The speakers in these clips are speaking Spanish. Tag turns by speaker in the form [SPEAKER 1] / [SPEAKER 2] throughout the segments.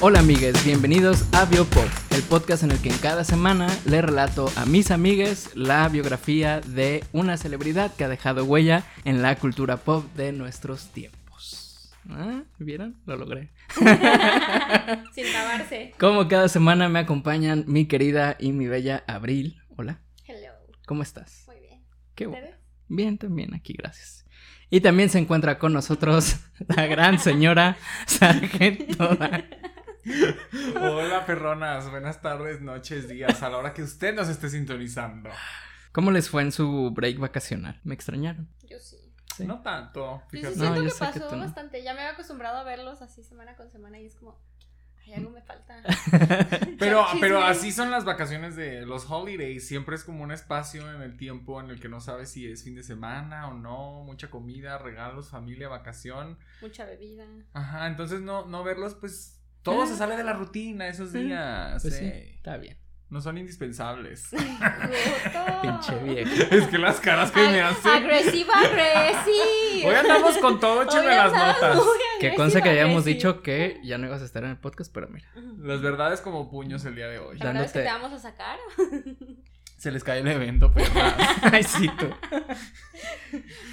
[SPEAKER 1] Hola amigues, bienvenidos a Biopop, el podcast en el que en cada semana le relato a mis amigues la biografía de una celebridad que ha dejado huella en la cultura pop de nuestros tiempos. ¿Ah? ¿Vieron? Lo logré.
[SPEAKER 2] Sin tabarse.
[SPEAKER 1] Como cada semana me acompañan mi querida y mi bella Abril. Hola,
[SPEAKER 2] Hello.
[SPEAKER 1] ¿cómo estás?
[SPEAKER 2] Muy bien.
[SPEAKER 1] Qué bueno.
[SPEAKER 2] ¿Ustedes?
[SPEAKER 1] Bien, también aquí, gracias. Y también se encuentra con nosotros la gran señora Sargento.
[SPEAKER 3] Hola perronas, buenas tardes, noches, días, a la hora que usted nos esté sintonizando.
[SPEAKER 1] ¿Cómo les fue en su break vacacional? ¿Me extrañaron?
[SPEAKER 2] Yo sí.
[SPEAKER 1] Sí.
[SPEAKER 3] No tanto,
[SPEAKER 2] Yo sí
[SPEAKER 3] fíjate.
[SPEAKER 1] No,
[SPEAKER 2] siento
[SPEAKER 1] yo
[SPEAKER 2] que
[SPEAKER 1] sé que
[SPEAKER 2] pasó
[SPEAKER 1] tú no.
[SPEAKER 2] bastante. Ya me había acostumbrado a verlos así semana con semana y es como, ay, algo me falta.
[SPEAKER 3] pero,
[SPEAKER 2] Chisme.
[SPEAKER 3] pero así son las vacaciones de los holidays, siempre es como un espacio en el tiempo en el que no sabes si es fin de semana o no, mucha comida, regalos, familia, vacación.
[SPEAKER 2] Mucha bebida.
[SPEAKER 3] Ajá, entonces no, no verlos, pues todo
[SPEAKER 2] Ah.
[SPEAKER 3] se sale de la rutina esos
[SPEAKER 1] Sí,
[SPEAKER 3] días.
[SPEAKER 1] Pues sí,
[SPEAKER 3] eh.
[SPEAKER 1] está bien.
[SPEAKER 3] No son indispensables.
[SPEAKER 2] Bruto.
[SPEAKER 3] Ah.
[SPEAKER 1] Pinche vieja.
[SPEAKER 3] es que las caras que me
[SPEAKER 2] Ag-
[SPEAKER 3] hacen.
[SPEAKER 2] Agresiva, agresiva.
[SPEAKER 3] Hoy andamos con todo, échame las notas.
[SPEAKER 1] Que conste que habíamos dicho que ya no ibas a estar en el podcast, pero mira.
[SPEAKER 3] Las verdades como puños el día de hoy.
[SPEAKER 2] La verdad es que
[SPEAKER 1] dándote-
[SPEAKER 2] te vamos a sacar.
[SPEAKER 3] Se les cae el evento, pero
[SPEAKER 1] Ay, sí, tú.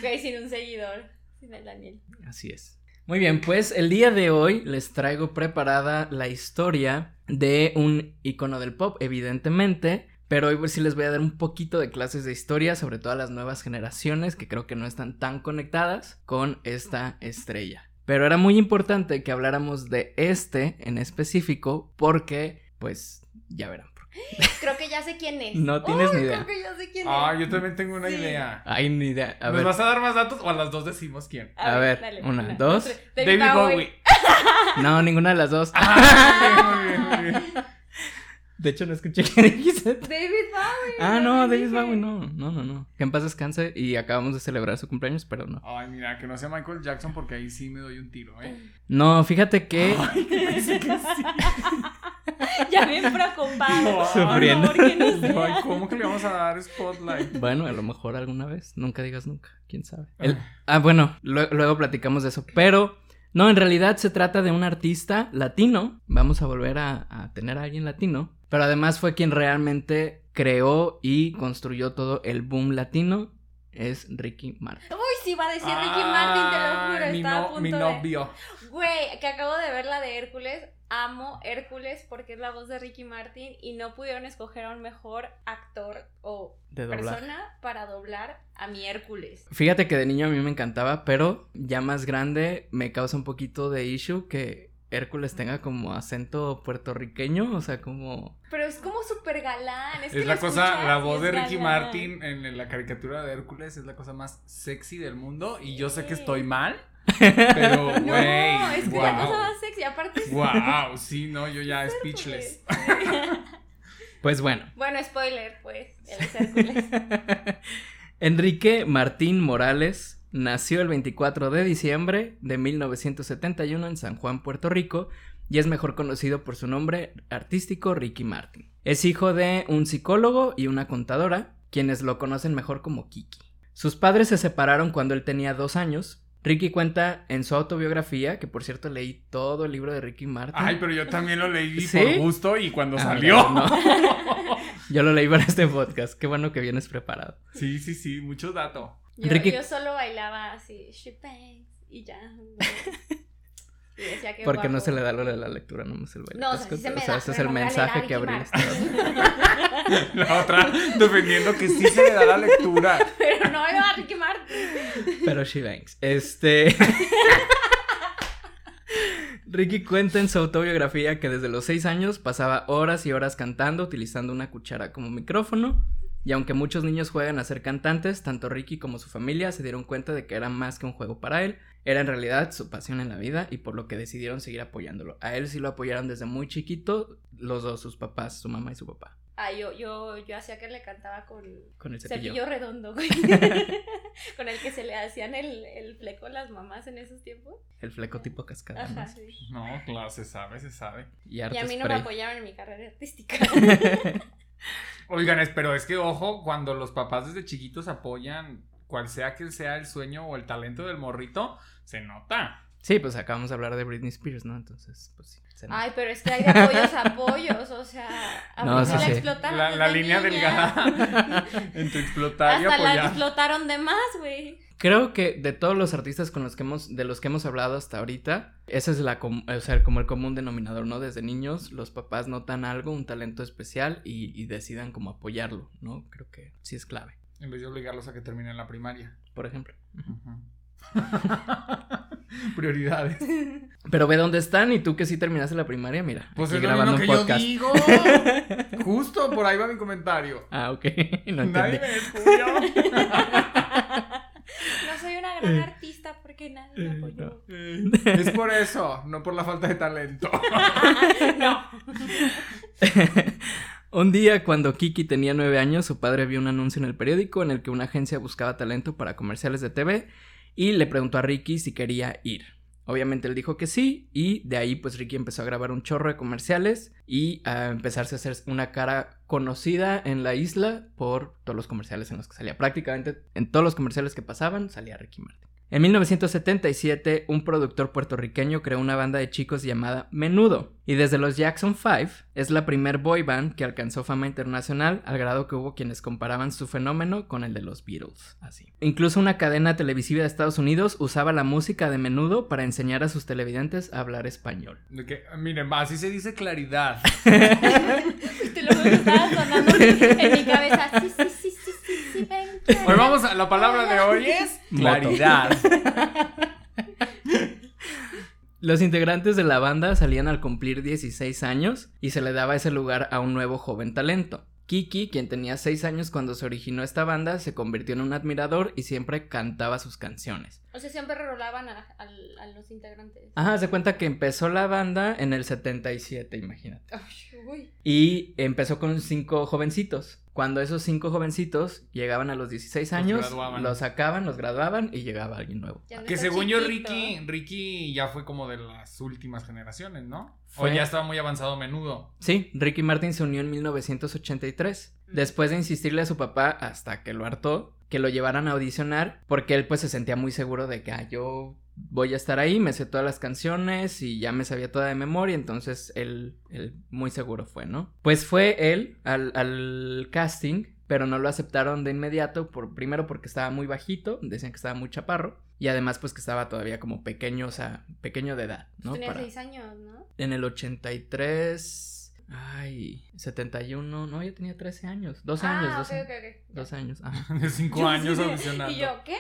[SPEAKER 2] Güey, sin un seguidor. Sin el Daniel.
[SPEAKER 1] Así es. Muy bien, pues el día de hoy les traigo preparada la historia de un icono del pop, evidentemente. Pero hoy pues, sí les voy a dar un poquito de clases de historia, sobre todo a las nuevas generaciones que creo que no están tan conectadas con esta estrella. Pero era muy importante que habláramos de este en específico porque, pues, ya verán. por qué.
[SPEAKER 2] Creo que ya sé quién es.
[SPEAKER 1] No tienes
[SPEAKER 2] Uy,
[SPEAKER 1] ni idea.
[SPEAKER 2] Creo que ya sé quién
[SPEAKER 3] Ah,
[SPEAKER 2] es.
[SPEAKER 3] yo también tengo una
[SPEAKER 2] Sí.
[SPEAKER 3] idea.
[SPEAKER 1] Ay, ni idea. A
[SPEAKER 3] ¿Nos
[SPEAKER 1] ver,
[SPEAKER 3] vas a dar más datos o a las dos decimos quién?
[SPEAKER 1] a ver, una, dos.
[SPEAKER 2] tres. David, Bowie.
[SPEAKER 1] no, ninguna de las dos.
[SPEAKER 3] Ah, muy bien, muy bien, muy bien.
[SPEAKER 1] De hecho, no escuché que dijiste.
[SPEAKER 2] David Bowie.
[SPEAKER 1] Ah,
[SPEAKER 2] ya
[SPEAKER 1] no,
[SPEAKER 2] lo
[SPEAKER 1] David
[SPEAKER 2] dije.
[SPEAKER 1] Bowie, no, no, no, no. Que en paz descanse y acabamos de celebrar su cumpleaños, pero no.
[SPEAKER 3] Ay, mira, que no sea Michael Jackson porque ahí sí me doy un tiro, ¿eh?
[SPEAKER 1] No, fíjate que
[SPEAKER 2] ya bien preocupado.
[SPEAKER 3] No,
[SPEAKER 1] Sufriendo.
[SPEAKER 2] Por favor, que no sea.
[SPEAKER 3] Ay, ¿cómo que le vamos a dar spotlight?
[SPEAKER 1] Bueno, a lo mejor alguna vez. Nunca digas nunca. Quién sabe. El- ah, bueno, lue- luego platicamos de eso. Pero, no, en realidad se trata de un artista latino. Vamos a volver a, a tener a alguien latino. Pero además fue quien realmente creó y construyó todo el boom latino. Es Ricky Martin.
[SPEAKER 2] Uy, sí, va a decir Ricky Martin, te lo juro.
[SPEAKER 3] Ay, Ah, mi,
[SPEAKER 2] estaba
[SPEAKER 3] no-
[SPEAKER 2] a punto
[SPEAKER 3] mi
[SPEAKER 2] de-
[SPEAKER 3] novio.
[SPEAKER 2] Güey, que acabo de ver la de Hércules. Amo Hércules porque es la voz de Ricky Martin y no pudieron escoger a un mejor actor o
[SPEAKER 1] De doblar.
[SPEAKER 2] persona para doblar a mi Hércules.
[SPEAKER 1] Fíjate que de niño a mí me encantaba, pero ya más grande me causa un poquito de issue que Hércules tenga como acento puertorriqueño, o sea, como...
[SPEAKER 2] Pero es como súper galán. Es,
[SPEAKER 3] Es,
[SPEAKER 2] que lo
[SPEAKER 3] la cosa,
[SPEAKER 2] escuchas
[SPEAKER 3] la
[SPEAKER 2] y
[SPEAKER 3] voz
[SPEAKER 2] es
[SPEAKER 3] de Ricky
[SPEAKER 2] galán.
[SPEAKER 3] Martin en la caricatura de Hércules es la cosa más sexy del mundo. Y yo sé que estoy mal, pero, güey.
[SPEAKER 2] No, es que la
[SPEAKER 3] wow.
[SPEAKER 2] cosa más sexy. Aparte, es
[SPEAKER 3] Wow, sí, no, yo ya speechless.
[SPEAKER 2] Hércules.
[SPEAKER 1] Pues bueno.
[SPEAKER 2] bueno, spoiler, pues. Él es Hércules.
[SPEAKER 1] Enrique Martín Morales nació el 24 de diciembre de 1971 en San Juan, Puerto Rico, y es mejor conocido por su nombre artístico Ricky Martin. Es hijo de un psicólogo y una contadora, quienes lo conocen mejor como Kiki. Sus padres se separaron cuando él tenía dos años. Ricky cuenta en su autobiografía, que por cierto leí todo el libro de Ricky Martin.
[SPEAKER 3] Ay, pero yo también lo leí
[SPEAKER 1] ¿Sí?
[SPEAKER 3] por gusto y cuando
[SPEAKER 1] Ah,
[SPEAKER 3] salió.
[SPEAKER 1] no. Yo lo leí para este podcast. Qué bueno que vienes preparado.
[SPEAKER 3] Sí, sí, sí, mucho dato.
[SPEAKER 2] Yo,
[SPEAKER 1] Ricky-
[SPEAKER 2] yo solo bailaba así, she bangs, y ya. güey. Y decía que
[SPEAKER 1] Porque no
[SPEAKER 2] guapo.
[SPEAKER 1] se le da lo de la lectura, no me se le va.
[SPEAKER 2] No, o sea, sí se me da,
[SPEAKER 1] ese es
[SPEAKER 2] pero
[SPEAKER 1] el
[SPEAKER 2] no le da
[SPEAKER 1] mensaje
[SPEAKER 2] Ricky
[SPEAKER 1] que Abril
[SPEAKER 2] Martin.
[SPEAKER 1] está dando.
[SPEAKER 3] La otra defendiendo que sí se le da la lectura.
[SPEAKER 2] Pero no iba a Ricky Martin.
[SPEAKER 1] Pero she bangs. Este. Ricky cuenta en su autobiografía que desde los seis años pasaba horas y horas cantando utilizando una cuchara como micrófono. Y aunque muchos niños juegan a ser cantantes, tanto Ricky como su familia se dieron cuenta de que era más que un juego para él, era en realidad su pasión en la vida y por lo que decidieron seguir apoyándolo. A él sí lo apoyaron desde muy chiquito, los dos, sus papás, su mamá y su papá,
[SPEAKER 2] Ah, yo, yo, yo hacía que le cantaba con
[SPEAKER 1] con el
[SPEAKER 2] cepillo,
[SPEAKER 1] cepillo.
[SPEAKER 2] redondo, güey. con el que se le hacían el, el fleco a las mamás en esos tiempos.
[SPEAKER 1] El fleco tipo cascada.
[SPEAKER 2] Ajá,
[SPEAKER 1] ¿no?
[SPEAKER 2] sí.
[SPEAKER 3] No, claro, se sabe, se sabe.
[SPEAKER 1] Y,
[SPEAKER 2] Y
[SPEAKER 1] harto
[SPEAKER 2] a mí no me
[SPEAKER 1] spray.
[SPEAKER 2] apoyaron en mi carrera artística.
[SPEAKER 3] Oigan, es- pero es que ojo, cuando los papás desde chiquitos apoyan cual sea que sea el sueño o el talento del morrito, se nota.
[SPEAKER 1] Sí, pues acabamos de hablar de Britney Spears, ¿no? Entonces, pues sí. se nota.
[SPEAKER 2] Ay, pero es que hay de apoyos a apoyos, o sea, a
[SPEAKER 1] No,
[SPEAKER 2] Britney
[SPEAKER 1] sí,
[SPEAKER 2] la
[SPEAKER 1] sí.
[SPEAKER 2] explotaron.
[SPEAKER 3] La, la
[SPEAKER 2] desde
[SPEAKER 3] línea
[SPEAKER 2] niña.
[SPEAKER 3] delgada entre explotar y
[SPEAKER 2] Hasta la
[SPEAKER 3] apoyar.
[SPEAKER 2] explotaron de más, güey.
[SPEAKER 1] Creo que de todos los artistas con los que hemos, de los que hemos hablado hasta ahorita, ese es la com- o sea, como el común denominador, ¿no? Desde niños, los papás notan algo, un talento especial y, y decidan como apoyarlo, ¿no? Creo que sí es clave,
[SPEAKER 3] En vez de obligarlos a que terminen la primaria.
[SPEAKER 1] por ejemplo.
[SPEAKER 3] Prioridades.
[SPEAKER 1] Pero ve dónde están y tú que sí terminaste la primaria, mira,
[SPEAKER 3] Pues
[SPEAKER 1] aquí
[SPEAKER 3] es lo mismo
[SPEAKER 1] grabando un
[SPEAKER 3] que yo
[SPEAKER 1] podcast.
[SPEAKER 3] digo. Justo por ahí va mi comentario.
[SPEAKER 1] Ah, ok, no entendí.
[SPEAKER 3] Nadie me descubrió.
[SPEAKER 2] No soy una
[SPEAKER 1] Eh.
[SPEAKER 2] gran artista porque nadie me apoyó.
[SPEAKER 1] No.
[SPEAKER 3] Es por eso, no por la falta de talento.
[SPEAKER 2] No.
[SPEAKER 1] Un día, cuando Kiki tenía nueve años, su padre vio un anuncio en el periódico en el que una agencia buscaba talento para comerciales de TV y le preguntó a Ricky si quería ir. Obviamente él dijo que sí y de ahí pues Ricky empezó a grabar un chorro de comerciales y a empezarse a hacer una cara conocida en la isla por todos los comerciales en los que salía. Prácticamente en todos los comerciales que pasaban salía Ricky Martin. En 1977, un productor puertorriqueño creó una banda de chicos llamada Menudo, y desde los Jackson 5 es la primer boy band que alcanzó fama internacional al grado que hubo quienes comparaban su fenómeno con el de los Beatles, así. Incluso una cadena televisiva de Estados Unidos usaba la música de Menudo para enseñar a sus televidentes a hablar español.
[SPEAKER 3] De que, miren, así se dice claridad.
[SPEAKER 2] Te lo juro que estaba sonando en mi cabeza. Sí, sí, sí, sí, sí, sí, ven.
[SPEAKER 3] Hoy vamos a la palabra de hoy es
[SPEAKER 1] Moto.
[SPEAKER 3] claridad.
[SPEAKER 1] Los integrantes de la banda salían al cumplir 16 años y se le daba ese lugar a un nuevo joven talento. Kiki, quien tenía 6 años cuando se originó esta banda, se convirtió en un admirador y siempre cantaba sus canciones.
[SPEAKER 2] O sea, siempre rolaban a, al- a los integrantes.
[SPEAKER 1] Ajá, se cuenta que empezó la banda en el 77, imagínate.
[SPEAKER 2] Ay, uy.
[SPEAKER 1] Y empezó con cinco jovencitos. Cuando esos cinco jovencitos llegaban a los 16 años, los,
[SPEAKER 3] graduaban.
[SPEAKER 1] sacaban, los graduaban y llegaba alguien nuevo.
[SPEAKER 2] Ya no
[SPEAKER 3] Que
[SPEAKER 2] está
[SPEAKER 3] según yo,
[SPEAKER 2] chiquito.
[SPEAKER 3] Ricky, Ricky ya fue como de las últimas generaciones, ¿no? O
[SPEAKER 1] Fue.
[SPEAKER 3] ya estaba muy avanzado a menudo.
[SPEAKER 1] Sí, Ricky Martin se unió en 1983, después de insistirle a su papá hasta que lo hartó que lo llevaran a audicionar, porque él pues se sentía muy seguro de que ah, yo voy a estar ahí, me sé todas las canciones y ya me sabía toda de memoria, entonces él, él muy seguro fue, ¿no? Pues fue él al, al casting, pero no lo aceptaron de inmediato, por, primero porque estaba muy bajito, decían que estaba muy chaparro, y además pues que estaba todavía como pequeño, o sea, pequeño de edad, ¿no?
[SPEAKER 2] Pues Tenía
[SPEAKER 1] Para-
[SPEAKER 2] seis años, ¿no?
[SPEAKER 1] en el 83. Ay, 71. No, yo tenía 13 años. Dos años.
[SPEAKER 2] ah,
[SPEAKER 1] Dos,
[SPEAKER 2] ok,
[SPEAKER 1] años,
[SPEAKER 2] ok, ok.
[SPEAKER 1] dos años. Ajá.
[SPEAKER 3] De cinco
[SPEAKER 2] Yo
[SPEAKER 3] años
[SPEAKER 2] sí,
[SPEAKER 3] audicionando.
[SPEAKER 2] ¿Y yo qué?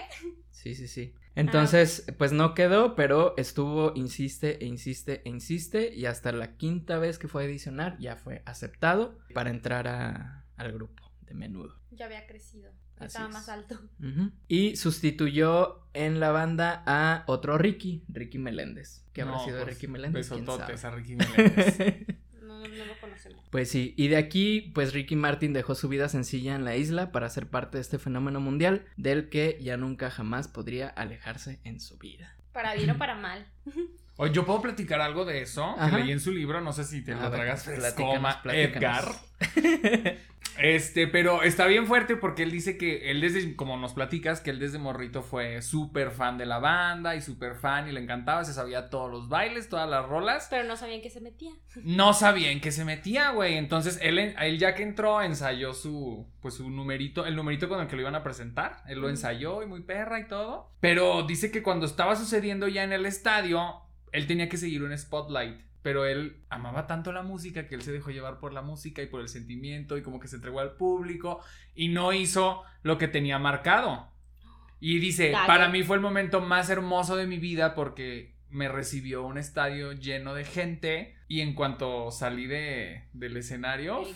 [SPEAKER 1] Sí, sí, sí.
[SPEAKER 2] Ah.
[SPEAKER 1] Entonces, pues no quedó, pero estuvo, insiste, e insiste, e insiste. Y hasta la quinta vez que fue a edicionar, ya fue aceptado para entrar a- al grupo de menudo.
[SPEAKER 2] Yo había crecido.
[SPEAKER 1] Así
[SPEAKER 2] Estaba
[SPEAKER 1] es.
[SPEAKER 2] más alto.
[SPEAKER 1] Ujú. Y sustituyó en la banda a otro Ricky, Ricky Meléndez. ¿Qué habrá
[SPEAKER 3] No,
[SPEAKER 1] sido de
[SPEAKER 3] pues,
[SPEAKER 1] Ricky Meléndez? ¿Quién
[SPEAKER 3] Besototes
[SPEAKER 1] sabe?
[SPEAKER 3] a Ricky Meléndez.
[SPEAKER 2] No, no lo conocemos.
[SPEAKER 1] Pues sí, y de aquí, pues Ricky Martin dejó su vida sencilla en la isla para ser parte de este fenómeno mundial del que ya nunca jamás podría alejarse en su vida.
[SPEAKER 2] Para bien o para mal.
[SPEAKER 3] Oye, yo puedo platicar algo de eso
[SPEAKER 1] Ajá.
[SPEAKER 3] que leí en su libro, no sé si te
[SPEAKER 1] A
[SPEAKER 3] lo
[SPEAKER 1] ver,
[SPEAKER 3] tragas fresco,
[SPEAKER 1] platícanos,
[SPEAKER 3] ma- Edgar.
[SPEAKER 1] platícanos.
[SPEAKER 3] Este, pero está bien fuerte porque él dice que él desde, como nos platicas, que él desde morrito fue súper fan de la banda y súper fan y le encantaba, se sabía todos los bailes, todas las rolas.
[SPEAKER 2] Pero no sabían que se metía.
[SPEAKER 3] No sabía en qué se metía, güey. Entonces él, en- él ya que entró, ensayó su, pues su numerito, el numerito con el que lo iban a presentar. Él lo ensayó y muy perra y todo. Pero dice que cuando estaba sucediendo ya en el estadio, él tenía que seguir un spotlight. Pero él amaba tanto la música que él se dejó llevar por la música y por el sentimiento y como que se entregó al público y no hizo lo que tenía marcado. Y dice,
[SPEAKER 2] Dale.
[SPEAKER 3] para mí fue el momento más hermoso de mi vida porque me recibió un estadio lleno de gente y en cuanto salí de, del escenario
[SPEAKER 2] El
[SPEAKER 3] fue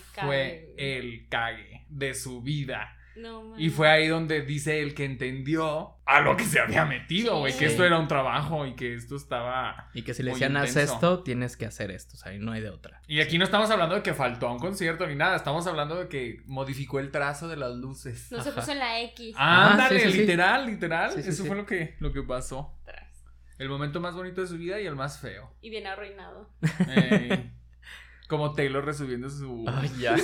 [SPEAKER 2] cague.
[SPEAKER 3] el cague de su vida.
[SPEAKER 2] No, man.
[SPEAKER 3] Y fue ahí donde dice él que entendió a lo que se había metido, güey, que
[SPEAKER 2] Sí.
[SPEAKER 3] esto era un trabajo y que esto estaba...
[SPEAKER 1] Y que si le
[SPEAKER 3] Muy
[SPEAKER 1] decían haz
[SPEAKER 3] intenso.
[SPEAKER 1] esto, tienes que hacer esto, o sea, y no hay de otra.
[SPEAKER 3] Y aquí no estamos hablando de que faltó a un concierto ni nada, estamos hablando de que modificó el trazo de las luces.
[SPEAKER 2] No se
[SPEAKER 1] Ajá. Ah.
[SPEAKER 2] puso en la X.
[SPEAKER 1] Ajá,
[SPEAKER 3] Ándale,
[SPEAKER 1] sí, sí, sí.
[SPEAKER 3] literal, literal.
[SPEAKER 1] Sí, sí,
[SPEAKER 3] Eso
[SPEAKER 1] sí.
[SPEAKER 3] fue lo que, lo que pasó.
[SPEAKER 2] Atrás.
[SPEAKER 3] El momento más bonito de su vida y el más feo.
[SPEAKER 2] Y bien arruinado.
[SPEAKER 3] Ey. como Taylor resubiendo su.
[SPEAKER 1] Ay, ya.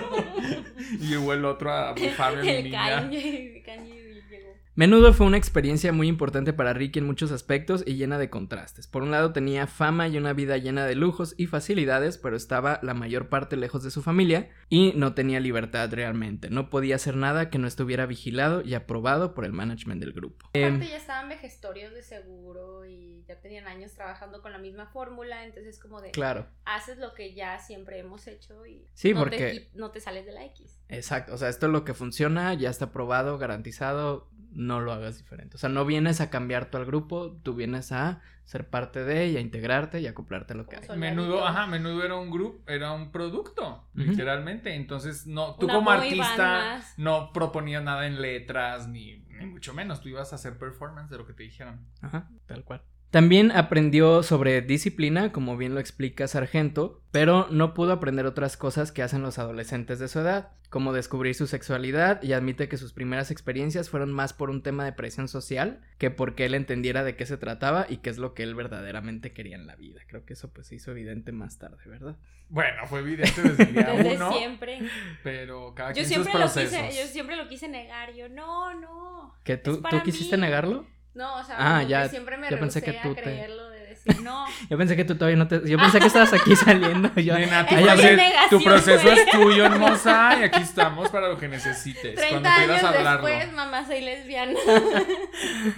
[SPEAKER 3] y llegó el otro a bufarme a mi
[SPEAKER 2] El
[SPEAKER 3] niña.
[SPEAKER 2] Kanye, el Kanye llegó.
[SPEAKER 1] Menudo fue una experiencia muy importante para Ricky en muchos aspectos y llena de contrastes. Por un lado tenía fama y una vida llena de lujos y facilidades, pero estaba la mayor parte lejos de su familia y no tenía libertad realmente. No podía hacer nada que no estuviera vigilado y aprobado por el management del grupo. Em,
[SPEAKER 2] Aparte ya estaban vejestorios de seguro y ya tenían años trabajando con la misma fórmula, entonces es como de
[SPEAKER 1] claro.
[SPEAKER 2] haces lo que ya siempre hemos hecho y
[SPEAKER 1] Sí,
[SPEAKER 2] no,
[SPEAKER 1] porque-
[SPEAKER 2] te, qui- no te sales de la X.
[SPEAKER 1] Exacto, o sea, esto es lo que funciona, ya está probado, garantizado, no lo hagas diferente. O sea, no vienes a cambiar tú al grupo, tú vienes a ser parte de y a integrarte y acoplarte a lo que hay.
[SPEAKER 2] Como soldadito.
[SPEAKER 3] Menudo, ajá, menudo era un grupo, era un producto,
[SPEAKER 1] Ujú.
[SPEAKER 3] literalmente. Entonces, no, tú
[SPEAKER 2] Una
[SPEAKER 3] como
[SPEAKER 2] boy band
[SPEAKER 3] artista
[SPEAKER 2] más.
[SPEAKER 3] no proponías nada en letras, ni, ni mucho menos. Tú ibas a hacer performance de lo que te dijeron.
[SPEAKER 1] Ajá, tal cual. También aprendió sobre disciplina, como bien lo explica Sargento, pero no pudo aprender otras cosas que hacen los adolescentes de su edad, como descubrir su sexualidad y admite que sus primeras experiencias fueron más por un tema de presión social que porque él entendiera de qué se trataba y qué es lo que él verdaderamente quería en la vida. Creo que eso pues se hizo evidente más tarde, ¿verdad?
[SPEAKER 3] Bueno, fue evidente desde el día
[SPEAKER 2] Desde
[SPEAKER 3] uno,
[SPEAKER 2] siempre.
[SPEAKER 3] pero cada
[SPEAKER 2] Yo
[SPEAKER 3] quien sus
[SPEAKER 2] siempre, lo
[SPEAKER 3] procesos.
[SPEAKER 2] quise, yo siempre lo quise negar. Yo, no, no.
[SPEAKER 1] ¿Que tú,
[SPEAKER 2] para
[SPEAKER 1] ¿tú quisiste
[SPEAKER 2] mí.
[SPEAKER 1] negarlo?
[SPEAKER 2] No, o sea,
[SPEAKER 1] Ah,
[SPEAKER 2] como que
[SPEAKER 1] ya,
[SPEAKER 2] siempre me
[SPEAKER 1] yo pensé
[SPEAKER 2] rehusé
[SPEAKER 1] que tú
[SPEAKER 2] a
[SPEAKER 1] te-
[SPEAKER 2] creerlo, de decir, no.
[SPEAKER 1] Yo pensé que tú todavía no te... Yo pensé que estabas aquí saliendo. Yo...
[SPEAKER 3] Nena, tu,
[SPEAKER 1] Ay,
[SPEAKER 3] proce-
[SPEAKER 2] en negación,
[SPEAKER 3] tu proceso
[SPEAKER 2] güey.
[SPEAKER 3] es tuyo, hermosa, y aquí estamos para lo que necesites.
[SPEAKER 2] 30
[SPEAKER 3] Cuando
[SPEAKER 2] años
[SPEAKER 3] quieras hablarlo.
[SPEAKER 2] después, mamá, soy lesbiana.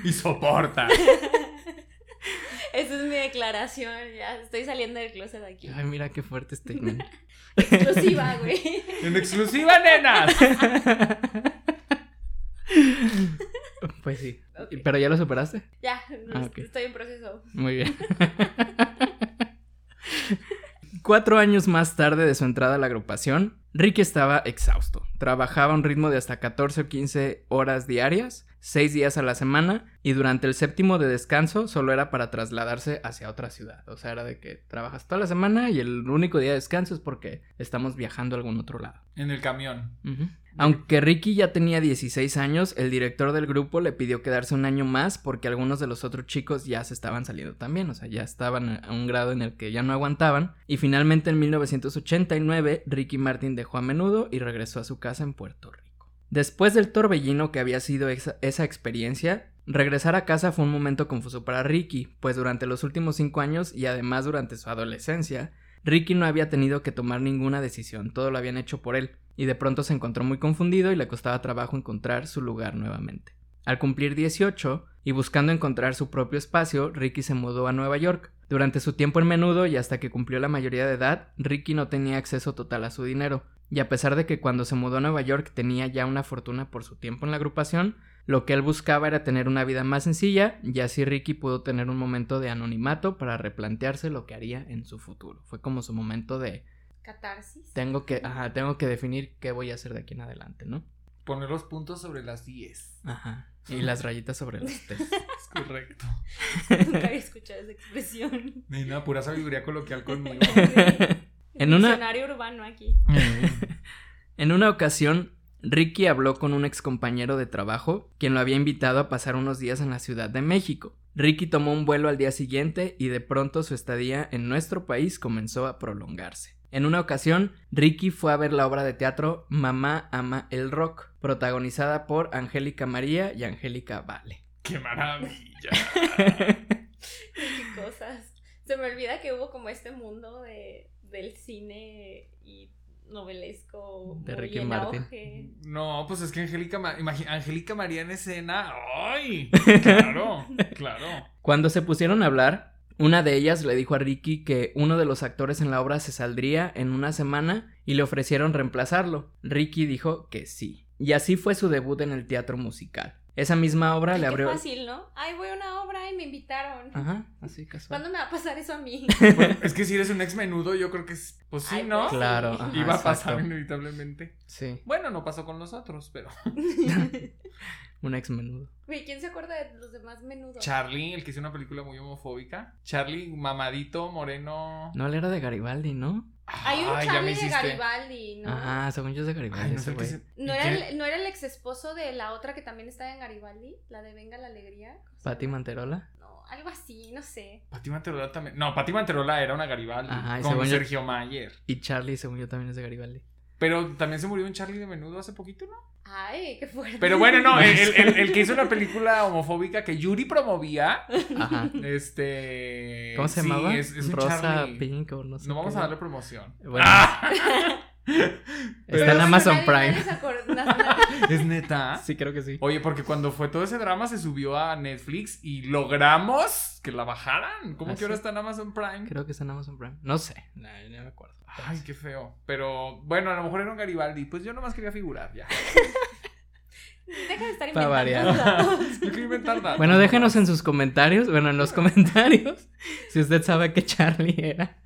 [SPEAKER 3] Y soporta.
[SPEAKER 2] Esa es mi declaración. Ya estoy saliendo del closet aquí.
[SPEAKER 1] Ay, mira qué fuerte este statement.
[SPEAKER 2] Exclusiva, güey.
[SPEAKER 3] En exclusiva, nenas.
[SPEAKER 1] Pues sí.
[SPEAKER 2] Ok.
[SPEAKER 1] ¿Pero ya lo superaste?
[SPEAKER 2] Ya,
[SPEAKER 1] Ah, ok.
[SPEAKER 2] estoy en proceso.
[SPEAKER 1] Muy bien. Cuatro años más tarde de su entrada a la agrupación, Ricky estaba exhausto. Trabajaba a un ritmo de hasta 14 o 15 horas diarias, seis días a la semana, y durante el séptimo de descanso solo era para trasladarse hacia otra ciudad. O sea, era de que trabajas toda la semana y el único día de descanso es porque estamos viajando a algún otro lado.
[SPEAKER 3] En el camión.
[SPEAKER 1] Ujú. Aunque Ricky ya tenía 16 años, el director del grupo le pidió quedarse un año más porque algunos de los otros chicos ya se estaban saliendo también, o sea, ya estaban a un grado en el que ya no aguantaban. Y finalmente en 1989, Ricky Martin dejó a menudo y regresó a su casa en Puerto Rico. Después del torbellino que había sido esa, esa experiencia, regresar a casa fue un momento confuso para Ricky, pues durante los últimos 5 años y además durante su adolescencia, Ricky no había tenido que tomar ninguna decisión, todo lo habían hecho por él, y de pronto se encontró muy confundido y le costaba trabajo encontrar su lugar nuevamente. Al cumplir 18 y buscando encontrar su propio espacio, Ricky se mudó a Nueva York. Durante su tiempo en menudo y hasta que cumplió la mayoría de edad, Ricky no tenía acceso total a su dinero, y a pesar de que cuando se mudó a Nueva York tenía ya una fortuna por su tiempo en la agrupación, lo que él buscaba era tener una vida más sencilla y así Ricky pudo tener un momento de anonimato para replantearse lo que haría en su futuro. Fue como su momento de
[SPEAKER 2] Catarsis.
[SPEAKER 1] tengo que, ajá, tengo que definir qué voy a hacer de aquí en adelante, ¿no?
[SPEAKER 3] Poner los puntos sobre las 10.
[SPEAKER 1] Ajá. Y las rayitas sobre los test.
[SPEAKER 3] Es correcto.
[SPEAKER 2] Nunca había escuchado esa expresión.
[SPEAKER 3] Nena, pura sabiduría coloquial conmigo.
[SPEAKER 1] En una-
[SPEAKER 2] Diccionario urbano aquí.
[SPEAKER 1] En una ocasión, Ricky habló con un excompañero de trabajo, quien lo había invitado a pasar unos días en la Ciudad de México. Ricky tomó un vuelo al día siguiente y de pronto su estadía en nuestro país comenzó a prolongarse. En una ocasión, Ricky fue a ver la obra de teatro Mamá ama el rock, protagonizada por Angélica María y Angélica Vale.
[SPEAKER 3] ¡Qué maravilla!
[SPEAKER 2] Qué cosas. Se me olvida que hubo como este mundo de, del cine y novelesco.
[SPEAKER 1] De
[SPEAKER 2] muy
[SPEAKER 1] Ricky
[SPEAKER 2] en
[SPEAKER 1] Martin.
[SPEAKER 2] auge.
[SPEAKER 3] No, pues es que Angélica, Ma- imagi- Angélica María en escena. ¡Ay! Claro, claro.
[SPEAKER 1] Cuando se pusieron a hablar, una de ellas le dijo a Ricky que uno de los actores en la obra se saldría en una semana y le ofrecieron reemplazarlo. Ricky dijo que sí. Y así fue su debut en el teatro musical. Esa misma obra
[SPEAKER 2] Ay,
[SPEAKER 1] le
[SPEAKER 2] qué
[SPEAKER 1] abrió...
[SPEAKER 2] fácil, ¿no? Ay, voy a una obra y me invitaron.
[SPEAKER 1] Ajá, así casual.
[SPEAKER 2] ¿Cuándo me va a pasar eso a mí?
[SPEAKER 3] Bueno, es que si eres un ex menudo, yo creo que es. Pues sí,
[SPEAKER 2] Ay,
[SPEAKER 3] ¿no?
[SPEAKER 2] pues.
[SPEAKER 1] Claro.
[SPEAKER 2] Sí.
[SPEAKER 1] ajá,
[SPEAKER 3] Iba a pasar
[SPEAKER 1] exacto.
[SPEAKER 3] inevitablemente.
[SPEAKER 1] Sí,
[SPEAKER 3] Bueno, no pasó con los otros, pero.
[SPEAKER 1] un ex menudo.
[SPEAKER 2] Güey, ¿quién se acuerda de los demás menudos?
[SPEAKER 3] Charlie, el que hizo una película muy homofóbica. Charlie, mamadito, moreno.
[SPEAKER 1] No, él era de Garibaldi, ¿no?
[SPEAKER 2] Hay un
[SPEAKER 3] Ay, ya me
[SPEAKER 2] Charlie de
[SPEAKER 3] hiciste.
[SPEAKER 2] Garibaldi, ¿no?
[SPEAKER 1] Ajá, según yo es de Garibaldi.
[SPEAKER 3] Ay, no
[SPEAKER 1] ese
[SPEAKER 3] sé qué
[SPEAKER 1] güey.
[SPEAKER 3] se-
[SPEAKER 2] ¿No
[SPEAKER 3] ¿Y
[SPEAKER 2] era,
[SPEAKER 3] qué?
[SPEAKER 2] el, ¿No era el ex esposo de la otra que también estaba en Garibaldi? ¿La de Venga la Alegría? ¿Cómo se
[SPEAKER 1] Pati
[SPEAKER 2] llama?
[SPEAKER 1] Manterola.
[SPEAKER 2] No, algo así, no sé.
[SPEAKER 3] Pati Manterola también. No, Pati Manterola era una Garibaldi.
[SPEAKER 1] Ajá, y
[SPEAKER 3] con
[SPEAKER 1] según yo-
[SPEAKER 3] Sergio Mayer.
[SPEAKER 1] Y Charlie, según yo, también es de Garibaldi.
[SPEAKER 3] Pero también se murió un Charlie de menudo hace poquito, ¿no?
[SPEAKER 2] Ay, qué fuerte.
[SPEAKER 3] Pero bueno, no, eh. el, el- el- el que hizo una película homofóbica que Yuri promovía,
[SPEAKER 1] Ajá.
[SPEAKER 3] este...
[SPEAKER 1] ¿Cómo se
[SPEAKER 3] sí,
[SPEAKER 1] llamaba?
[SPEAKER 3] es, es un
[SPEAKER 1] Rosa
[SPEAKER 3] Charlie.
[SPEAKER 1] Pink o no sé.
[SPEAKER 3] No vamos
[SPEAKER 1] qué.
[SPEAKER 3] a ¡Ah! darle promoción.
[SPEAKER 1] Bueno,
[SPEAKER 3] Pero-
[SPEAKER 1] está en Amazon
[SPEAKER 2] nadie- nadie
[SPEAKER 1] Prime.
[SPEAKER 2] se acor- na- na-
[SPEAKER 3] Es neta.
[SPEAKER 1] Sí, creo que sí.
[SPEAKER 3] Oye, porque cuando fue todo ese drama se subió a Netflix y logramos que la bajaran. ¿Cómo
[SPEAKER 1] ¿Ah,
[SPEAKER 3] que ahora
[SPEAKER 1] sí?
[SPEAKER 3] está en Amazon Prime?
[SPEAKER 1] Creo que está en Amazon Prime. No sé. No, no me acuerdo.
[SPEAKER 3] Ay, qué feo. Pero bueno, a lo mejor era un Garibaldi. Pues yo nomás quería figurar, ya.
[SPEAKER 2] Deja de estar
[SPEAKER 1] Para variar.
[SPEAKER 2] inventando datos.
[SPEAKER 3] Yo quería inventar datos.
[SPEAKER 1] Bueno, déjenos en sus comentarios, bueno, en los comentarios, si usted sabe que Charlie era.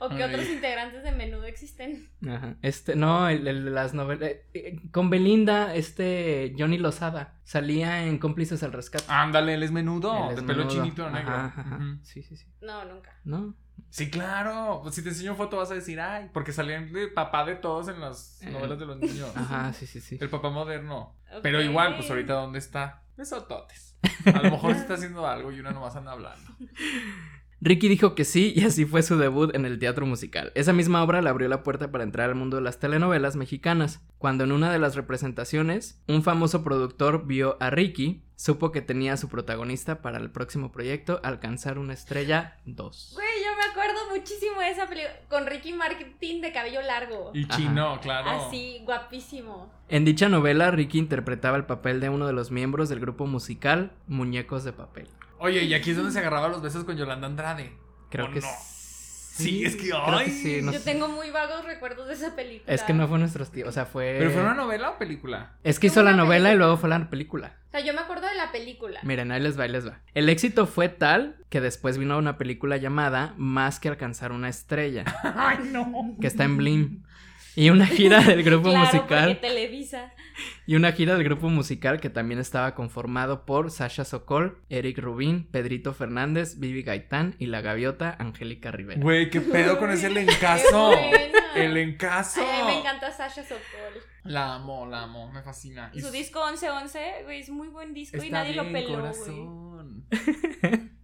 [SPEAKER 2] O que otros
[SPEAKER 3] Ay.
[SPEAKER 2] integrantes de menudo existen.
[SPEAKER 1] Ajá. Este, no, el, el de las novelas. eh, eh, con Belinda, este Johnny Lozada salía en Cómplices al Rescate.
[SPEAKER 3] Ándale, él es menudo.
[SPEAKER 1] Él es
[SPEAKER 3] de pelo
[SPEAKER 1] menudo.
[SPEAKER 3] chinito negro.
[SPEAKER 1] Ajá, ajá, ajá.
[SPEAKER 3] Ujú.
[SPEAKER 1] Sí, sí, sí.
[SPEAKER 2] No, nunca.
[SPEAKER 1] ¿No?
[SPEAKER 3] Sí, claro. Pues si te enseño foto vas a decir, ay, porque salían de papá de todos en las
[SPEAKER 1] Eh.
[SPEAKER 3] novelas de los niños.
[SPEAKER 1] Ajá, sí, sí, sí.
[SPEAKER 3] El papá moderno.
[SPEAKER 2] Ok.
[SPEAKER 3] Pero igual, pues ahorita, ¿dónde está? Besototes. A lo mejor se está haciendo algo y una nomás anda hablando.
[SPEAKER 1] Ricky dijo que sí y así fue su debut en el teatro musical. Esa misma obra le abrió la puerta para entrar al mundo de las telenovelas mexicanas. Cuando en una de las representaciones, un famoso productor vio a Ricky, supo que tenía a su protagonista para el próximo proyecto Alcanzar una estrella 2.
[SPEAKER 2] Güey, yo me acuerdo muchísimo de esa película. Con Ricky Martin de cabello largo.
[SPEAKER 3] Y
[SPEAKER 1] Ajá.
[SPEAKER 3] chino, claro.
[SPEAKER 2] Así, guapísimo.
[SPEAKER 1] En dicha novela, Ricky interpretaba el papel de uno de los miembros del grupo musical Muñecos de Papel.
[SPEAKER 3] Oye, y aquí es donde se agarraba los besos con Yolanda Andrade.
[SPEAKER 1] Creo
[SPEAKER 3] ¿O
[SPEAKER 1] que
[SPEAKER 3] Oh, no?
[SPEAKER 1] sí.
[SPEAKER 3] Sí, es que,
[SPEAKER 1] creo
[SPEAKER 3] ay,
[SPEAKER 1] sí, no
[SPEAKER 2] yo
[SPEAKER 1] sé.
[SPEAKER 2] tengo muy vagos recuerdos de esa película.
[SPEAKER 1] Es que no fue nuestros tíos, o sea, fue...
[SPEAKER 3] ¿Pero fue una novela o película?
[SPEAKER 1] Es que hizo
[SPEAKER 2] Fue
[SPEAKER 1] la
[SPEAKER 2] una
[SPEAKER 1] novela y
[SPEAKER 2] película.
[SPEAKER 1] luego fue la película.
[SPEAKER 2] O sea, yo me acuerdo de la película.
[SPEAKER 1] Miren, ahí les va, ahí les va. El éxito fue tal que después vino una película llamada Más que alcanzar una estrella,
[SPEAKER 3] Ay, no.
[SPEAKER 1] que está en Blim. Y una gira del grupo
[SPEAKER 2] Claro, porque
[SPEAKER 1] musical.
[SPEAKER 2] Televisa.
[SPEAKER 1] Y una gira del grupo musical que también estaba conformado por Sasha Sokol, Eric Rubín, Pedrito Fernández, Vivi Gaitán y la gaviota Angélica Rivera.
[SPEAKER 3] Güey, qué pedo con ese elencazo.
[SPEAKER 2] Qué buena.
[SPEAKER 3] El encaso.
[SPEAKER 2] Ay, me encanta Sasha Sokol.
[SPEAKER 3] La amo, la amo, me fascina.
[SPEAKER 2] Su
[SPEAKER 3] Y-
[SPEAKER 2] disco 1111, güey, es muy buen disco y
[SPEAKER 3] Está
[SPEAKER 2] nadie lo
[SPEAKER 3] bien,
[SPEAKER 2] peló, güey.
[SPEAKER 3] corazón.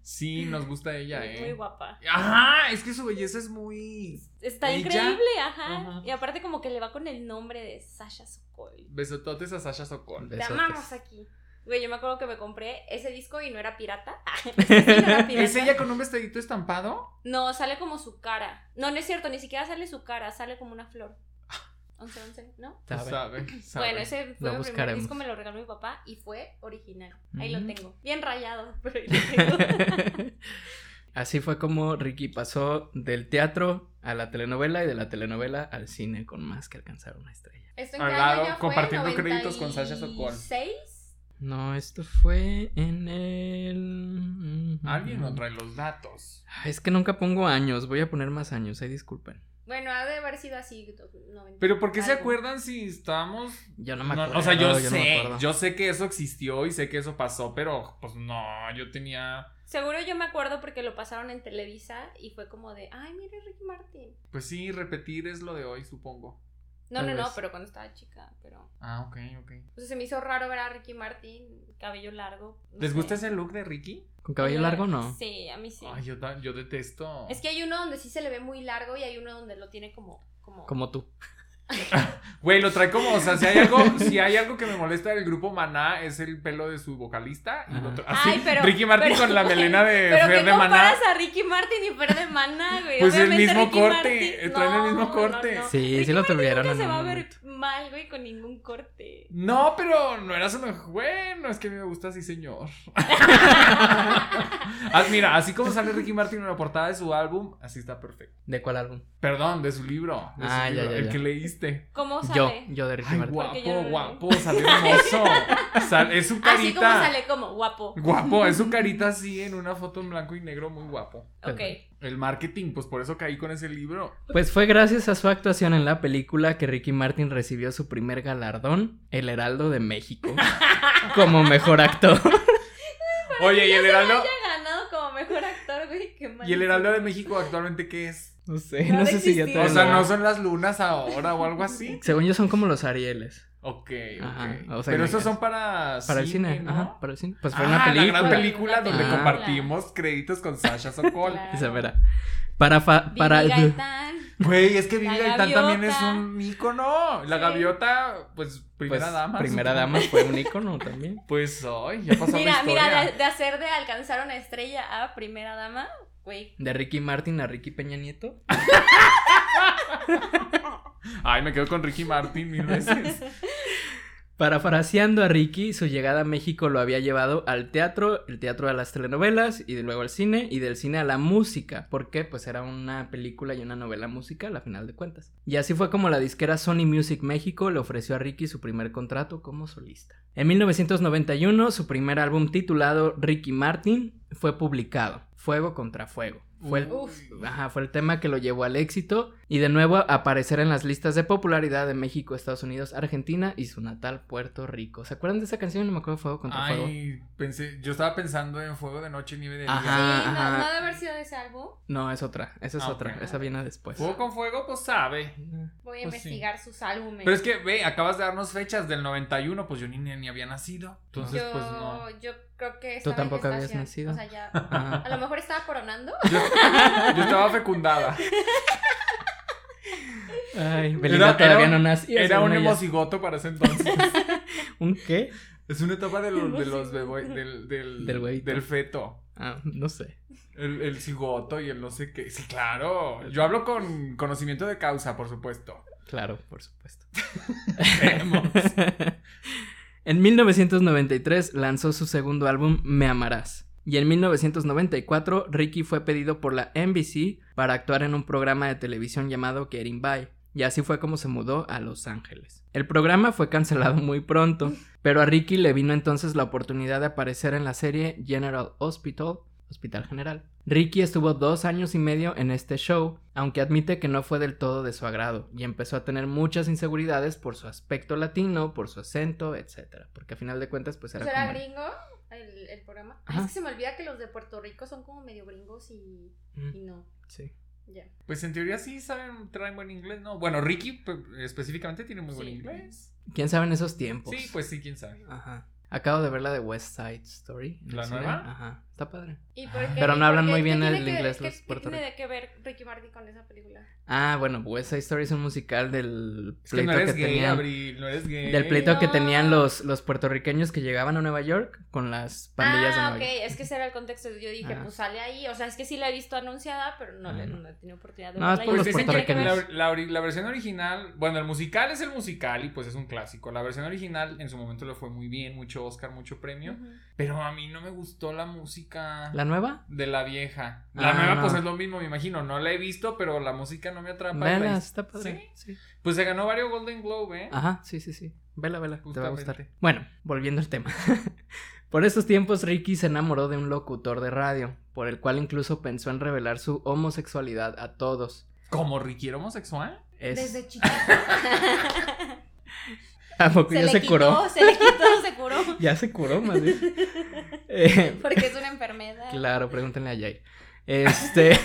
[SPEAKER 3] Sí, nos gusta ella,
[SPEAKER 2] Muy,
[SPEAKER 3] eh.
[SPEAKER 2] muy guapa.
[SPEAKER 3] Ajá, es que su belleza es muy
[SPEAKER 2] Está
[SPEAKER 3] ¿Y ya?
[SPEAKER 2] increíble, ajá.
[SPEAKER 3] Ajá.
[SPEAKER 2] Y aparte como que le va con el nombre de Sasha Sokol.
[SPEAKER 3] besototes a Sasha Sokol.
[SPEAKER 2] Te
[SPEAKER 1] Besotes.
[SPEAKER 2] amamos aquí. Güey, yo me acuerdo que me compré ese disco y no era pirata. Ese sí no era pirata.
[SPEAKER 3] ¿Es ella con un vestidito estampado?
[SPEAKER 2] No, sale como su cara. No, no es cierto, ni siquiera sale su cara, sale como una flor.
[SPEAKER 3] Ah.
[SPEAKER 2] 11, 11, ¿no?
[SPEAKER 1] Sabe.
[SPEAKER 3] Sabe, sabe.
[SPEAKER 2] Bueno,
[SPEAKER 1] Lo
[SPEAKER 2] ese fue mi primer
[SPEAKER 1] buscaremos.
[SPEAKER 2] disco, me lo regaló mi papá y fue original. Ahí
[SPEAKER 1] Ujú.
[SPEAKER 2] lo tengo. Bien rayado, pero ahí lo tengo.
[SPEAKER 1] Así fue como Ricky pasó del teatro a la telenovela y de la telenovela al cine con Más que alcanzar una estrella.
[SPEAKER 2] ¿Esto en
[SPEAKER 3] Al
[SPEAKER 2] qué
[SPEAKER 3] lado,
[SPEAKER 2] año ya fue?
[SPEAKER 3] compartiendo créditos con Sasha Sokol.
[SPEAKER 2] ¿96?
[SPEAKER 1] No, esto fue en mm, el...
[SPEAKER 3] Alguien nos trae los datos.
[SPEAKER 1] Ay, Ah, Es que nunca pongo años, voy a poner más años, ahí disculpen.
[SPEAKER 2] Bueno, ha de haber sido así. do- 90
[SPEAKER 3] Pero ¿por qué se
[SPEAKER 2] algo.
[SPEAKER 3] acuerdan si estábamos
[SPEAKER 1] Yo no me
[SPEAKER 3] No,
[SPEAKER 1] acuerdo.
[SPEAKER 3] o sea, yo,
[SPEAKER 1] no me
[SPEAKER 3] sé,
[SPEAKER 1] acuerdo.
[SPEAKER 3] yo sé que eso existió y sé que eso pasó, pero pues no, yo tenía,
[SPEAKER 2] Seguro yo me acuerdo porque lo pasaron en Televisa y fue como de, ay, mire Ricky Martin.
[SPEAKER 3] pues sí, repetir es lo de hoy, supongo.
[SPEAKER 2] No,
[SPEAKER 1] Tal
[SPEAKER 2] no, no,
[SPEAKER 1] vez.
[SPEAKER 2] pero cuando estaba chica, pero...
[SPEAKER 3] Ah, ok, ok.
[SPEAKER 2] O sea, se me hizo raro ver a Ricky Martin, cabello largo. no
[SPEAKER 3] ¿Les
[SPEAKER 2] sé.
[SPEAKER 3] gusta ese look de Ricky?
[SPEAKER 1] ¿Con cabello largo no?
[SPEAKER 2] Sí, a mí sí.
[SPEAKER 3] Ay, yo, ta- yo detesto.
[SPEAKER 2] Es que hay uno donde sí se le ve muy largo y hay uno donde lo tiene como... como...
[SPEAKER 1] Como tú.
[SPEAKER 3] Güey, lo trae como, o sea, si hay algo, si hay algo que me molesta del grupo Maná es el pelo de su vocalista y lo
[SPEAKER 1] Ajá.
[SPEAKER 3] tra- así,
[SPEAKER 2] Ay, pero...
[SPEAKER 3] Ricky Martin
[SPEAKER 2] pero-
[SPEAKER 3] con la melena de
[SPEAKER 2] Pero
[SPEAKER 3] Fer
[SPEAKER 2] ¿qué
[SPEAKER 3] de Maná.
[SPEAKER 2] comparas a Ricky Martin y Fer de Maná, güey?
[SPEAKER 3] Pues el
[SPEAKER 2] Obviamente
[SPEAKER 3] mismo
[SPEAKER 2] Ricky
[SPEAKER 3] corte, eh,
[SPEAKER 2] Martin-
[SPEAKER 3] traen el mismo
[SPEAKER 2] no, no,
[SPEAKER 3] corte.
[SPEAKER 2] no.
[SPEAKER 1] Sí,
[SPEAKER 2] Ricky
[SPEAKER 1] sí lo
[SPEAKER 2] Martin
[SPEAKER 1] tuvieron
[SPEAKER 2] Nunca
[SPEAKER 1] en
[SPEAKER 2] se va a
[SPEAKER 1] algún
[SPEAKER 2] ver mal, güey, con ningún corte.
[SPEAKER 3] No, pero no era solo. Bueno, es que a mí me gusta así, señor. Ah, Mira, así como sale Ricky Martin en la portada de su álbum, así está perfecto.
[SPEAKER 1] ¿De cuál álbum?
[SPEAKER 3] Perdón, de su libro. de su
[SPEAKER 1] Ah, ya,
[SPEAKER 3] libro,
[SPEAKER 1] ya,
[SPEAKER 3] el
[SPEAKER 1] ya.
[SPEAKER 3] que leíste.
[SPEAKER 2] ¿Cómo
[SPEAKER 1] Yo,
[SPEAKER 2] sale?
[SPEAKER 1] yo de Ricky
[SPEAKER 3] Ay,
[SPEAKER 1] Martin.
[SPEAKER 2] Porque yo no
[SPEAKER 3] guapo,
[SPEAKER 2] lo leí.
[SPEAKER 3] guapo, salió hermoso. Sal- es su
[SPEAKER 2] Así como
[SPEAKER 3] carita.
[SPEAKER 2] sale como guapo.
[SPEAKER 3] Guapo, es su carita así en una foto en blanco y negro, muy guapo.
[SPEAKER 2] Ok.
[SPEAKER 3] El marketing, pues por eso caí con ese libro.
[SPEAKER 1] Pues fue gracias a su actuación en la película que Ricky Martin recibió su primer galardón, El Heraldo de México, como mejor actor.
[SPEAKER 3] Oye, y el Heraldo.
[SPEAKER 2] Haya ganado como mejor actor, güey. Qué mal.
[SPEAKER 3] ¿Y el Heraldo de México actualmente qué es?
[SPEAKER 1] No sé,
[SPEAKER 2] No
[SPEAKER 1] no
[SPEAKER 2] ha de
[SPEAKER 1] sé si ya te
[SPEAKER 2] existir.
[SPEAKER 3] O sea,
[SPEAKER 2] no.
[SPEAKER 3] no son las lunas ahora o algo así.
[SPEAKER 1] Según yo son como los Arieles.
[SPEAKER 3] Ok,
[SPEAKER 1] Ajá,
[SPEAKER 3] ok.
[SPEAKER 1] o sea,
[SPEAKER 3] Pero
[SPEAKER 1] que-
[SPEAKER 3] esos son para.
[SPEAKER 1] Para el cine,
[SPEAKER 3] ¿no?
[SPEAKER 1] ajá, para el cine. Pues para
[SPEAKER 3] Ah,
[SPEAKER 1] una
[SPEAKER 3] La
[SPEAKER 1] película.
[SPEAKER 3] gran película donde
[SPEAKER 1] Ah.
[SPEAKER 3] compartimos créditos con Sasha Sokol.
[SPEAKER 2] Claro.
[SPEAKER 1] Esa verá. Para fa-
[SPEAKER 2] Vivi
[SPEAKER 1] para pues,
[SPEAKER 2] Gaitán.
[SPEAKER 3] Güey, es que Vivi
[SPEAKER 2] La
[SPEAKER 3] Gaitán también es
[SPEAKER 2] gaviota.
[SPEAKER 3] un ícono. La
[SPEAKER 2] Sí.
[SPEAKER 3] gaviota, pues, primera
[SPEAKER 1] pues,
[SPEAKER 3] dama.
[SPEAKER 1] Primera
[SPEAKER 3] supongo.
[SPEAKER 1] dama fue un ícono también.
[SPEAKER 3] Pues hoy, ya pasó la
[SPEAKER 2] Mira,
[SPEAKER 3] historia.
[SPEAKER 2] mira, de, de hacer de alcanzar una estrella a primera dama, güey.
[SPEAKER 1] De Ricky Martin a Ricky Peña Nieto.
[SPEAKER 3] Ay, me quedo con Ricky Martin mil veces.
[SPEAKER 1] Parafraseando a Ricky, su llegada a México lo había llevado al teatro, el teatro a las telenovelas y de luego al cine y del cine a la música, porque pues era una película y una novela musical a final de cuentas. Y así fue como la disquera Sony Music México le ofreció a Ricky su primer contrato como solista. En 1991 su primer álbum titulado Ricky Martin fue publicado, Fuego contra Fuego. Fue el
[SPEAKER 2] Uf.
[SPEAKER 1] Ajá, fue el tema que lo llevó al éxito y de nuevo a aparecer en las listas de popularidad de México, Estados Unidos, Argentina y su natal Puerto Rico. ¿Se acuerdan de esa canción? No me acuerdo, Fuego contra Fuego.
[SPEAKER 3] Ay, pensé, yo estaba pensando en Fuego de Noche, Nieve de Día.
[SPEAKER 1] Ajá.
[SPEAKER 2] sí, no,
[SPEAKER 1] Ah, ajá.
[SPEAKER 2] no debe haber sido de ese álbum.
[SPEAKER 1] No, es otra, esa es
[SPEAKER 3] Ah,
[SPEAKER 1] otra,
[SPEAKER 3] ok.
[SPEAKER 1] esa viene después.
[SPEAKER 3] Fuego con Fuego, pues sabe.
[SPEAKER 2] Voy a
[SPEAKER 3] Pues sí.
[SPEAKER 2] investigar sus álbumes.
[SPEAKER 3] Pero es que, ve, acabas de darnos fechas del 91, pues yo ni, ni había nacido. Entonces,
[SPEAKER 2] yo,
[SPEAKER 3] pues no.
[SPEAKER 2] yo creo que
[SPEAKER 1] Tú
[SPEAKER 2] estaba en
[SPEAKER 1] tampoco habías
[SPEAKER 2] gestación,
[SPEAKER 1] nacido.
[SPEAKER 2] O sea, ya.
[SPEAKER 1] Ajá.
[SPEAKER 2] A lo mejor estaba coronando.
[SPEAKER 3] Yo, yo estaba fecundada.
[SPEAKER 1] Ay, Belinda
[SPEAKER 3] Era-
[SPEAKER 1] todavía
[SPEAKER 3] era
[SPEAKER 1] no
[SPEAKER 3] un-
[SPEAKER 1] nació.
[SPEAKER 3] Era
[SPEAKER 1] según
[SPEAKER 3] un
[SPEAKER 1] ella.
[SPEAKER 3] hemocigoto para ese entonces.
[SPEAKER 1] ¿Un qué?
[SPEAKER 3] Es una etapa de los, de los
[SPEAKER 2] Hemocigoto.
[SPEAKER 3] bebo- del, del,
[SPEAKER 1] Del huevito.
[SPEAKER 3] del feto.
[SPEAKER 1] Ah, no sé.
[SPEAKER 3] El, el cigoto y el no sé qué. Sí, claro. Yo hablo con conocimiento de causa, por supuesto.
[SPEAKER 1] Claro, por supuesto.
[SPEAKER 3] Vemos.
[SPEAKER 1] en 1993 lanzó su segundo álbum Me Amarás. Y en 1994 Ricky fue pedido por la NBC para actuar en un programa de televisión llamado Getting By. Y así fue como se mudó a Los Ángeles. El programa fue cancelado muy pronto, pero a Ricky le vino entonces la oportunidad de aparecer en la serie General Hospital, Hospital General. Ricky estuvo dos años y medio en este show, aunque admite que no fue del todo de su agrado, y empezó a tener muchas inseguridades por su aspecto latino, por su acento, etc. Porque a final de cuentas, pues
[SPEAKER 2] Pues
[SPEAKER 1] era
[SPEAKER 2] era
[SPEAKER 1] como... el-
[SPEAKER 2] gringo el, el programa. Ay,
[SPEAKER 1] Ajá.
[SPEAKER 2] es que se me olvida que los de Puerto Rico son como medio gringos y, y
[SPEAKER 1] Mm,
[SPEAKER 2] no.
[SPEAKER 1] Sí.
[SPEAKER 2] Ya.
[SPEAKER 3] Pues en teoría sí saben, traen buen inglés, ¿no? Bueno, Ricky pe- específicamente tiene muy buen
[SPEAKER 2] Sí.
[SPEAKER 3] inglés.
[SPEAKER 1] ¿Quién sabe en esos tiempos?
[SPEAKER 3] Sí, pues sí, quién sabe.
[SPEAKER 1] Ajá. Acabo de ver la de West Side Story. en el
[SPEAKER 3] ¿La
[SPEAKER 1] cine.
[SPEAKER 3] nueva?
[SPEAKER 1] Ajá. Está padre.
[SPEAKER 2] ¿Y por qué-
[SPEAKER 1] Pero no hablan
[SPEAKER 2] por
[SPEAKER 1] muy
[SPEAKER 2] qué-
[SPEAKER 1] bien
[SPEAKER 2] qué
[SPEAKER 1] el
[SPEAKER 2] tiene que-
[SPEAKER 1] inglés
[SPEAKER 2] qué
[SPEAKER 1] los Puerto
[SPEAKER 2] tiene que ver Ricky Martin con esa película?
[SPEAKER 1] Ah, bueno, West Side Story es un musical del
[SPEAKER 3] Es que
[SPEAKER 1] pleito
[SPEAKER 3] no
[SPEAKER 1] que,
[SPEAKER 3] eres gay,
[SPEAKER 1] tenían.
[SPEAKER 3] Abril, no eres gay.
[SPEAKER 1] Del pleito que
[SPEAKER 2] No.
[SPEAKER 1] tenían los, los puertorriqueños que llegaban a Nueva York con las pandillas de
[SPEAKER 2] ah,
[SPEAKER 1] Nueva
[SPEAKER 2] ok,
[SPEAKER 1] York.
[SPEAKER 2] es que ese era el contexto. Yo dije,
[SPEAKER 1] Ah.
[SPEAKER 2] pues sale ahí. O sea, es que sí la he visto anunciada, pero no, le-
[SPEAKER 1] Ah.
[SPEAKER 2] no he tenido oportunidad de
[SPEAKER 1] No, es
[SPEAKER 2] verla.
[SPEAKER 1] por
[SPEAKER 2] Y
[SPEAKER 1] los
[SPEAKER 3] Pues dicen que la,
[SPEAKER 1] puertorriqueños.
[SPEAKER 3] la ori- la versión original, bueno, el musical es el musical y pues es un clásico. La versión original en su momento le fue muy bien, mucho Oscar, mucho premio.
[SPEAKER 2] Ujú.
[SPEAKER 3] Pero a mí no me gustó la música
[SPEAKER 1] ¿La nueva?
[SPEAKER 3] de la vieja. La
[SPEAKER 1] Ah,
[SPEAKER 3] nueva,
[SPEAKER 1] no.
[SPEAKER 3] pues es lo mismo, me imagino. No la he visto, pero la música no me atrapa. y la
[SPEAKER 1] Vela,
[SPEAKER 3] his-
[SPEAKER 1] está padre. Sí.
[SPEAKER 3] Pues se ganó varios Golden Globe, ¿eh?
[SPEAKER 1] Ajá, sí, sí, sí. Vela, vela, te va a gustar.
[SPEAKER 3] Justamente.
[SPEAKER 1] Bueno, volviendo al tema. por esos tiempos, Ricky se enamoró de un locutor de radio, por el cual incluso pensó en revelar su homosexualidad a todos.
[SPEAKER 3] ¿Como Ricky era homosexual?
[SPEAKER 1] Es...
[SPEAKER 2] Desde chiquita.
[SPEAKER 1] ¿A poco ya
[SPEAKER 2] le
[SPEAKER 1] se
[SPEAKER 2] quitó,
[SPEAKER 1] curó?
[SPEAKER 2] Se le quitó, se curó.
[SPEAKER 1] Ya se curó, más bien. Eh,
[SPEAKER 2] Porque es una enfermedad.
[SPEAKER 1] claro, pregúntenle a Jay. Este...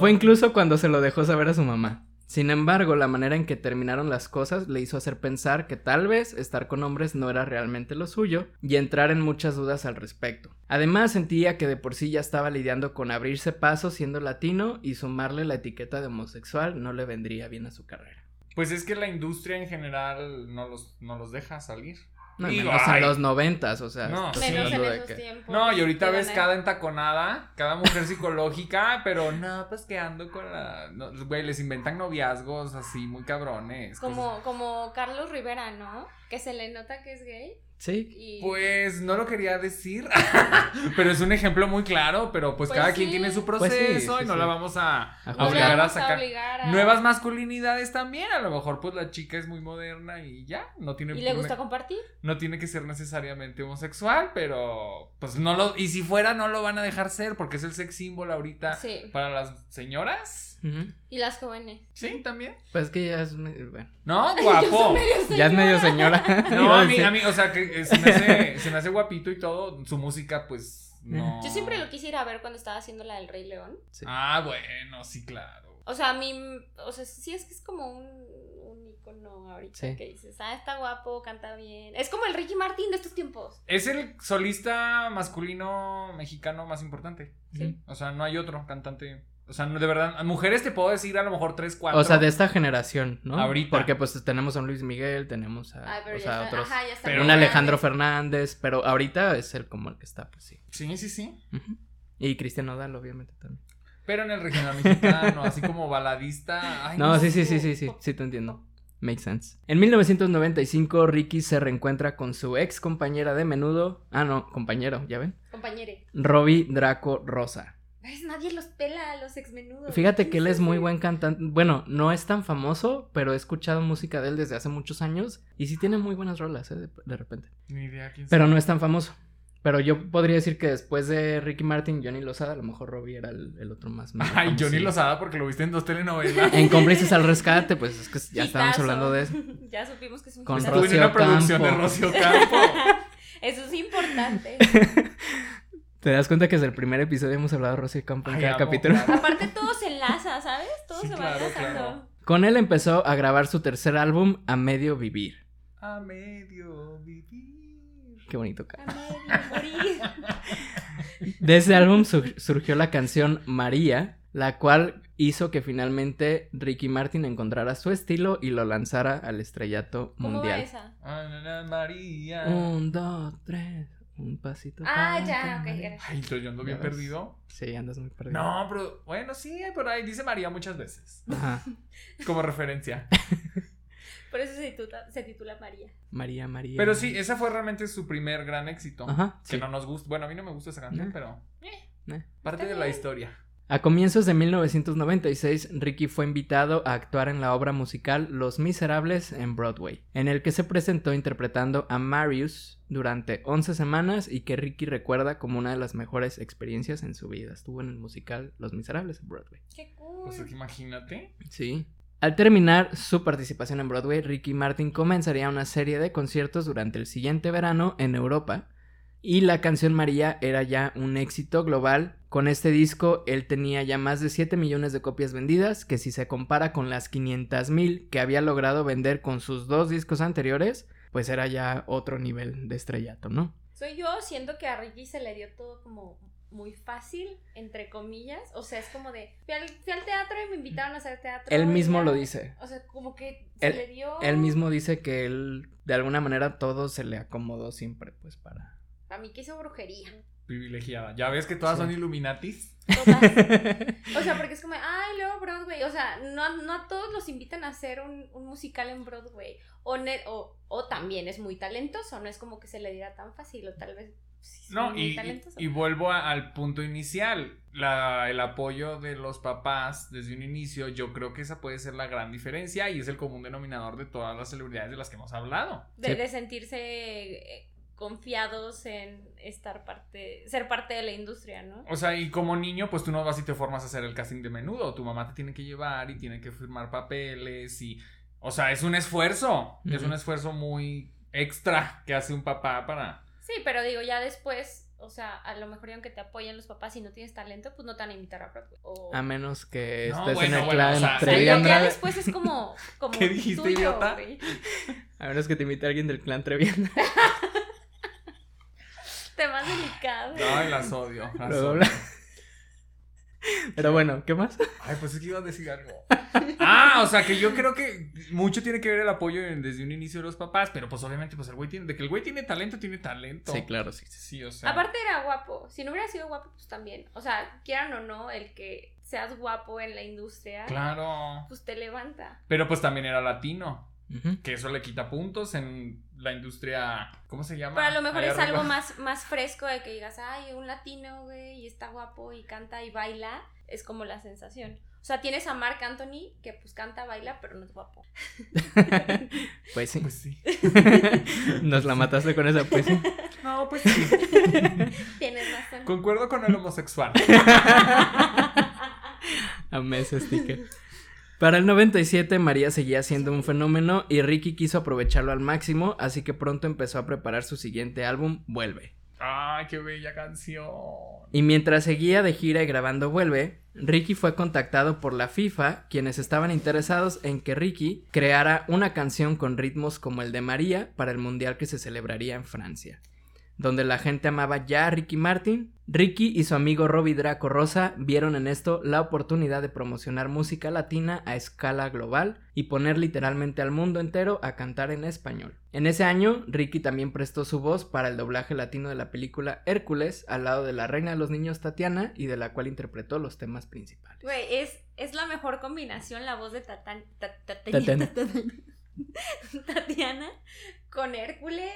[SPEAKER 1] Fue incluso cuando se lo dejó saber a su mamá. Sin embargo, la manera en que terminaron las cosas le hizo hacer pensar que tal vez estar con hombres no era realmente lo suyo y entrar en muchas dudas al respecto. Además, sentía que de por sí ya estaba lidiando con abrirse paso siendo latino y sumarle la etiqueta de homosexual no le vendría bien a su carrera.
[SPEAKER 3] Pues es que la industria en general no los, no los deja salir.
[SPEAKER 1] No, y
[SPEAKER 3] Digo,
[SPEAKER 1] menos en
[SPEAKER 3] ay.
[SPEAKER 1] los noventas, o sea,
[SPEAKER 3] No,
[SPEAKER 1] estás
[SPEAKER 2] Menos en
[SPEAKER 1] hablando de
[SPEAKER 2] esos
[SPEAKER 1] que-
[SPEAKER 2] tiempos.
[SPEAKER 3] No, y ahorita
[SPEAKER 2] Digo,
[SPEAKER 3] ves
[SPEAKER 2] no.
[SPEAKER 3] cada entaconada, cada mujer psicológica, pero no, pues que ando con la... no, Güey, les inventan noviazgos así muy cabrones. cosas-
[SPEAKER 2] Como, como Carlos Rivera, ¿no? Que se le nota que es gay.
[SPEAKER 1] Sí,
[SPEAKER 2] Y...
[SPEAKER 3] Pues no lo quería decir, pero es un ejemplo muy claro, pero pues,
[SPEAKER 2] Pues
[SPEAKER 3] cada
[SPEAKER 2] sí.
[SPEAKER 3] quien tiene su proceso
[SPEAKER 1] Pues sí, sí,
[SPEAKER 3] y no
[SPEAKER 1] sí.
[SPEAKER 3] la vamos a,
[SPEAKER 1] A
[SPEAKER 2] no le
[SPEAKER 1] juzgar.
[SPEAKER 3] obligar a
[SPEAKER 2] vamos
[SPEAKER 3] sacar.
[SPEAKER 2] obligar a-
[SPEAKER 3] Nuevas masculinidades también, a lo mejor pues la chica es muy moderna y ya, no tiene
[SPEAKER 2] Y le
[SPEAKER 3] por
[SPEAKER 2] gusta
[SPEAKER 3] qué-
[SPEAKER 2] compartir.
[SPEAKER 3] no tiene que ser necesariamente homosexual, pero pues no lo y si fuera no lo van a dejar ser porque es el sex símbolo ahorita
[SPEAKER 2] Sí.
[SPEAKER 3] para las señoras.
[SPEAKER 1] Ujú.
[SPEAKER 2] Y las jóvenes.
[SPEAKER 3] Sí, también.
[SPEAKER 1] Pues que ya es... me- bueno,
[SPEAKER 3] No,
[SPEAKER 2] Yo soy
[SPEAKER 3] guapo.
[SPEAKER 2] medio
[SPEAKER 1] ya es medio señora.
[SPEAKER 3] No,
[SPEAKER 1] Iba a
[SPEAKER 3] a mí,
[SPEAKER 1] decir.
[SPEAKER 3] a mí, o sea, que eh, se me, hace, se me hace guapito y todo. Su música, pues, No.
[SPEAKER 2] Yo siempre lo quise ir a ver cuando estaba haciendo la del Rey León.
[SPEAKER 1] Sí.
[SPEAKER 3] Ah, bueno, sí, claro.
[SPEAKER 2] O sea, a mí, o sea, sí es que es como un, un icono ahorita
[SPEAKER 1] Sí.
[SPEAKER 2] que dices, ah, está guapo, canta bien. Es como el Ricky Martin de estos tiempos.
[SPEAKER 3] Es el solista masculino mexicano más importante.
[SPEAKER 2] Sí.
[SPEAKER 3] O sea, no hay otro cantante. O sea, no, de verdad, mujeres te puedo decir a lo mejor tres, cuatro.
[SPEAKER 1] O sea, de esta generación, ¿no?
[SPEAKER 3] Ahorita.
[SPEAKER 1] Porque pues tenemos a un Luis Miguel, tenemos a,
[SPEAKER 2] Ay,
[SPEAKER 1] Ah, o
[SPEAKER 2] pero ya,
[SPEAKER 1] sea,
[SPEAKER 2] está,
[SPEAKER 1] otros.
[SPEAKER 2] ajá, ya está
[SPEAKER 3] pero
[SPEAKER 1] un
[SPEAKER 2] muy
[SPEAKER 1] Alejandro
[SPEAKER 2] grande.
[SPEAKER 1] Fernández, pero ahorita es el como el que está, pues sí.
[SPEAKER 3] Sí, sí, sí.
[SPEAKER 1] Ujú. Y Cristian Nodal, obviamente también.
[SPEAKER 3] Pero en el regional mexicano, así como baladista. ay,
[SPEAKER 1] No, sí,
[SPEAKER 3] sé.
[SPEAKER 1] sí, sí, sí, sí, sí te entiendo. Makes sense. En 1995, Ricky se reencuentra con su ex compañera de menudo. Ah, no, compañero, ya ven.
[SPEAKER 2] Compañere.
[SPEAKER 1] Robbie Draco Rosa.
[SPEAKER 2] ¿Ves? Nadie los pela a los exmenudos.
[SPEAKER 1] Fíjate que él es muy
[SPEAKER 2] Sí.
[SPEAKER 1] buen cantante. Bueno, no es tan famoso, pero he escuchado música de él desde hace muchos años. Y sí tiene muy buenas rolas, ¿eh? de, de repente.
[SPEAKER 3] Ni idea quién
[SPEAKER 1] Pero
[SPEAKER 3] sea.
[SPEAKER 1] no es tan famoso. Pero yo podría decir que después de Ricky Martin, Johnny Lozada, a lo mejor Robbie era el, el otro más. más
[SPEAKER 3] Ay, Johnny
[SPEAKER 1] famosillo.
[SPEAKER 3] Lozada porque lo viste en dos telenovelas.
[SPEAKER 1] En cómplices al rescate, pues es que ya estábamos
[SPEAKER 2] Hitazo.
[SPEAKER 1] hablando de eso.
[SPEAKER 2] ya supimos que es un
[SPEAKER 1] Con
[SPEAKER 2] hitazo.
[SPEAKER 3] Estuve en una
[SPEAKER 1] Rocío
[SPEAKER 3] producción de
[SPEAKER 1] Campo.
[SPEAKER 3] Rocío Campo.
[SPEAKER 2] Eso es importante.
[SPEAKER 1] ¿Te das cuenta que desde el primer episodio hemos hablado de Rocío Campo en
[SPEAKER 3] Ay,
[SPEAKER 1] cada
[SPEAKER 3] amo,
[SPEAKER 1] capítulo?
[SPEAKER 3] claro.
[SPEAKER 2] Aparte todo se enlaza, ¿sabes? Todo
[SPEAKER 3] Sí,
[SPEAKER 2] se va
[SPEAKER 3] claro,
[SPEAKER 2] enlazando.
[SPEAKER 3] claro.
[SPEAKER 1] Con él empezó a grabar su tercer álbum, A Medio Vivir.
[SPEAKER 3] A medio vivir.
[SPEAKER 1] Qué bonito, cara.
[SPEAKER 2] A medio morir.
[SPEAKER 1] De ese álbum sur- surgió la canción María, la cual hizo que finalmente Ricky Martin encontrara su estilo y lo lanzara al estrellato
[SPEAKER 2] ¿Cómo va
[SPEAKER 1] mundial.
[SPEAKER 2] esa?
[SPEAKER 3] Ana María.
[SPEAKER 1] Un, dos, tres, un pasito.
[SPEAKER 2] Ah,
[SPEAKER 1] para
[SPEAKER 2] ya,
[SPEAKER 1] ti,
[SPEAKER 2] ok.
[SPEAKER 1] María.
[SPEAKER 2] ya.
[SPEAKER 3] Ay, entonces yo ando bien
[SPEAKER 1] Ya ves.
[SPEAKER 3] perdido.
[SPEAKER 1] Sí, andas muy perdido.
[SPEAKER 3] No, pero bueno, sí, por ahí dice María muchas veces.
[SPEAKER 1] Ajá.
[SPEAKER 3] Como referencia.
[SPEAKER 2] Por eso se titula, se titula María.
[SPEAKER 1] María, María.
[SPEAKER 3] Pero sí, ese fue realmente su primer gran éxito.
[SPEAKER 1] Ajá,
[SPEAKER 3] Que
[SPEAKER 1] sí.
[SPEAKER 3] no nos gusta. Bueno, a mí no me gusta esa canción,
[SPEAKER 1] No.
[SPEAKER 3] pero.
[SPEAKER 1] Eh.
[SPEAKER 3] Parte
[SPEAKER 2] Está
[SPEAKER 3] de la
[SPEAKER 2] bien.
[SPEAKER 3] historia.
[SPEAKER 1] A comienzos de 1996, Ricky fue invitado a actuar en la obra musical Los Miserables en Broadway, en el que se presentó interpretando a Marius durante 11 semanas y que Ricky recuerda como una de las mejores experiencias en su vida. Estuvo en el musical Los Miserables en Broadway.
[SPEAKER 2] Qué cool.
[SPEAKER 3] Pues imagínate.
[SPEAKER 1] Sí. Al terminar su participación en Broadway, Ricky Martin comenzaría una serie de conciertos durante el siguiente verano en Europa. Y la canción María era ya un éxito global. Con este disco, él tenía ya más de 7 millones de copias vendidas, que si se compara con las 500 mil que había logrado vender con sus dos discos anteriores, pues era ya otro nivel de estrellato, ¿no?
[SPEAKER 2] Soy yo, siento que a Ricky se le dio todo como muy fácil, entre comillas. O sea, es como de, fui al, fui al teatro y me invitaron a hacer teatro.
[SPEAKER 1] Él
[SPEAKER 2] y
[SPEAKER 1] mismo
[SPEAKER 2] ya.
[SPEAKER 1] lo dice.
[SPEAKER 2] O sea, como que se
[SPEAKER 1] Él-
[SPEAKER 2] le dio...
[SPEAKER 1] Él mismo dice que él, de alguna manera, todo se le acomodó siempre, pues para
[SPEAKER 2] A mí que hizo brujería.
[SPEAKER 3] Privilegiada. Ya ves que todas
[SPEAKER 1] Sí.
[SPEAKER 3] son Illuminatis.
[SPEAKER 2] Todas. O sea, porque es como, ay, luego Broadway. O sea, no, a- no a todos los invitan a hacer un, un musical en Broadway. O, ne- o, o también es muy talentoso, no es como que se le diera tan fácil, o tal vez. sí es
[SPEAKER 3] No,
[SPEAKER 2] muy
[SPEAKER 3] y,
[SPEAKER 2] talentoso.
[SPEAKER 3] y vuelvo a- al punto inicial. La- el apoyo de los papás desde un inicio, yo creo que esa puede ser la gran diferencia y es el común denominador de todas las celebridades de las que hemos hablado.
[SPEAKER 2] de,
[SPEAKER 1] Sí.
[SPEAKER 2] de sentirse eh, confiados en estar parte, ser parte de la industria, ¿no?
[SPEAKER 3] O sea, y como niño, pues tú no vas y te formas a hacer el casting de menudo. Tu mamá te tiene que llevar y tiene que firmar papeles y... O sea, es un esfuerzo. Es
[SPEAKER 1] Ujú.
[SPEAKER 3] un esfuerzo muy extra que hace un papá para...
[SPEAKER 2] Sí, pero digo, ya después, o sea, a lo mejor y aunque te apoyen los papás y no tienes talento, pues no te van a invitar a Broadway. O...
[SPEAKER 1] A menos que
[SPEAKER 3] No,
[SPEAKER 1] estés
[SPEAKER 3] bueno,
[SPEAKER 1] en el
[SPEAKER 3] bueno,
[SPEAKER 1] clan
[SPEAKER 3] o sea,
[SPEAKER 2] O
[SPEAKER 1] entre
[SPEAKER 2] sea,
[SPEAKER 3] Trevi
[SPEAKER 2] ya-
[SPEAKER 1] Andrade.
[SPEAKER 2] ya después es como, como
[SPEAKER 3] ¿Qué dijiste,
[SPEAKER 2] tuyo,
[SPEAKER 3] idiota?
[SPEAKER 2] güey.
[SPEAKER 1] A menos que te invite alguien del clan Trevi Andrade.
[SPEAKER 2] Tema delicado.
[SPEAKER 3] Ay, las odio. las
[SPEAKER 1] Lo
[SPEAKER 3] odio.
[SPEAKER 1] dobla. Pero bueno, ¿qué más?
[SPEAKER 3] Ay, pues es que iba a decir algo. Ah, o sea que yo creo que mucho tiene que ver el apoyo en- desde un inicio de los papás, pero pues obviamente, pues el güey tiene, de que el güey tiene talento, tiene talento.
[SPEAKER 1] claro, sí.
[SPEAKER 3] Sí, o sea.
[SPEAKER 2] Aparte era guapo. Si no hubiera sido guapo, pues también. O sea, quieran o no, el que seas guapo en la industria,
[SPEAKER 3] Claro.
[SPEAKER 2] pues te levanta.
[SPEAKER 3] Pero pues también era latino, que eso le quita puntos en la industria, ¿cómo se llama?
[SPEAKER 2] Pero a lo mejor
[SPEAKER 3] Allá
[SPEAKER 2] es
[SPEAKER 3] arriba.
[SPEAKER 2] algo más, más fresco de que digas, ay, un latino, güey, y está guapo y canta y baila. Es como la sensación. O sea, tienes a Marc Anthony, que pues canta, baila, pero no es guapo.
[SPEAKER 1] Pues sí.
[SPEAKER 3] Pues sí.
[SPEAKER 1] Nos la mataste con esa, pues sí.
[SPEAKER 3] No, pues sí.
[SPEAKER 2] Tienes razón.
[SPEAKER 3] Concuerdo con el homosexual.
[SPEAKER 1] Amé ese sticker. Para el 97, María seguía siendo un fenómeno y Ricky quiso aprovecharlo al máximo, así que pronto empezó a preparar su siguiente álbum, Vuelve.
[SPEAKER 3] ¡Ay, qué bella canción!
[SPEAKER 1] Y mientras seguía de gira y grabando Vuelve, Ricky fue contactado por la FIFA, quienes estaban interesados en que Ricky creara una canción con ritmos como el de María para el mundial que se celebraría en Francia. Donde la gente amaba ya a Ricky Martin, Ricky y su amigo Robbie Draco Rosa vieron en esto la oportunidad de promocionar música latina a escala global y poner literalmente al mundo entero a cantar en español. En ese año, Ricky también prestó su voz para el doblaje latino de la película Hércules al lado de la reina de los niños Tatiana y de la cual interpretó los temas principales.
[SPEAKER 2] Güey, es, es la mejor combinación la voz de Tatán- Ta- Ta-
[SPEAKER 1] Tatán.
[SPEAKER 2] Tatiana con Hércules,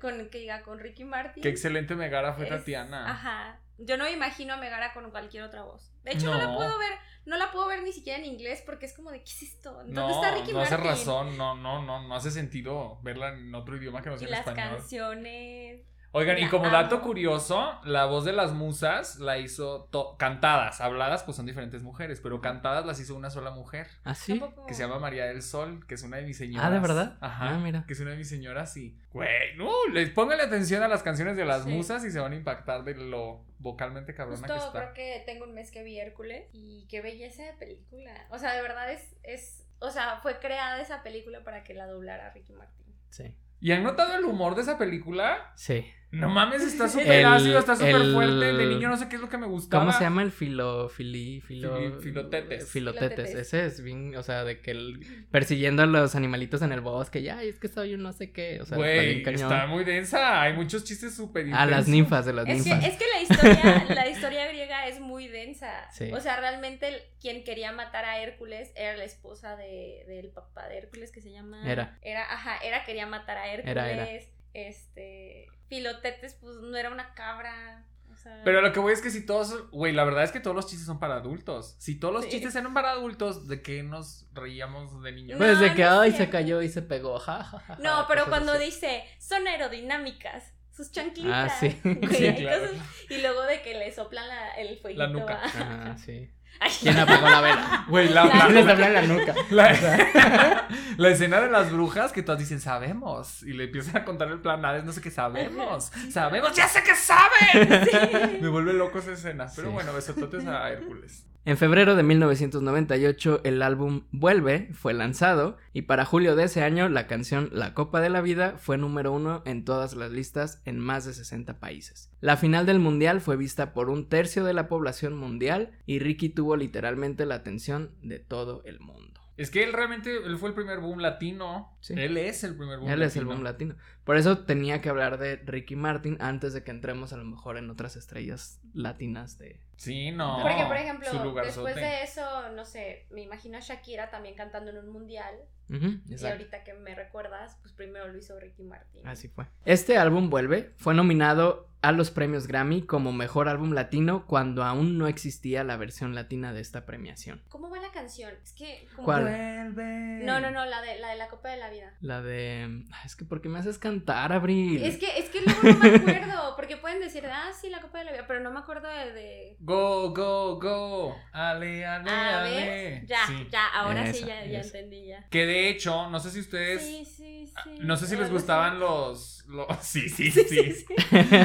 [SPEAKER 2] con que diga con Ricky Martin.
[SPEAKER 3] ¡Qué excelente Megara fue
[SPEAKER 2] Es-
[SPEAKER 3] Tatiana!
[SPEAKER 2] Ajá. Yo no me imagino a Megara con cualquier otra voz. De hecho, no.
[SPEAKER 3] No.
[SPEAKER 2] la puedo ver, no la puedo ver ni siquiera en inglés porque es como de ¿qué es esto? ¿Dónde
[SPEAKER 3] No,
[SPEAKER 2] está Ricky
[SPEAKER 3] no hace
[SPEAKER 2] Martin?
[SPEAKER 3] razón, no, no, no, no hace sentido verla en otro idioma que no
[SPEAKER 2] Y
[SPEAKER 3] sea en
[SPEAKER 2] las
[SPEAKER 3] español.
[SPEAKER 2] canciones.
[SPEAKER 3] Oigan, y
[SPEAKER 2] La
[SPEAKER 3] como
[SPEAKER 2] amo.
[SPEAKER 3] dato curioso, la voz de las musas la hizo to- cantadas, habladas pues son diferentes mujeres, pero cantadas las hizo una sola mujer,
[SPEAKER 1] ¿Así?
[SPEAKER 2] Tampoco-
[SPEAKER 3] que se llama María del Sol, que es una de mis señoras.
[SPEAKER 1] Ah, ¿de verdad?
[SPEAKER 3] Ajá.
[SPEAKER 1] Ah, mira.
[SPEAKER 3] Que es una de mis señoras y, güey, no, les pónganle atención a las canciones de las
[SPEAKER 2] Sí. Pues
[SPEAKER 3] musas y se van a impactar de lo vocalmente cabrona
[SPEAKER 2] Justo
[SPEAKER 3] que está.
[SPEAKER 2] creo que tengo un mes que vi Hércules y qué belleza de película. O sea, de verdad es, es, o sea, fue creada esa película para que la doblara Ricky Martin.
[SPEAKER 1] Sí.
[SPEAKER 3] ¿Y han notado el humor de esa película?
[SPEAKER 1] Sí.
[SPEAKER 3] No mames, está
[SPEAKER 1] El-
[SPEAKER 3] súper ácido, está súper
[SPEAKER 1] el-
[SPEAKER 3] fuerte. De niño no sé qué es lo que me gustaba.
[SPEAKER 1] ¿Cómo se llama el filo, fili, filo-
[SPEAKER 3] Fili-
[SPEAKER 1] Filotetes.
[SPEAKER 3] filotetes.
[SPEAKER 2] Filotetes.
[SPEAKER 1] Ese es bien, o sea, de que el- persiguiendo a los animalitos en el bosque, ya, es que soy un no sé qué, o sea, está
[SPEAKER 3] Güey,
[SPEAKER 1] bien cañón.
[SPEAKER 3] está muy densa. Hay muchos chistes súper
[SPEAKER 1] A las
[SPEAKER 3] intensos.
[SPEAKER 1] ninfas, de las
[SPEAKER 2] Es que,
[SPEAKER 1] ninfas.
[SPEAKER 2] es que la historia, la historia griega es muy densa.
[SPEAKER 1] Sí.
[SPEAKER 2] O sea, realmente el- quien quería matar a Hércules era la esposa de, del papá de Hércules que se llama.
[SPEAKER 1] Era.
[SPEAKER 2] Era, ajá, era quería matar a Hércules.
[SPEAKER 1] Era, era.
[SPEAKER 2] Este. Filotetes, pues no era una cabra. O sea,
[SPEAKER 3] Pero lo que voy es que si todos, güey, la verdad es que todos los chistes son para adultos. Si todos los
[SPEAKER 2] Sí.
[SPEAKER 3] chistes eran para adultos, ¿de qué nos reíamos de niños?
[SPEAKER 1] Pues de
[SPEAKER 2] No,
[SPEAKER 1] que,
[SPEAKER 2] no es
[SPEAKER 1] ay, se
[SPEAKER 2] cierto.
[SPEAKER 1] cayó y se pegó, ja, ja, ja,
[SPEAKER 2] No,
[SPEAKER 1] ja,
[SPEAKER 2] pero
[SPEAKER 1] cosas
[SPEAKER 2] cuando
[SPEAKER 1] así.
[SPEAKER 2] dice son aerodinámicas, sus chanclitas.
[SPEAKER 1] Ah, sí.
[SPEAKER 2] güey,
[SPEAKER 3] Sí, claro.
[SPEAKER 2] cosas- y luego de que le soplan la- el fueguito.
[SPEAKER 3] La nuca.
[SPEAKER 2] ¿va?
[SPEAKER 1] Ajá, sí.
[SPEAKER 2] Ay,
[SPEAKER 1] ¿Quién apagó la vela?
[SPEAKER 3] Güey, la,
[SPEAKER 1] ¿Quién
[SPEAKER 3] la,
[SPEAKER 1] les habló en la nuca?
[SPEAKER 3] la- la escena de las brujas que todas dicen, sabemos. Y le empiezan a contar el plan, nada, no sé qué sabemos. Sabemos, ya sé que saben.
[SPEAKER 2] sí.
[SPEAKER 3] Me vuelve loco esa escena. Pero
[SPEAKER 1] Sí.
[SPEAKER 3] bueno, besototes a Hércules.
[SPEAKER 1] En febrero de 1998 el álbum Vuelve fue lanzado y para julio de ese año la canción La Copa de la Vida fue número uno en todas las listas en más de 60 países. La final del mundial fue vista por un tercio de la población mundial y Ricky tuvo literalmente la atención de todo el mundo.
[SPEAKER 3] Es que él realmente, él fue el primer boom latino.
[SPEAKER 1] Sí.
[SPEAKER 3] Él es el primer boom
[SPEAKER 1] Él
[SPEAKER 3] latino.
[SPEAKER 1] es el boom latino. Por eso tenía que hablar de Ricky Martin antes de que entremos a lo mejor en otras estrellas latinas de...
[SPEAKER 3] Sí, no.
[SPEAKER 2] Porque, por ejemplo,
[SPEAKER 3] su lugarzote.
[SPEAKER 2] después de eso, no sé, me imagino a Shakira también cantando en un mundial.
[SPEAKER 1] Ujú,
[SPEAKER 2] Y
[SPEAKER 1] exacto.
[SPEAKER 2] ahorita que me recuerdas, pues primero lo hizo Ricky Martin.
[SPEAKER 3] Ah,
[SPEAKER 1] Así fue. Este álbum Vuelve fue nominado a los premios Grammy como mejor álbum latino cuando aún no existía la versión latina de esta premiación.
[SPEAKER 2] ¿Cómo va la canción? Es que. como-
[SPEAKER 1] ¿Cuál?
[SPEAKER 3] Vuelve.
[SPEAKER 2] No, no, no, la de la, de la Copa de la Vida.
[SPEAKER 1] La de. Ay, Es que ¿por qué me haces cantar, Abril?
[SPEAKER 2] Es que, es que luego no me acuerdo, porque pueden decir, ah, sí, la Copa de la Vida, pero no me acuerdo de. de-
[SPEAKER 3] Go, go, go. Ale, ale,
[SPEAKER 2] Ah,
[SPEAKER 3] ale.
[SPEAKER 2] ¿ves? Ya,
[SPEAKER 3] Sí.
[SPEAKER 2] ya, ahora sí,
[SPEAKER 1] Esa,
[SPEAKER 2] ya, ya
[SPEAKER 1] esa.
[SPEAKER 2] entendí, ya.
[SPEAKER 3] Que de hecho, no sé si ustedes.
[SPEAKER 2] sí, sí, sí.
[SPEAKER 3] No sé si les
[SPEAKER 2] algo así.
[SPEAKER 3] gustaban los. los- Sí, sí,
[SPEAKER 2] Sí, sí,
[SPEAKER 3] sí,
[SPEAKER 2] sí.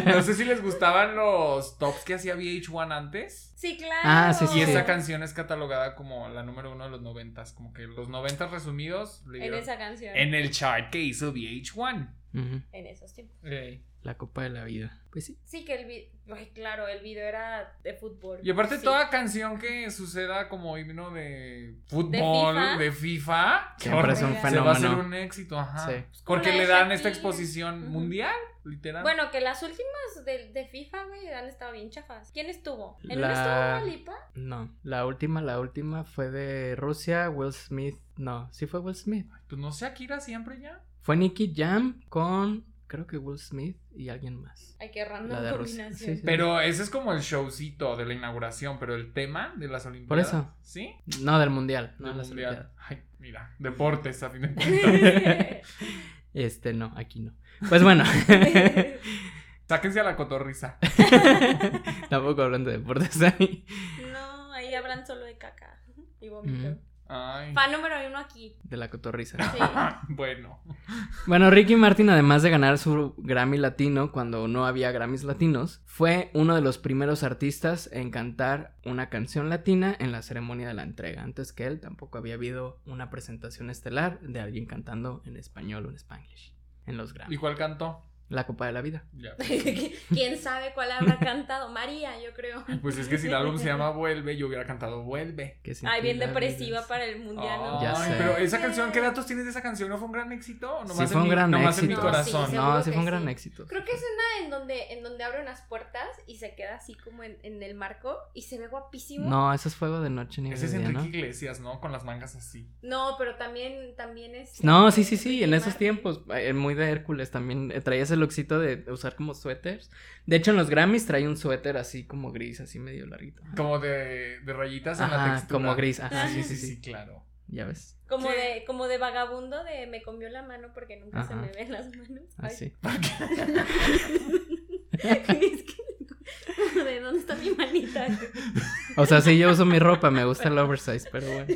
[SPEAKER 3] No sé si les gustaban los tops que hacía VH1 antes.
[SPEAKER 2] Sí, claro.
[SPEAKER 1] Ah, sí, sí,
[SPEAKER 3] Y
[SPEAKER 1] sí.
[SPEAKER 3] esa canción es catalogada como la número uno de los noventas. Como que los noventas resumidos le
[SPEAKER 2] En
[SPEAKER 3] dieron-
[SPEAKER 2] esa canción.
[SPEAKER 3] en el chart que hizo VH1.
[SPEAKER 1] Ujú,
[SPEAKER 2] en esos tiempos.
[SPEAKER 3] Ey.
[SPEAKER 1] La copa de la vida. Pues sí.
[SPEAKER 2] Sí, que el video. Ay, claro, el video era de fútbol.
[SPEAKER 3] Y aparte
[SPEAKER 2] Sí.
[SPEAKER 3] toda canción que suceda como himno de fútbol,
[SPEAKER 2] FIFA.
[SPEAKER 3] de FIFA,
[SPEAKER 1] Siempre
[SPEAKER 2] es un
[SPEAKER 3] se va a hacer
[SPEAKER 1] fenómeno.
[SPEAKER 3] un éxito, ajá.
[SPEAKER 1] Sí.
[SPEAKER 3] Porque
[SPEAKER 2] Como la
[SPEAKER 3] le
[SPEAKER 2] de
[SPEAKER 3] dan
[SPEAKER 2] Shakira.
[SPEAKER 3] esta exposición
[SPEAKER 2] Ujú.
[SPEAKER 3] mundial, literal.
[SPEAKER 1] Ah.
[SPEAKER 2] Bueno, que las últimas de, de FIFA, güey, han estado bien chafas. ¿Quién estuvo? ¿En
[SPEAKER 1] La-
[SPEAKER 2] una estuvo Dua Lipa?
[SPEAKER 1] No. La última, la última fue de Rusia, Will Smith. No, sí fue Will Smith.
[SPEAKER 3] Pues no sé, Akira siempre ya.
[SPEAKER 1] Fue Nicky Jam con. Creo que Will Smith y alguien más.
[SPEAKER 2] Ay, qué random
[SPEAKER 1] La de Rusia,
[SPEAKER 2] combinación.
[SPEAKER 1] sí, sí.
[SPEAKER 3] Pero ese es como el showcito de la inauguración, pero el tema de las Olimpiadas.
[SPEAKER 1] eso.
[SPEAKER 3] ¿Sí?
[SPEAKER 1] No, del mundial. No,
[SPEAKER 3] Del
[SPEAKER 1] las
[SPEAKER 3] mundial.
[SPEAKER 1] Olimpiadas.
[SPEAKER 3] Ay, mira, deportes a fin de cuentas.
[SPEAKER 1] Este, no, aquí no. Pues bueno.
[SPEAKER 3] Sáquense a la cotorriza.
[SPEAKER 1] Tampoco hablando de deportes ahí.
[SPEAKER 2] no, ahí hablan solo de caca y vómito.
[SPEAKER 1] Ujú.
[SPEAKER 3] Ay.
[SPEAKER 2] Fan número uno aquí.
[SPEAKER 1] de la cotorriza.
[SPEAKER 2] Sí.
[SPEAKER 3] Bueno.
[SPEAKER 1] Bueno, Ricky Martin, además de ganar su Grammy Latino cuando no había Grammys latinos, fue uno de los primeros artistas en cantar una canción latina en la ceremonia de la entrega. Antes que él, tampoco había habido una presentación estelar de alguien cantando en español o en spanglish en los
[SPEAKER 3] ¿Y
[SPEAKER 1] Grammys.
[SPEAKER 3] cuál cantó?
[SPEAKER 1] La Copa de la Vida.
[SPEAKER 3] Ya.
[SPEAKER 2] ¿Quién sabe cuál habrá cantado? María, yo creo.
[SPEAKER 3] Pues es que si el álbum se llama Vuelve, yo hubiera cantado Vuelve.
[SPEAKER 1] que sin
[SPEAKER 2] Ay, bien
[SPEAKER 1] ti la vida
[SPEAKER 2] depresiva
[SPEAKER 1] es-
[SPEAKER 2] para el mundial.
[SPEAKER 3] Ay,
[SPEAKER 2] ¿no?
[SPEAKER 1] Ya sé.
[SPEAKER 3] pero esa canción, ¿qué datos tienes de esa canción? ¿No fue un gran éxito? ¿O nomás
[SPEAKER 1] Sí,
[SPEAKER 3] en
[SPEAKER 1] fue un
[SPEAKER 3] mi-
[SPEAKER 1] gran
[SPEAKER 3] nomás
[SPEAKER 1] éxito.
[SPEAKER 3] en mi corazón.
[SPEAKER 2] Sí,
[SPEAKER 1] no, sí
[SPEAKER 2] seguro
[SPEAKER 1] fue un
[SPEAKER 2] que
[SPEAKER 1] gran
[SPEAKER 2] sí.
[SPEAKER 1] éxito.
[SPEAKER 2] Creo que es una en donde, en donde abre unas puertas y se queda así como en, en el marco y se ve guapísimo.
[SPEAKER 1] No, eso es Fuego de Noche ni de
[SPEAKER 3] Ese es
[SPEAKER 1] Día,
[SPEAKER 3] Enrique
[SPEAKER 1] ¿no?
[SPEAKER 3] Iglesias, ¿no? Con las mangas así.
[SPEAKER 2] No, pero también, también es.
[SPEAKER 1] No, sí, sí, sí, en
[SPEAKER 2] Ricky
[SPEAKER 1] esos
[SPEAKER 2] Martin.
[SPEAKER 1] tiempos, eh, muy de Hércules también, eh, traía ese lookcito de usar como suéteres. De hecho, en los Grammys traía un suéter así como gris, así medio larguito.
[SPEAKER 3] Como de, de rayitas en la
[SPEAKER 1] Ajá,
[SPEAKER 3] textura.
[SPEAKER 1] como gris, ajá,
[SPEAKER 3] sí,
[SPEAKER 1] sí,
[SPEAKER 3] sí,
[SPEAKER 1] sí,
[SPEAKER 3] sí, claro.
[SPEAKER 1] Ya ves,
[SPEAKER 2] Como,
[SPEAKER 3] Sí.
[SPEAKER 2] de, como de vagabundo de me comió la mano porque nunca se
[SPEAKER 1] Ajá. Ah,
[SPEAKER 2] me ven las manos. Ay.
[SPEAKER 1] así.
[SPEAKER 2] es que, como de dónde está mi manita.
[SPEAKER 1] O sea, sí, yo uso mi ropa, me gusta el oversize, pero bueno.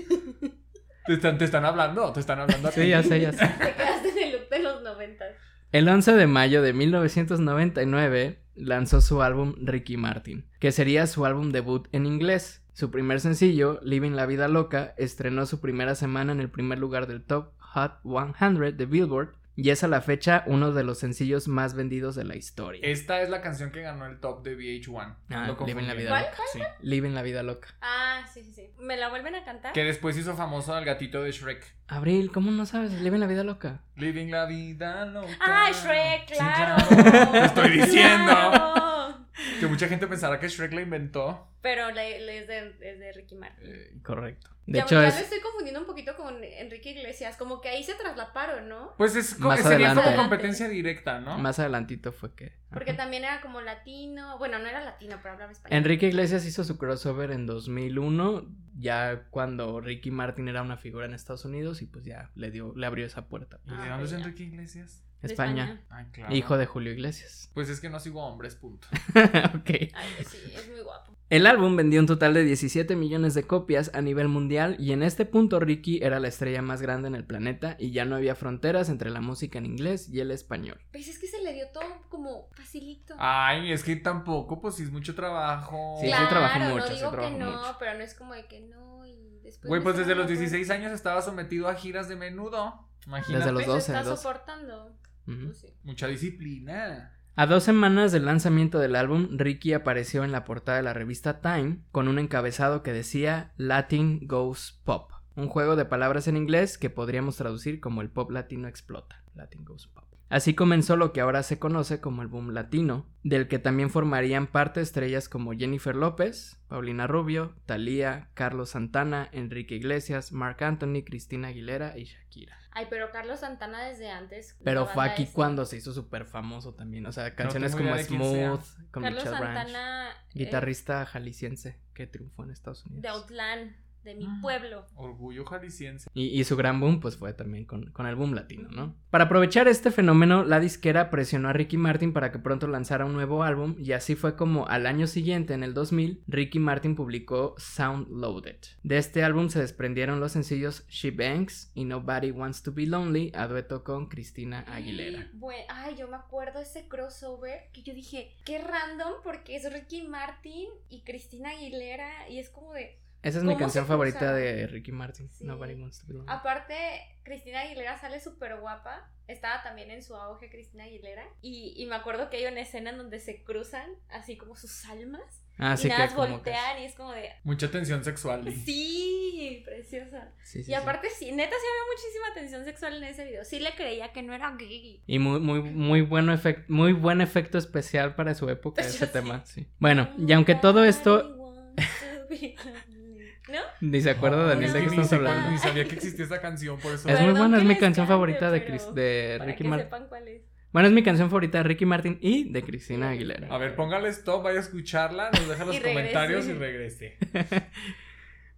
[SPEAKER 3] ¿Te están, te están hablando? ¿Te están hablando a ti?
[SPEAKER 1] Sí, ya sé, ya sé.
[SPEAKER 2] Te quedaste en el look de los noventas.
[SPEAKER 1] El 11 de mayo de 1999 lanzó su álbum Ricky Martin, que sería su álbum debut en inglés. Su primer sencillo, Living la Vida Loca, estrenó su primera semana en el primer lugar del Top Hot 100 de Billboard y es a la fecha uno de los sencillos más vendidos de la historia.
[SPEAKER 3] Esta es la canción que ganó el top de VH1.
[SPEAKER 1] Ah,
[SPEAKER 3] Lo confundí.
[SPEAKER 1] Living la Vida
[SPEAKER 2] ¿Cuál?
[SPEAKER 1] Loca. sí. Living la Vida Loca.
[SPEAKER 2] Ah, sí, sí, sí. ¿Me la vuelven a cantar?
[SPEAKER 3] Que después hizo famoso al gatito de Shrek.
[SPEAKER 1] Abril, ¿cómo no sabes? Living la Vida Loca.
[SPEAKER 3] Living la vida loca.
[SPEAKER 2] Ah, Shrek,
[SPEAKER 3] Sí,
[SPEAKER 2] claro.
[SPEAKER 3] Te estoy diciendo.
[SPEAKER 2] Claro.
[SPEAKER 3] Que mucha gente pensará que Shrek la inventó.
[SPEAKER 2] Pero la- la- es, de, es de Ricky Martin.
[SPEAKER 3] Eh,
[SPEAKER 1] Correcto. De
[SPEAKER 2] Ya,
[SPEAKER 1] hecho,
[SPEAKER 2] ya
[SPEAKER 1] es...
[SPEAKER 2] lo estoy confundiendo un poquito con Enrique Iglesias. Como que ahí se traslaparon, ¿no?
[SPEAKER 3] Pues es co-
[SPEAKER 1] Más
[SPEAKER 3] sería
[SPEAKER 1] adelante.
[SPEAKER 3] como competencia directa, ¿no?
[SPEAKER 1] Más adelantito fue que...
[SPEAKER 2] Porque
[SPEAKER 1] Ajá.
[SPEAKER 2] también era como latino. Bueno, no era latino, pero hablaba español.
[SPEAKER 1] Enrique Iglesias hizo su crossover en 2001, ya cuando Ricky Martin era una figura en Estados Unidos y pues ya le dio, le abrió esa puerta.
[SPEAKER 3] ¿Y de
[SPEAKER 2] Ah,
[SPEAKER 3] dónde es
[SPEAKER 2] ya.
[SPEAKER 3] Enrique Iglesias?
[SPEAKER 2] De
[SPEAKER 1] España,
[SPEAKER 3] Ay, claro.
[SPEAKER 1] hijo de Julio Iglesias.
[SPEAKER 3] Pues es que no sigo hombres, punto.
[SPEAKER 1] ok.
[SPEAKER 2] Ay, pues sí, es muy guapo.
[SPEAKER 1] El álbum vendió un total de 17 millones de copias a nivel mundial y en este punto Ricky era la estrella más grande en el planeta y ya no había fronteras entre la música en inglés y el español.
[SPEAKER 2] Pues es que se le dio todo como facilito.
[SPEAKER 3] Ay, es que tampoco, pues sí es mucho trabajo.
[SPEAKER 1] Ah, Sí, sí Claro. trabajó mucho,
[SPEAKER 2] no
[SPEAKER 1] sí
[SPEAKER 2] digo que
[SPEAKER 1] trabajó
[SPEAKER 2] no,
[SPEAKER 1] mucho.
[SPEAKER 2] pero no es como de que no y después...
[SPEAKER 3] Güey,
[SPEAKER 2] me
[SPEAKER 3] pues
[SPEAKER 2] sacan
[SPEAKER 3] desde los
[SPEAKER 2] la puerta.
[SPEAKER 3] 16 años estaba sometido a giras de menudo. Imagínate.
[SPEAKER 1] Desde los
[SPEAKER 2] Pues
[SPEAKER 1] 12,
[SPEAKER 2] está
[SPEAKER 1] 12.
[SPEAKER 2] soportando.
[SPEAKER 1] Ujú.
[SPEAKER 2] Pues sí.
[SPEAKER 3] Mucha disciplina.
[SPEAKER 1] A dos semanas del lanzamiento del álbum, Ricky apareció en la portada de la revista Time con un encabezado que decía Latin Goes Pop, un juego de palabras en inglés que podríamos traducir como el pop latino explota. Latin Goes Pop. Así comenzó lo que ahora se conoce como el boom latino, del que también formarían parte estrellas como Jennifer López, Paulina Rubio, Thalía, Carlos Santana, Enrique Iglesias, Marc Anthony, Cristina Aguilera y Shakira.
[SPEAKER 2] Ay, pero Carlos Santana desde antes...
[SPEAKER 1] Pero
[SPEAKER 2] la
[SPEAKER 1] fue
[SPEAKER 2] banda
[SPEAKER 1] aquí
[SPEAKER 2] esta.
[SPEAKER 1] cuando se hizo súper famoso también. O sea, canciones
[SPEAKER 3] tengo
[SPEAKER 1] como
[SPEAKER 3] idea pues, de quién sea.
[SPEAKER 1] Smooth, con
[SPEAKER 2] Carlos
[SPEAKER 1] Michelle Branch.
[SPEAKER 2] Santana... eh,
[SPEAKER 1] Guitarrista jalisciense que triunfó en Estados
[SPEAKER 2] de
[SPEAKER 1] Unidos.
[SPEAKER 2] Outland, de mi
[SPEAKER 3] Ah.
[SPEAKER 2] pueblo.
[SPEAKER 3] Orgullo jalisciense.
[SPEAKER 1] Y, y su gran boom pues fue también con, con el boom latino, ¿no? Para aprovechar este fenómeno, la disquera presionó a Ricky Martin para que pronto lanzara un nuevo álbum y así fue como al año siguiente, en el 2000, Ricky Martin publicó Sound Loaded. De este álbum se desprendieron los sencillos She Banks y Nobody Wants to Be Lonely a dueto con Cristina Aguilera.
[SPEAKER 2] Bueno, ay, yo me acuerdo ese crossover que yo dije, qué random, porque es Ricky Martin y Cristina Aguilera, y es como de.
[SPEAKER 1] Esa es mi
[SPEAKER 2] ¿Cómo se
[SPEAKER 1] canción favorita
[SPEAKER 2] cruzaron?
[SPEAKER 1] de Ricky Martin,
[SPEAKER 2] Sí. Ah,
[SPEAKER 1] Nobody Wants to Be Lonely.
[SPEAKER 2] Aparte, Cristina Aguilera sale súper guapa. Estaba también en su auge Cristina Aguilera. Y, y me acuerdo que hay una escena en donde se cruzan así como sus almas.
[SPEAKER 1] Así
[SPEAKER 2] y nada,
[SPEAKER 1] Ah, que
[SPEAKER 2] más
[SPEAKER 1] como que-
[SPEAKER 2] voltean y es como de.
[SPEAKER 3] Mucha tensión sexual.
[SPEAKER 2] Sí, preciosa.
[SPEAKER 1] sí, sí,
[SPEAKER 2] y
[SPEAKER 1] sí.
[SPEAKER 2] aparte, sí, neta, sí había muchísima tensión sexual en ese video. Sí le creía que no era gay.
[SPEAKER 1] Y muy, muy, muy, bueno efect- muy buen efecto especial para su época ese
[SPEAKER 2] Sí.
[SPEAKER 1] tema, sí. Bueno, y aunque todo esto,
[SPEAKER 2] Nobody wants to be lonely. ¿No?
[SPEAKER 1] ni se acuerda
[SPEAKER 3] Ay,
[SPEAKER 1] Daniel
[SPEAKER 3] es
[SPEAKER 1] de
[SPEAKER 3] que
[SPEAKER 1] qué
[SPEAKER 3] ni
[SPEAKER 1] estamos
[SPEAKER 3] se-
[SPEAKER 1] hablando.
[SPEAKER 3] Ni sabía que existía esa canción, por eso.
[SPEAKER 1] Es muy
[SPEAKER 2] Perdón
[SPEAKER 1] buena,
[SPEAKER 2] que
[SPEAKER 1] es mi
[SPEAKER 2] les
[SPEAKER 1] canción
[SPEAKER 2] cante,
[SPEAKER 1] favorita de,
[SPEAKER 2] pero
[SPEAKER 1] Cris- de
[SPEAKER 2] Para
[SPEAKER 1] Ricky
[SPEAKER 2] que
[SPEAKER 1] Martin.
[SPEAKER 2] sepan cuál es.
[SPEAKER 1] Bueno, es mi canción favorita de Ricky Martin y de Cristina Aguilera.
[SPEAKER 3] A ver, póngale stop, vaya a escucharla, nos deja los
[SPEAKER 2] regrese.
[SPEAKER 3] comentarios y regrese.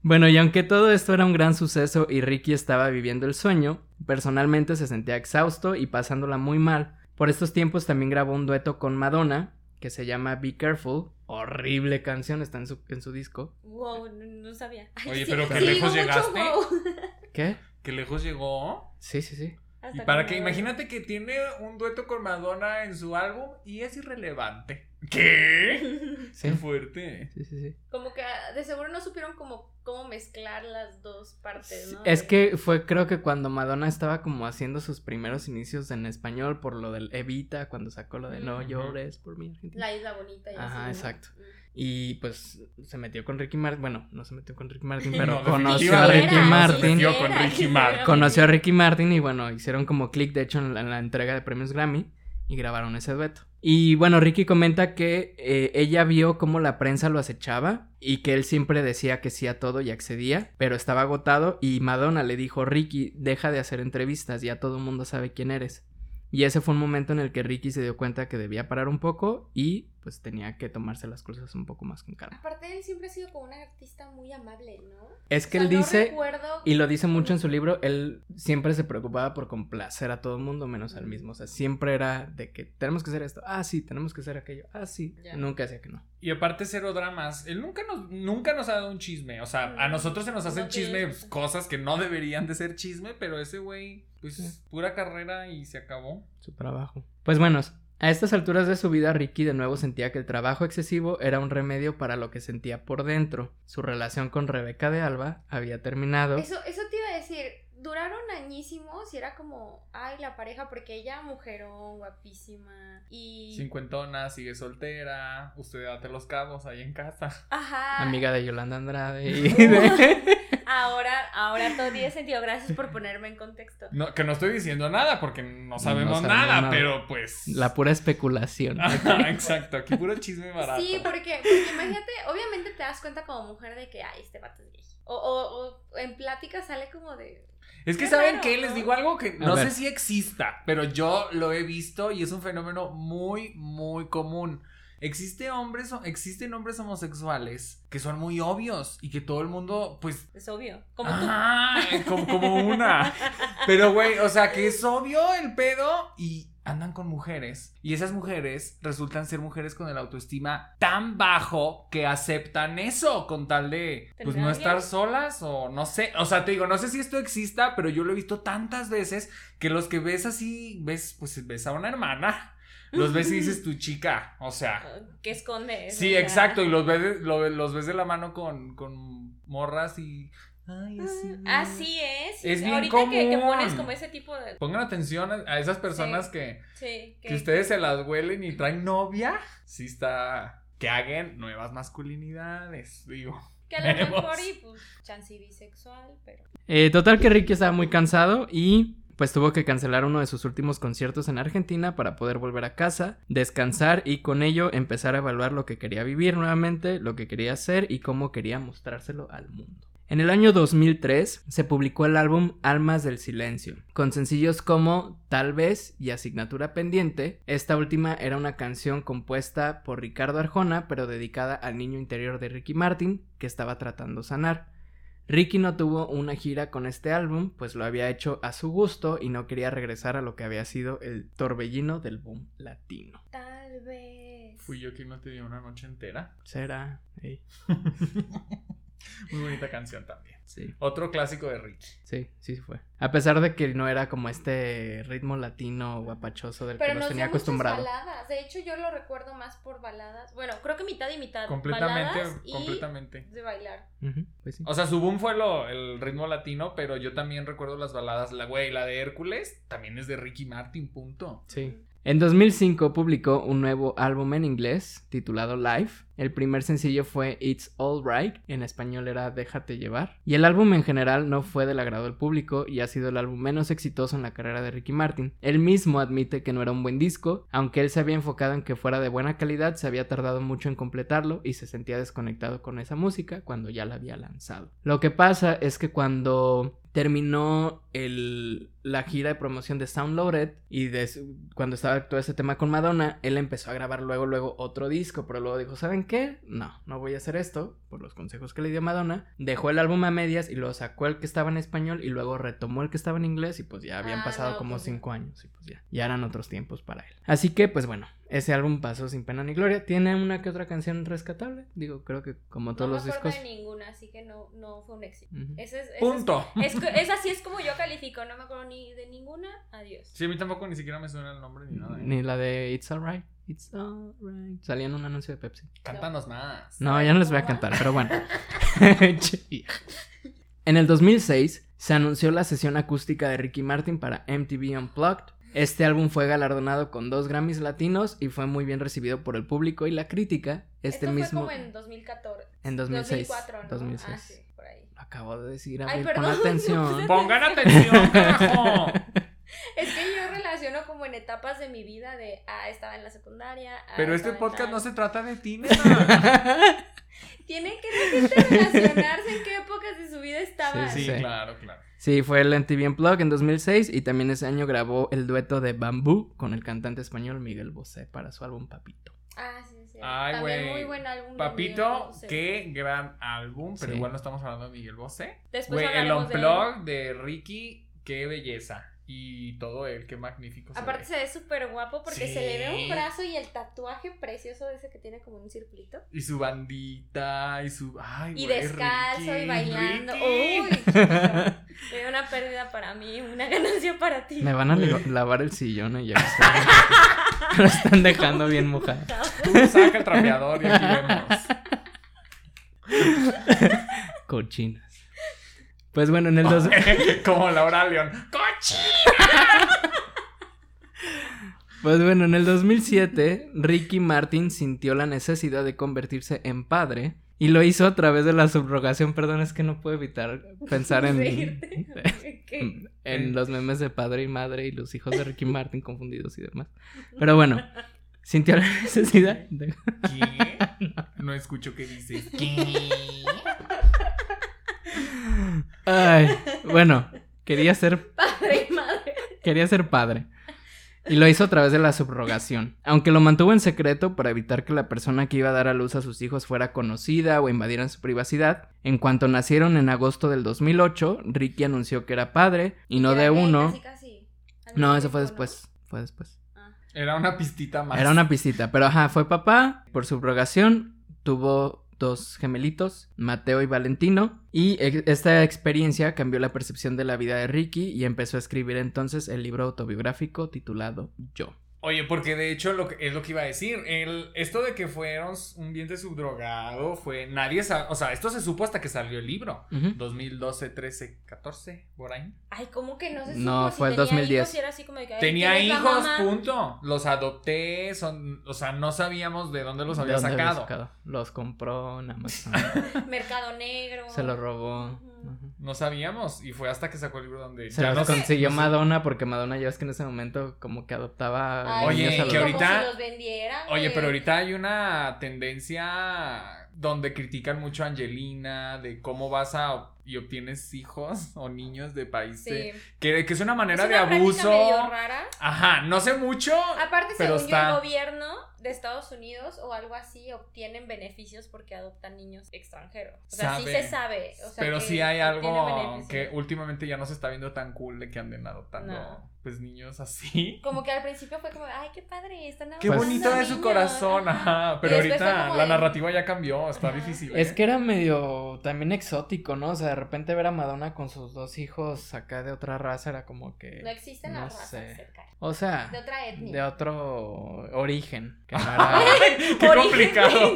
[SPEAKER 1] Bueno, y aunque todo esto era un gran suceso y Ricky estaba viviendo el sueño, personalmente se sentía exhausto y pasándola muy mal. Por estos tiempos también grabó un dueto con Madonna, que se llama Be Careful. Horrible canción, está en su, en su disco.
[SPEAKER 2] Wow, no, no sabía. Ay,
[SPEAKER 3] Oye,
[SPEAKER 2] sí,
[SPEAKER 3] pero qué
[SPEAKER 2] sí,
[SPEAKER 3] lejos
[SPEAKER 2] digo mucho
[SPEAKER 3] llegaste.
[SPEAKER 2] wow.
[SPEAKER 1] ¿Qué?
[SPEAKER 3] Que lejos llegó.
[SPEAKER 1] Sí, sí, sí.
[SPEAKER 2] Hasta
[SPEAKER 3] Y para
[SPEAKER 2] como-
[SPEAKER 3] que, imagínate que tiene un dueto con Madonna en su álbum y es irrelevante. ¿Qué?
[SPEAKER 1] Sí,
[SPEAKER 3] Qué fuerte.
[SPEAKER 1] sí, sí. sí.
[SPEAKER 2] Como que ah, de seguro no supieron como cómo mezclar las dos partes, ¿no?
[SPEAKER 1] Es
[SPEAKER 2] De-
[SPEAKER 1] que fue creo que cuando Madonna estaba como haciendo sus primeros inicios en español por lo del Evita, cuando sacó lo de No
[SPEAKER 2] Ujú.
[SPEAKER 1] llores por mí, Argentina.
[SPEAKER 2] La isla bonita y así,
[SPEAKER 1] Ajá,
[SPEAKER 2] ¿no?
[SPEAKER 1] exacto.
[SPEAKER 2] Mm.
[SPEAKER 1] Y pues se metió con Ricky Martin, bueno, no se metió con Ricky Martin,
[SPEAKER 3] No,
[SPEAKER 1] pero conoció a
[SPEAKER 3] definitivamente
[SPEAKER 1] Ricky
[SPEAKER 2] Quisiera,
[SPEAKER 1] Martin.
[SPEAKER 3] Metió con Ricky
[SPEAKER 2] quisiera,
[SPEAKER 3] Martin.
[SPEAKER 1] Conoció a Ricky Martin y bueno, hicieron como click, de hecho, en la, en la entrega de premios Grammy y grabaron ese dueto. Y bueno, Ricky comenta que eh, ella vio cómo la prensa lo acechaba y que él siempre decía que sí a todo y accedía, pero estaba agotado y Madonna le dijo, Ricky, deja de hacer entrevistas, ya todo el mundo sabe quién eres. Y ese fue un momento en el que Ricky se dio cuenta que debía parar un poco y pues tenía que tomarse las cosas un poco más con calma.
[SPEAKER 2] Aparte, él siempre ha sido como un artista muy amable, ¿no?
[SPEAKER 1] Es que
[SPEAKER 2] O sea,
[SPEAKER 1] él
[SPEAKER 2] no
[SPEAKER 1] dice...
[SPEAKER 2] recuerdo-
[SPEAKER 1] Y lo dice mucho en su libro, él siempre se preocupaba por complacer a todo el mundo menos al mismo. O sea, siempre era de que tenemos que hacer esto, ah, sí, tenemos que hacer aquello, ah, sí.
[SPEAKER 2] Ya.
[SPEAKER 1] Nunca hacía que no.
[SPEAKER 3] Y aparte cero dramas. Él nunca nos, nunca nos ha dado un chisme. O sea, a
[SPEAKER 2] Mm.
[SPEAKER 3] nosotros se nos hacen
[SPEAKER 2] No
[SPEAKER 3] chisme
[SPEAKER 2] tiene-
[SPEAKER 3] pues, cosas que no deberían de ser chisme, pero ese güey, pues
[SPEAKER 1] Sí.
[SPEAKER 3] pura carrera y se acabó.
[SPEAKER 1] Su trabajo. Pues bueno, a estas alturas de su vida, Ricky de nuevo sentía que el trabajo excesivo era un remedio para lo que sentía por dentro. Su relación con Rebeca de Alba había terminado.
[SPEAKER 2] Eso, eso te iba a decir, duraron añísimos y era como, ay, la pareja, porque ella, mujerón, guapísima, y...
[SPEAKER 3] Cincuentona, sigue soltera, usted date los cabos ahí en casa.
[SPEAKER 2] Ajá.
[SPEAKER 1] Amiga de Yolanda Andrade y de-
[SPEAKER 2] Ahora, ahora todo tiene sentido, gracias por ponerme en contexto.
[SPEAKER 3] No, que no estoy diciendo nada porque no
[SPEAKER 1] sabemos
[SPEAKER 3] sabemos nada,
[SPEAKER 1] nada.
[SPEAKER 3] pero pues...
[SPEAKER 1] la pura especulación.
[SPEAKER 3] Ajá, exacto, aquí puro chisme barato.
[SPEAKER 2] Sí, porque, porque imagínate, obviamente te das cuenta como mujer de que, ay, este vato es gay. O, o- o en plática sale como de...
[SPEAKER 3] Es que
[SPEAKER 2] Qué
[SPEAKER 3] saben
[SPEAKER 2] raro,
[SPEAKER 3] que
[SPEAKER 2] ¿no?
[SPEAKER 3] les digo algo que no
[SPEAKER 1] ver.
[SPEAKER 3] sé si exista, pero yo lo he visto y es un fenómeno muy, muy común. Existe hombres, existen hombres homosexuales que son muy obvios y que todo el mundo, pues,
[SPEAKER 2] Es obvio, como tú.
[SPEAKER 3] ah, como, como una. Pero, güey, o sea, que es obvio el pedo y andan con mujeres. Y esas mujeres resultan ser mujeres con el autoestima tan bajo que aceptan eso con tal de, pues,
[SPEAKER 2] Tener
[SPEAKER 3] no
[SPEAKER 2] a
[SPEAKER 3] estar
[SPEAKER 2] alguien.
[SPEAKER 3] solas o no sé. O sea, te digo, no sé si esto exista, pero yo lo he visto tantas veces que los que ves así, ves, pues, ves a una hermana. Los ves y dices tu chica, o sea.
[SPEAKER 2] Que esconde.
[SPEAKER 3] Sí, exacto, y los ves, de- lo- los ves de la mano con, con morras y... Ay, así.
[SPEAKER 2] Ah, Así es.
[SPEAKER 3] Es bien
[SPEAKER 2] Ahorita Que, que
[SPEAKER 3] común.
[SPEAKER 2] pones como ese tipo de...
[SPEAKER 3] Pongan atención a a esas personas
[SPEAKER 2] Sí.
[SPEAKER 3] que,
[SPEAKER 2] Sí,
[SPEAKER 3] que ustedes se las huelen y traen novia. Sí está... Que hagan nuevas masculinidades, digo.
[SPEAKER 2] Que a lo mejor
[SPEAKER 3] Vemos.
[SPEAKER 2] y pues chance y bisexual, pero.
[SPEAKER 1] Eh, total que Ricky estaba muy cansado y pues tuvo que cancelar uno de sus últimos conciertos en Argentina para poder volver a casa, descansar y con ello empezar a evaluar lo que quería vivir nuevamente, lo que quería hacer y cómo quería mostrárselo al mundo. En el año 2003 se publicó el álbum Almas del Silencio, con sencillos como Tal vez y Asignatura Pendiente. Esta última era una canción compuesta por Ricardo Arjona, pero dedicada al niño interior de Ricky Martin, que estaba tratando sanar. Ricky no tuvo una gira con este álbum, pues lo había hecho a su gusto y no quería regresar a lo que había sido el torbellino del boom latino.
[SPEAKER 2] Tal vez.
[SPEAKER 3] Fui yo quien no te dio una noche entera.
[SPEAKER 1] ¿Será? Ey,
[SPEAKER 3] Muy bonita canción también.
[SPEAKER 1] Sí,
[SPEAKER 3] Otro clásico de Richie.
[SPEAKER 1] sí, sí fue. A pesar de que no era como este ritmo latino guapachoso del
[SPEAKER 2] Pero
[SPEAKER 1] que nos
[SPEAKER 2] nos
[SPEAKER 1] tenía
[SPEAKER 2] dio muchas
[SPEAKER 1] acostumbrado.
[SPEAKER 2] baladas. De hecho, yo lo recuerdo más por baladas. Bueno, creo que mitad y mitad.
[SPEAKER 3] Completamente,
[SPEAKER 2] Baladas y
[SPEAKER 3] completamente.
[SPEAKER 2] de bailar.
[SPEAKER 1] Ujú, pues sí.
[SPEAKER 3] O sea, su boom fue lo, el ritmo latino, pero yo también recuerdo las baladas. La güey, la de Hércules también es de Ricky Martin, punto.
[SPEAKER 1] Sí. En 2005 publicó un nuevo álbum en inglés titulado Life. El primer sencillo fue It's All Right, en español era Déjate llevar. Y el álbum en general no fue del agrado del público y ha sido el álbum menos exitoso en la carrera de Ricky Martin. Él mismo admite que no era un buen disco, aunque él se había enfocado en que fuera de buena calidad, se había tardado mucho en completarlo y se sentía desconectado con esa música cuando ya la había lanzado. Lo que pasa es que cuando terminó el- la gira de promoción de Soundloaded y de su- cuando estaba todo ese tema con Madonna, él empezó a grabar luego, luego otro disco, pero luego dijo, ¿saben qué? No, no voy a hacer esto, por los consejos que le dio Madonna, dejó el álbum a medias y luego sacó el que estaba en español y luego retomó el que estaba en inglés y pues ya habían
[SPEAKER 2] Ah,
[SPEAKER 1] pasado
[SPEAKER 2] no,
[SPEAKER 1] como
[SPEAKER 2] pues ya.
[SPEAKER 1] cinco años y pues ya, ya eran otros tiempos para él. Así que pues bueno, Ese álbum pasó sin pena ni gloria. Tiene una que otra canción rescatable. Digo, creo que como todos
[SPEAKER 2] no
[SPEAKER 1] los
[SPEAKER 2] me acuerdo
[SPEAKER 1] discos.
[SPEAKER 2] de ninguna, así que no, no fue un éxito.
[SPEAKER 1] Ujú.
[SPEAKER 2] Ese es, ese es-
[SPEAKER 3] Punto.
[SPEAKER 2] es, co- es así es como yo califico, no me acuerdo ni de ninguna, adiós.
[SPEAKER 3] Sí, a mí tampoco ni siquiera me suena el nombre ni nada. ¿eh?
[SPEAKER 1] Ni la de It's Alright. It's Alright. Salía en un anuncio de Pepsi.
[SPEAKER 3] Cántanos más.
[SPEAKER 1] No, ya no les voy a cantar, pero bueno. Che, vieja. en el 2006 se anunció la sesión acústica de Ricky Martin para MTV Unplugged. Este álbum fue galardonado con dos Grammys latinos y fue muy bien recibido por el público y la crítica. Este
[SPEAKER 2] Esto
[SPEAKER 1] mismo
[SPEAKER 2] fue como en 2014,
[SPEAKER 1] en 2006.
[SPEAKER 2] 2004, ¿no?
[SPEAKER 1] 2006.
[SPEAKER 2] Ah, sí, por ahí.
[SPEAKER 1] Lo acabo de decir,
[SPEAKER 2] Ay,
[SPEAKER 1] Abril, pon
[SPEAKER 2] perdón, no
[SPEAKER 1] atención.
[SPEAKER 2] puse-
[SPEAKER 3] ¡Pongan atención, carajo!
[SPEAKER 2] Es que yo relaciono como en etapas de mi vida de, ah, estaba en la secundaria. ah,
[SPEAKER 3] Pero este
[SPEAKER 2] estaba en
[SPEAKER 3] podcast
[SPEAKER 2] tal.
[SPEAKER 3] no se trata de ti, nena.
[SPEAKER 2] Tienen que realmente relacionarse en qué épocas de su vida estaban.
[SPEAKER 3] Sí,
[SPEAKER 1] Sí.
[SPEAKER 3] claro, claro.
[SPEAKER 1] Sí, fue el MTV Unplugged en 2006 y también ese año grabó el dueto de Bambú con el cantante español Miguel Bosé para su álbum Papito.
[SPEAKER 2] Ah, sí, sí.
[SPEAKER 3] Ay,
[SPEAKER 2] También
[SPEAKER 3] güey.
[SPEAKER 2] muy buen álbum. de Miguel
[SPEAKER 3] Papito,
[SPEAKER 2] Bosé.
[SPEAKER 3] qué gran álbum, pero
[SPEAKER 1] Sí.
[SPEAKER 3] igual no estamos hablando de Miguel Bosé.
[SPEAKER 2] Después
[SPEAKER 3] Güey, el
[SPEAKER 2] hablaremos de él.
[SPEAKER 3] unplug de... Ricky, qué belleza. Y todo él, qué magnífico. se
[SPEAKER 2] Aparte
[SPEAKER 3] ve.
[SPEAKER 2] se ve súper guapo porque
[SPEAKER 3] Sí.
[SPEAKER 2] se le ve un brazo y el tatuaje precioso de ese que tiene como un circulito.
[SPEAKER 3] Y su bandita, y su. Ay,
[SPEAKER 2] Y
[SPEAKER 3] güey,
[SPEAKER 2] descalzo
[SPEAKER 3] Ricky,
[SPEAKER 2] y bailando.
[SPEAKER 3] Ricky.
[SPEAKER 2] Uy, chiquito. Fue una pérdida para mí, una ganancia para ti.
[SPEAKER 1] Me van a li- lavar el sillón y ya está. Lo están dejando bien mojado.
[SPEAKER 3] Tú saca el trapeador y aquí vemos.
[SPEAKER 1] Cochinas. Pues bueno, en el, dos-
[SPEAKER 3] Como Laura León. ¡Cochi!
[SPEAKER 1] pues bueno, en el 2007, Ricky Martin sintió la necesidad de convertirse en padre y lo hizo a través de la subrogación. Perdón, es que no puedo evitar pensar en,
[SPEAKER 2] Reírte. Ok.
[SPEAKER 1] en los memes de padre y madre y los hijos de Ricky Martin confundidos y demás. Pero bueno, sintió la necesidad de...
[SPEAKER 3] ¿Qué? No escucho qué dices. ¿Qué?
[SPEAKER 1] Ay, bueno, quería ser
[SPEAKER 2] Padre y madre.
[SPEAKER 1] Quería ser padre. Y lo hizo a través de la subrogación. Aunque lo mantuvo en secreto para evitar que la persona que iba a dar a luz a sus hijos fuera conocida o invadieran su privacidad, en cuanto nacieron en agosto del 2008, Ricky anunció que era padre y no
[SPEAKER 2] Era
[SPEAKER 1] de
[SPEAKER 2] gay,
[SPEAKER 1] uno.
[SPEAKER 2] casi, casi. Al mismo
[SPEAKER 1] No, eso fue
[SPEAKER 2] tiempo, ¿no?
[SPEAKER 1] después. Fue después.
[SPEAKER 2] Ah.
[SPEAKER 3] Era una pistita más.
[SPEAKER 1] Era una piscita, pero ajá, fue papá por subrogación, tuvo dos gemelitos, Mateo y Valentino, y ex- esta experiencia cambió la percepción de la vida de Ricky y empezó a escribir entonces el libro autobiográfico titulado Yo.
[SPEAKER 3] Oye, porque de hecho lo que- es lo que iba a decir. El, esto de que fueron un vientre subdrogado fue. Nadie sabe. O sea, esto se supo hasta que salió el libro.
[SPEAKER 1] Ujú.
[SPEAKER 3] 2012, 13, 14, por ahí.
[SPEAKER 2] Ay, ¿cómo que no se supo?
[SPEAKER 1] No,
[SPEAKER 2] si
[SPEAKER 1] fue el
[SPEAKER 2] tenía
[SPEAKER 1] 2010.
[SPEAKER 2] hijos y era así como de que, ay,
[SPEAKER 3] Tenía
[SPEAKER 2] ¿quién es la
[SPEAKER 3] hijos,
[SPEAKER 2] mamá?
[SPEAKER 3] punto. Los adopté, son, o sea, no sabíamos de dónde los había
[SPEAKER 1] ¿De dónde había
[SPEAKER 3] sacado.
[SPEAKER 1] sacado? Los compró en Amazon,
[SPEAKER 2] Mercado Negro.
[SPEAKER 1] se los robó.
[SPEAKER 2] Ujú.
[SPEAKER 1] Ujú.
[SPEAKER 3] No sabíamos y fue hasta que sacó el libro donde
[SPEAKER 1] Se
[SPEAKER 3] ya
[SPEAKER 1] los
[SPEAKER 3] no sé-
[SPEAKER 1] consiguió
[SPEAKER 3] no sé-
[SPEAKER 1] Madonna porque Madonna ya ves que en ese momento como que adoptaba
[SPEAKER 2] Ay,
[SPEAKER 3] Oye,
[SPEAKER 1] niños
[SPEAKER 3] que
[SPEAKER 2] como
[SPEAKER 1] adolescentes.
[SPEAKER 3] ahorita-
[SPEAKER 2] si los vendieran, eh,
[SPEAKER 3] Oye,
[SPEAKER 2] güey.
[SPEAKER 3] pero ahorita hay una tendencia donde critican mucho a Angelina de cómo vas a y obtienes hijos o niños de países
[SPEAKER 2] Sí.
[SPEAKER 3] que, que es una
[SPEAKER 2] Es
[SPEAKER 3] manera
[SPEAKER 2] una
[SPEAKER 3] de
[SPEAKER 2] práctica
[SPEAKER 3] abuso.
[SPEAKER 2] medio rara. Ah,
[SPEAKER 3] Ajá, no sé mucho.
[SPEAKER 2] Aparte,
[SPEAKER 3] Pero
[SPEAKER 2] según
[SPEAKER 3] está-
[SPEAKER 2] yo, el gobierno de Estados Unidos o algo así obtienen beneficios porque adoptan niños extranjeros. O sea, sí
[SPEAKER 3] Sabe.
[SPEAKER 2] se sabe. o sea,
[SPEAKER 3] pero
[SPEAKER 2] que
[SPEAKER 3] sí hay
[SPEAKER 2] obtienen
[SPEAKER 3] algo
[SPEAKER 2] beneficios.
[SPEAKER 3] que últimamente ya no se está viendo tan cool de que anden adoptando
[SPEAKER 2] No.
[SPEAKER 3] pues niños así.
[SPEAKER 2] Como que al principio fue como, ay, qué padre, están
[SPEAKER 3] Qué
[SPEAKER 1] Pues-
[SPEAKER 2] adoptando
[SPEAKER 3] bonito es su
[SPEAKER 2] niños".
[SPEAKER 3] corazón, ajá. Pero
[SPEAKER 2] Y después fue
[SPEAKER 3] ahorita
[SPEAKER 2] como
[SPEAKER 3] la
[SPEAKER 2] de-
[SPEAKER 3] narrativa ya cambió, está
[SPEAKER 2] Ajá.
[SPEAKER 3] difícil.
[SPEAKER 1] Es
[SPEAKER 3] ¿eh?
[SPEAKER 1] que era medio también exótico, ¿no? O sea, de repente ver a Madonna con sus dos hijos acá de otra raza era como
[SPEAKER 2] No
[SPEAKER 1] que.
[SPEAKER 2] existen
[SPEAKER 1] No
[SPEAKER 2] las razas
[SPEAKER 1] sé.
[SPEAKER 2] cercanas.
[SPEAKER 1] O sea,
[SPEAKER 2] De otra etnia.
[SPEAKER 1] de otro origen. que no era-
[SPEAKER 3] Ay, qué
[SPEAKER 2] Origen,
[SPEAKER 3] complicado.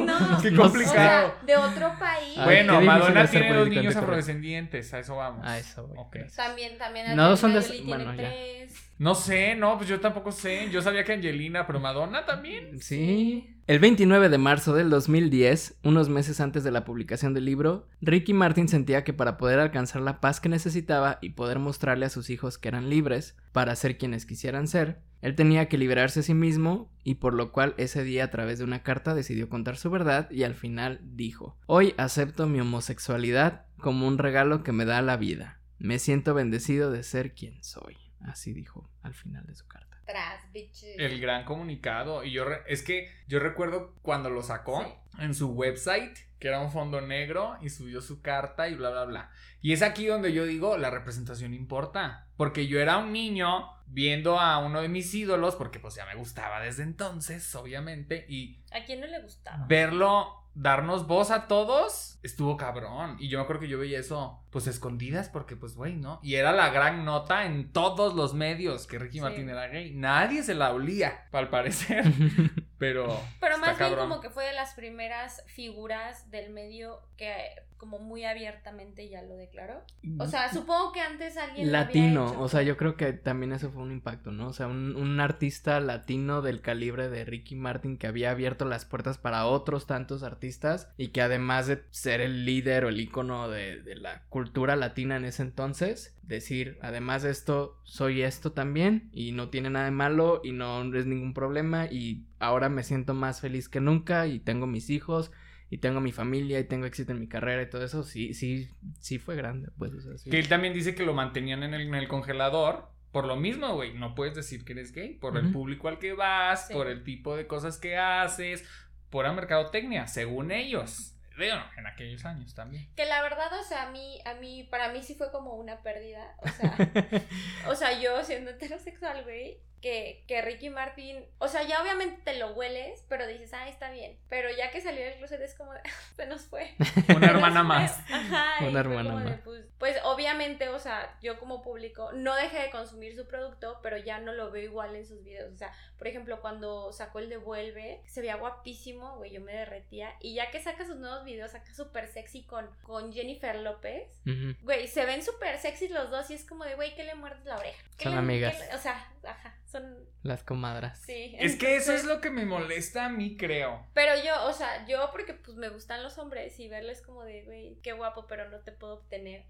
[SPEAKER 2] no.
[SPEAKER 3] Qué
[SPEAKER 1] No sé.
[SPEAKER 2] O
[SPEAKER 3] complicado.
[SPEAKER 2] sea, de otro país.
[SPEAKER 1] Ay, qué
[SPEAKER 3] Bueno,
[SPEAKER 1] difícil
[SPEAKER 3] Madonna
[SPEAKER 1] es ser
[SPEAKER 3] tiene dos niños
[SPEAKER 1] políticamente correcto.
[SPEAKER 3] afrodescendientes, a eso vamos.
[SPEAKER 1] A eso voy,
[SPEAKER 3] Ok.
[SPEAKER 1] gracias.
[SPEAKER 2] También, también.
[SPEAKER 1] No,
[SPEAKER 2] Angelina
[SPEAKER 1] son de-
[SPEAKER 2] Jolie tiene
[SPEAKER 1] bueno, ya.
[SPEAKER 2] tres.
[SPEAKER 3] No sé, no, pues yo tampoco sé. Yo sabía que Angelina, pero Madonna también.
[SPEAKER 1] Sí. El 29 de marzo del 2010, unos meses antes de la publicación del libro, Ricky Martin sentía que para poder alcanzar la paz que necesitaba y poder mostrarle a sus hijos que eran libres para ser quienes quisieran ser, él tenía que liberarse a sí mismo y por lo cual ese día a través de una carta decidió contar su verdad y al final dijo, hoy acepto mi homosexualidad como un regalo que me da la vida. Me siento bendecido de ser quien soy. Así dijo al final de su carta.
[SPEAKER 2] Tras, bitches.
[SPEAKER 3] El gran comunicado. Y yo re- es que yo recuerdo cuando lo sacó en su website, que era un fondo negro, y subió su carta y bla, bla, bla. Y es aquí donde yo digo, la representación importa. Porque yo era un niño viendo a uno de mis ídolos, porque pues ya me gustaba desde entonces, obviamente, y
[SPEAKER 2] ¿A quién no le gustaba?
[SPEAKER 3] verlo darnos voz a todos estuvo cabrón. Y yo me acuerdo que yo veía eso pues escondidas porque pues güey, ¿no? Y era la gran nota en todos los medios que Ricky
[SPEAKER 2] Sí.
[SPEAKER 3] Martin era gay. Nadie se la olía, al parecer, pero
[SPEAKER 2] Pero
[SPEAKER 3] está
[SPEAKER 2] más bien
[SPEAKER 3] cabrón.
[SPEAKER 2] como que fue de las primeras figuras del medio que como muy abiertamente ya lo declaró. O sea, supongo que antes alguien lo había
[SPEAKER 1] latino,
[SPEAKER 2] hecho.
[SPEAKER 1] o sea, yo creo que también eso fue un impacto, ¿no? O sea, un, un artista latino del calibre de Ricky Martin que había abierto las puertas para otros tantos artistas y que además de ser el líder o el ícono de, de la cultura latina en ese entonces, decir, además de esto, soy esto también y no tiene nada de malo y no es ningún problema y ahora me siento más feliz que nunca y tengo mis hijos. Y tengo mi familia y tengo éxito en mi carrera y todo eso, sí, sí, sí fue grande, pues, o sea, sí.
[SPEAKER 3] Que él también dice que lo mantenían en el, en el congelador. Por lo mismo, güey, no puedes decir que eres gay. Por el
[SPEAKER 1] Ujú.
[SPEAKER 3] público al que vas,
[SPEAKER 2] Sí.
[SPEAKER 3] por el tipo de cosas que haces, por la mercadotecnia, según ellos. Bueno, en aquellos años también.
[SPEAKER 2] Que la verdad, o sea, a mí, a mí, para mí sí fue como una pérdida. O sea, o sea yo siendo heterosexual, güey, que, que Ricky Martin, o sea, ya obviamente te lo hueles, pero dices, ah, está bien. Pero ya que salió del closet es como, de, se nos fue.
[SPEAKER 3] Una
[SPEAKER 2] Se nos
[SPEAKER 3] hermana
[SPEAKER 2] fue.
[SPEAKER 3] más.
[SPEAKER 2] Ajá. y
[SPEAKER 1] Una
[SPEAKER 2] fue
[SPEAKER 1] hermana
[SPEAKER 2] como de,
[SPEAKER 1] más.
[SPEAKER 2] Pues, pues, obviamente, o sea, yo como público no dejé de consumir su producto, pero ya no lo veo igual en sus videos. O sea, por ejemplo, cuando sacó el Devuelve, se veía guapísimo, güey, yo me derretía. Y ya que saca sus nuevos videos, saca súper sexy con, con Jennifer López.
[SPEAKER 1] Ujú.
[SPEAKER 2] Güey, se ven súper sexy los dos y es como de, güey, ¿qué le muerdes la oreja? ¿Qué
[SPEAKER 1] Son
[SPEAKER 2] le-
[SPEAKER 1] amigas.
[SPEAKER 2] qué le- o sea, ajá, son...
[SPEAKER 1] Las comadras.
[SPEAKER 2] Sí.
[SPEAKER 3] Es que eso
[SPEAKER 2] entonces-
[SPEAKER 3] es lo que me molesta a mí, creo.
[SPEAKER 2] pero yo, o sea, yo porque pues me gustan los hombres y verles como de, güey, qué guapo, pero no te puedo obtener.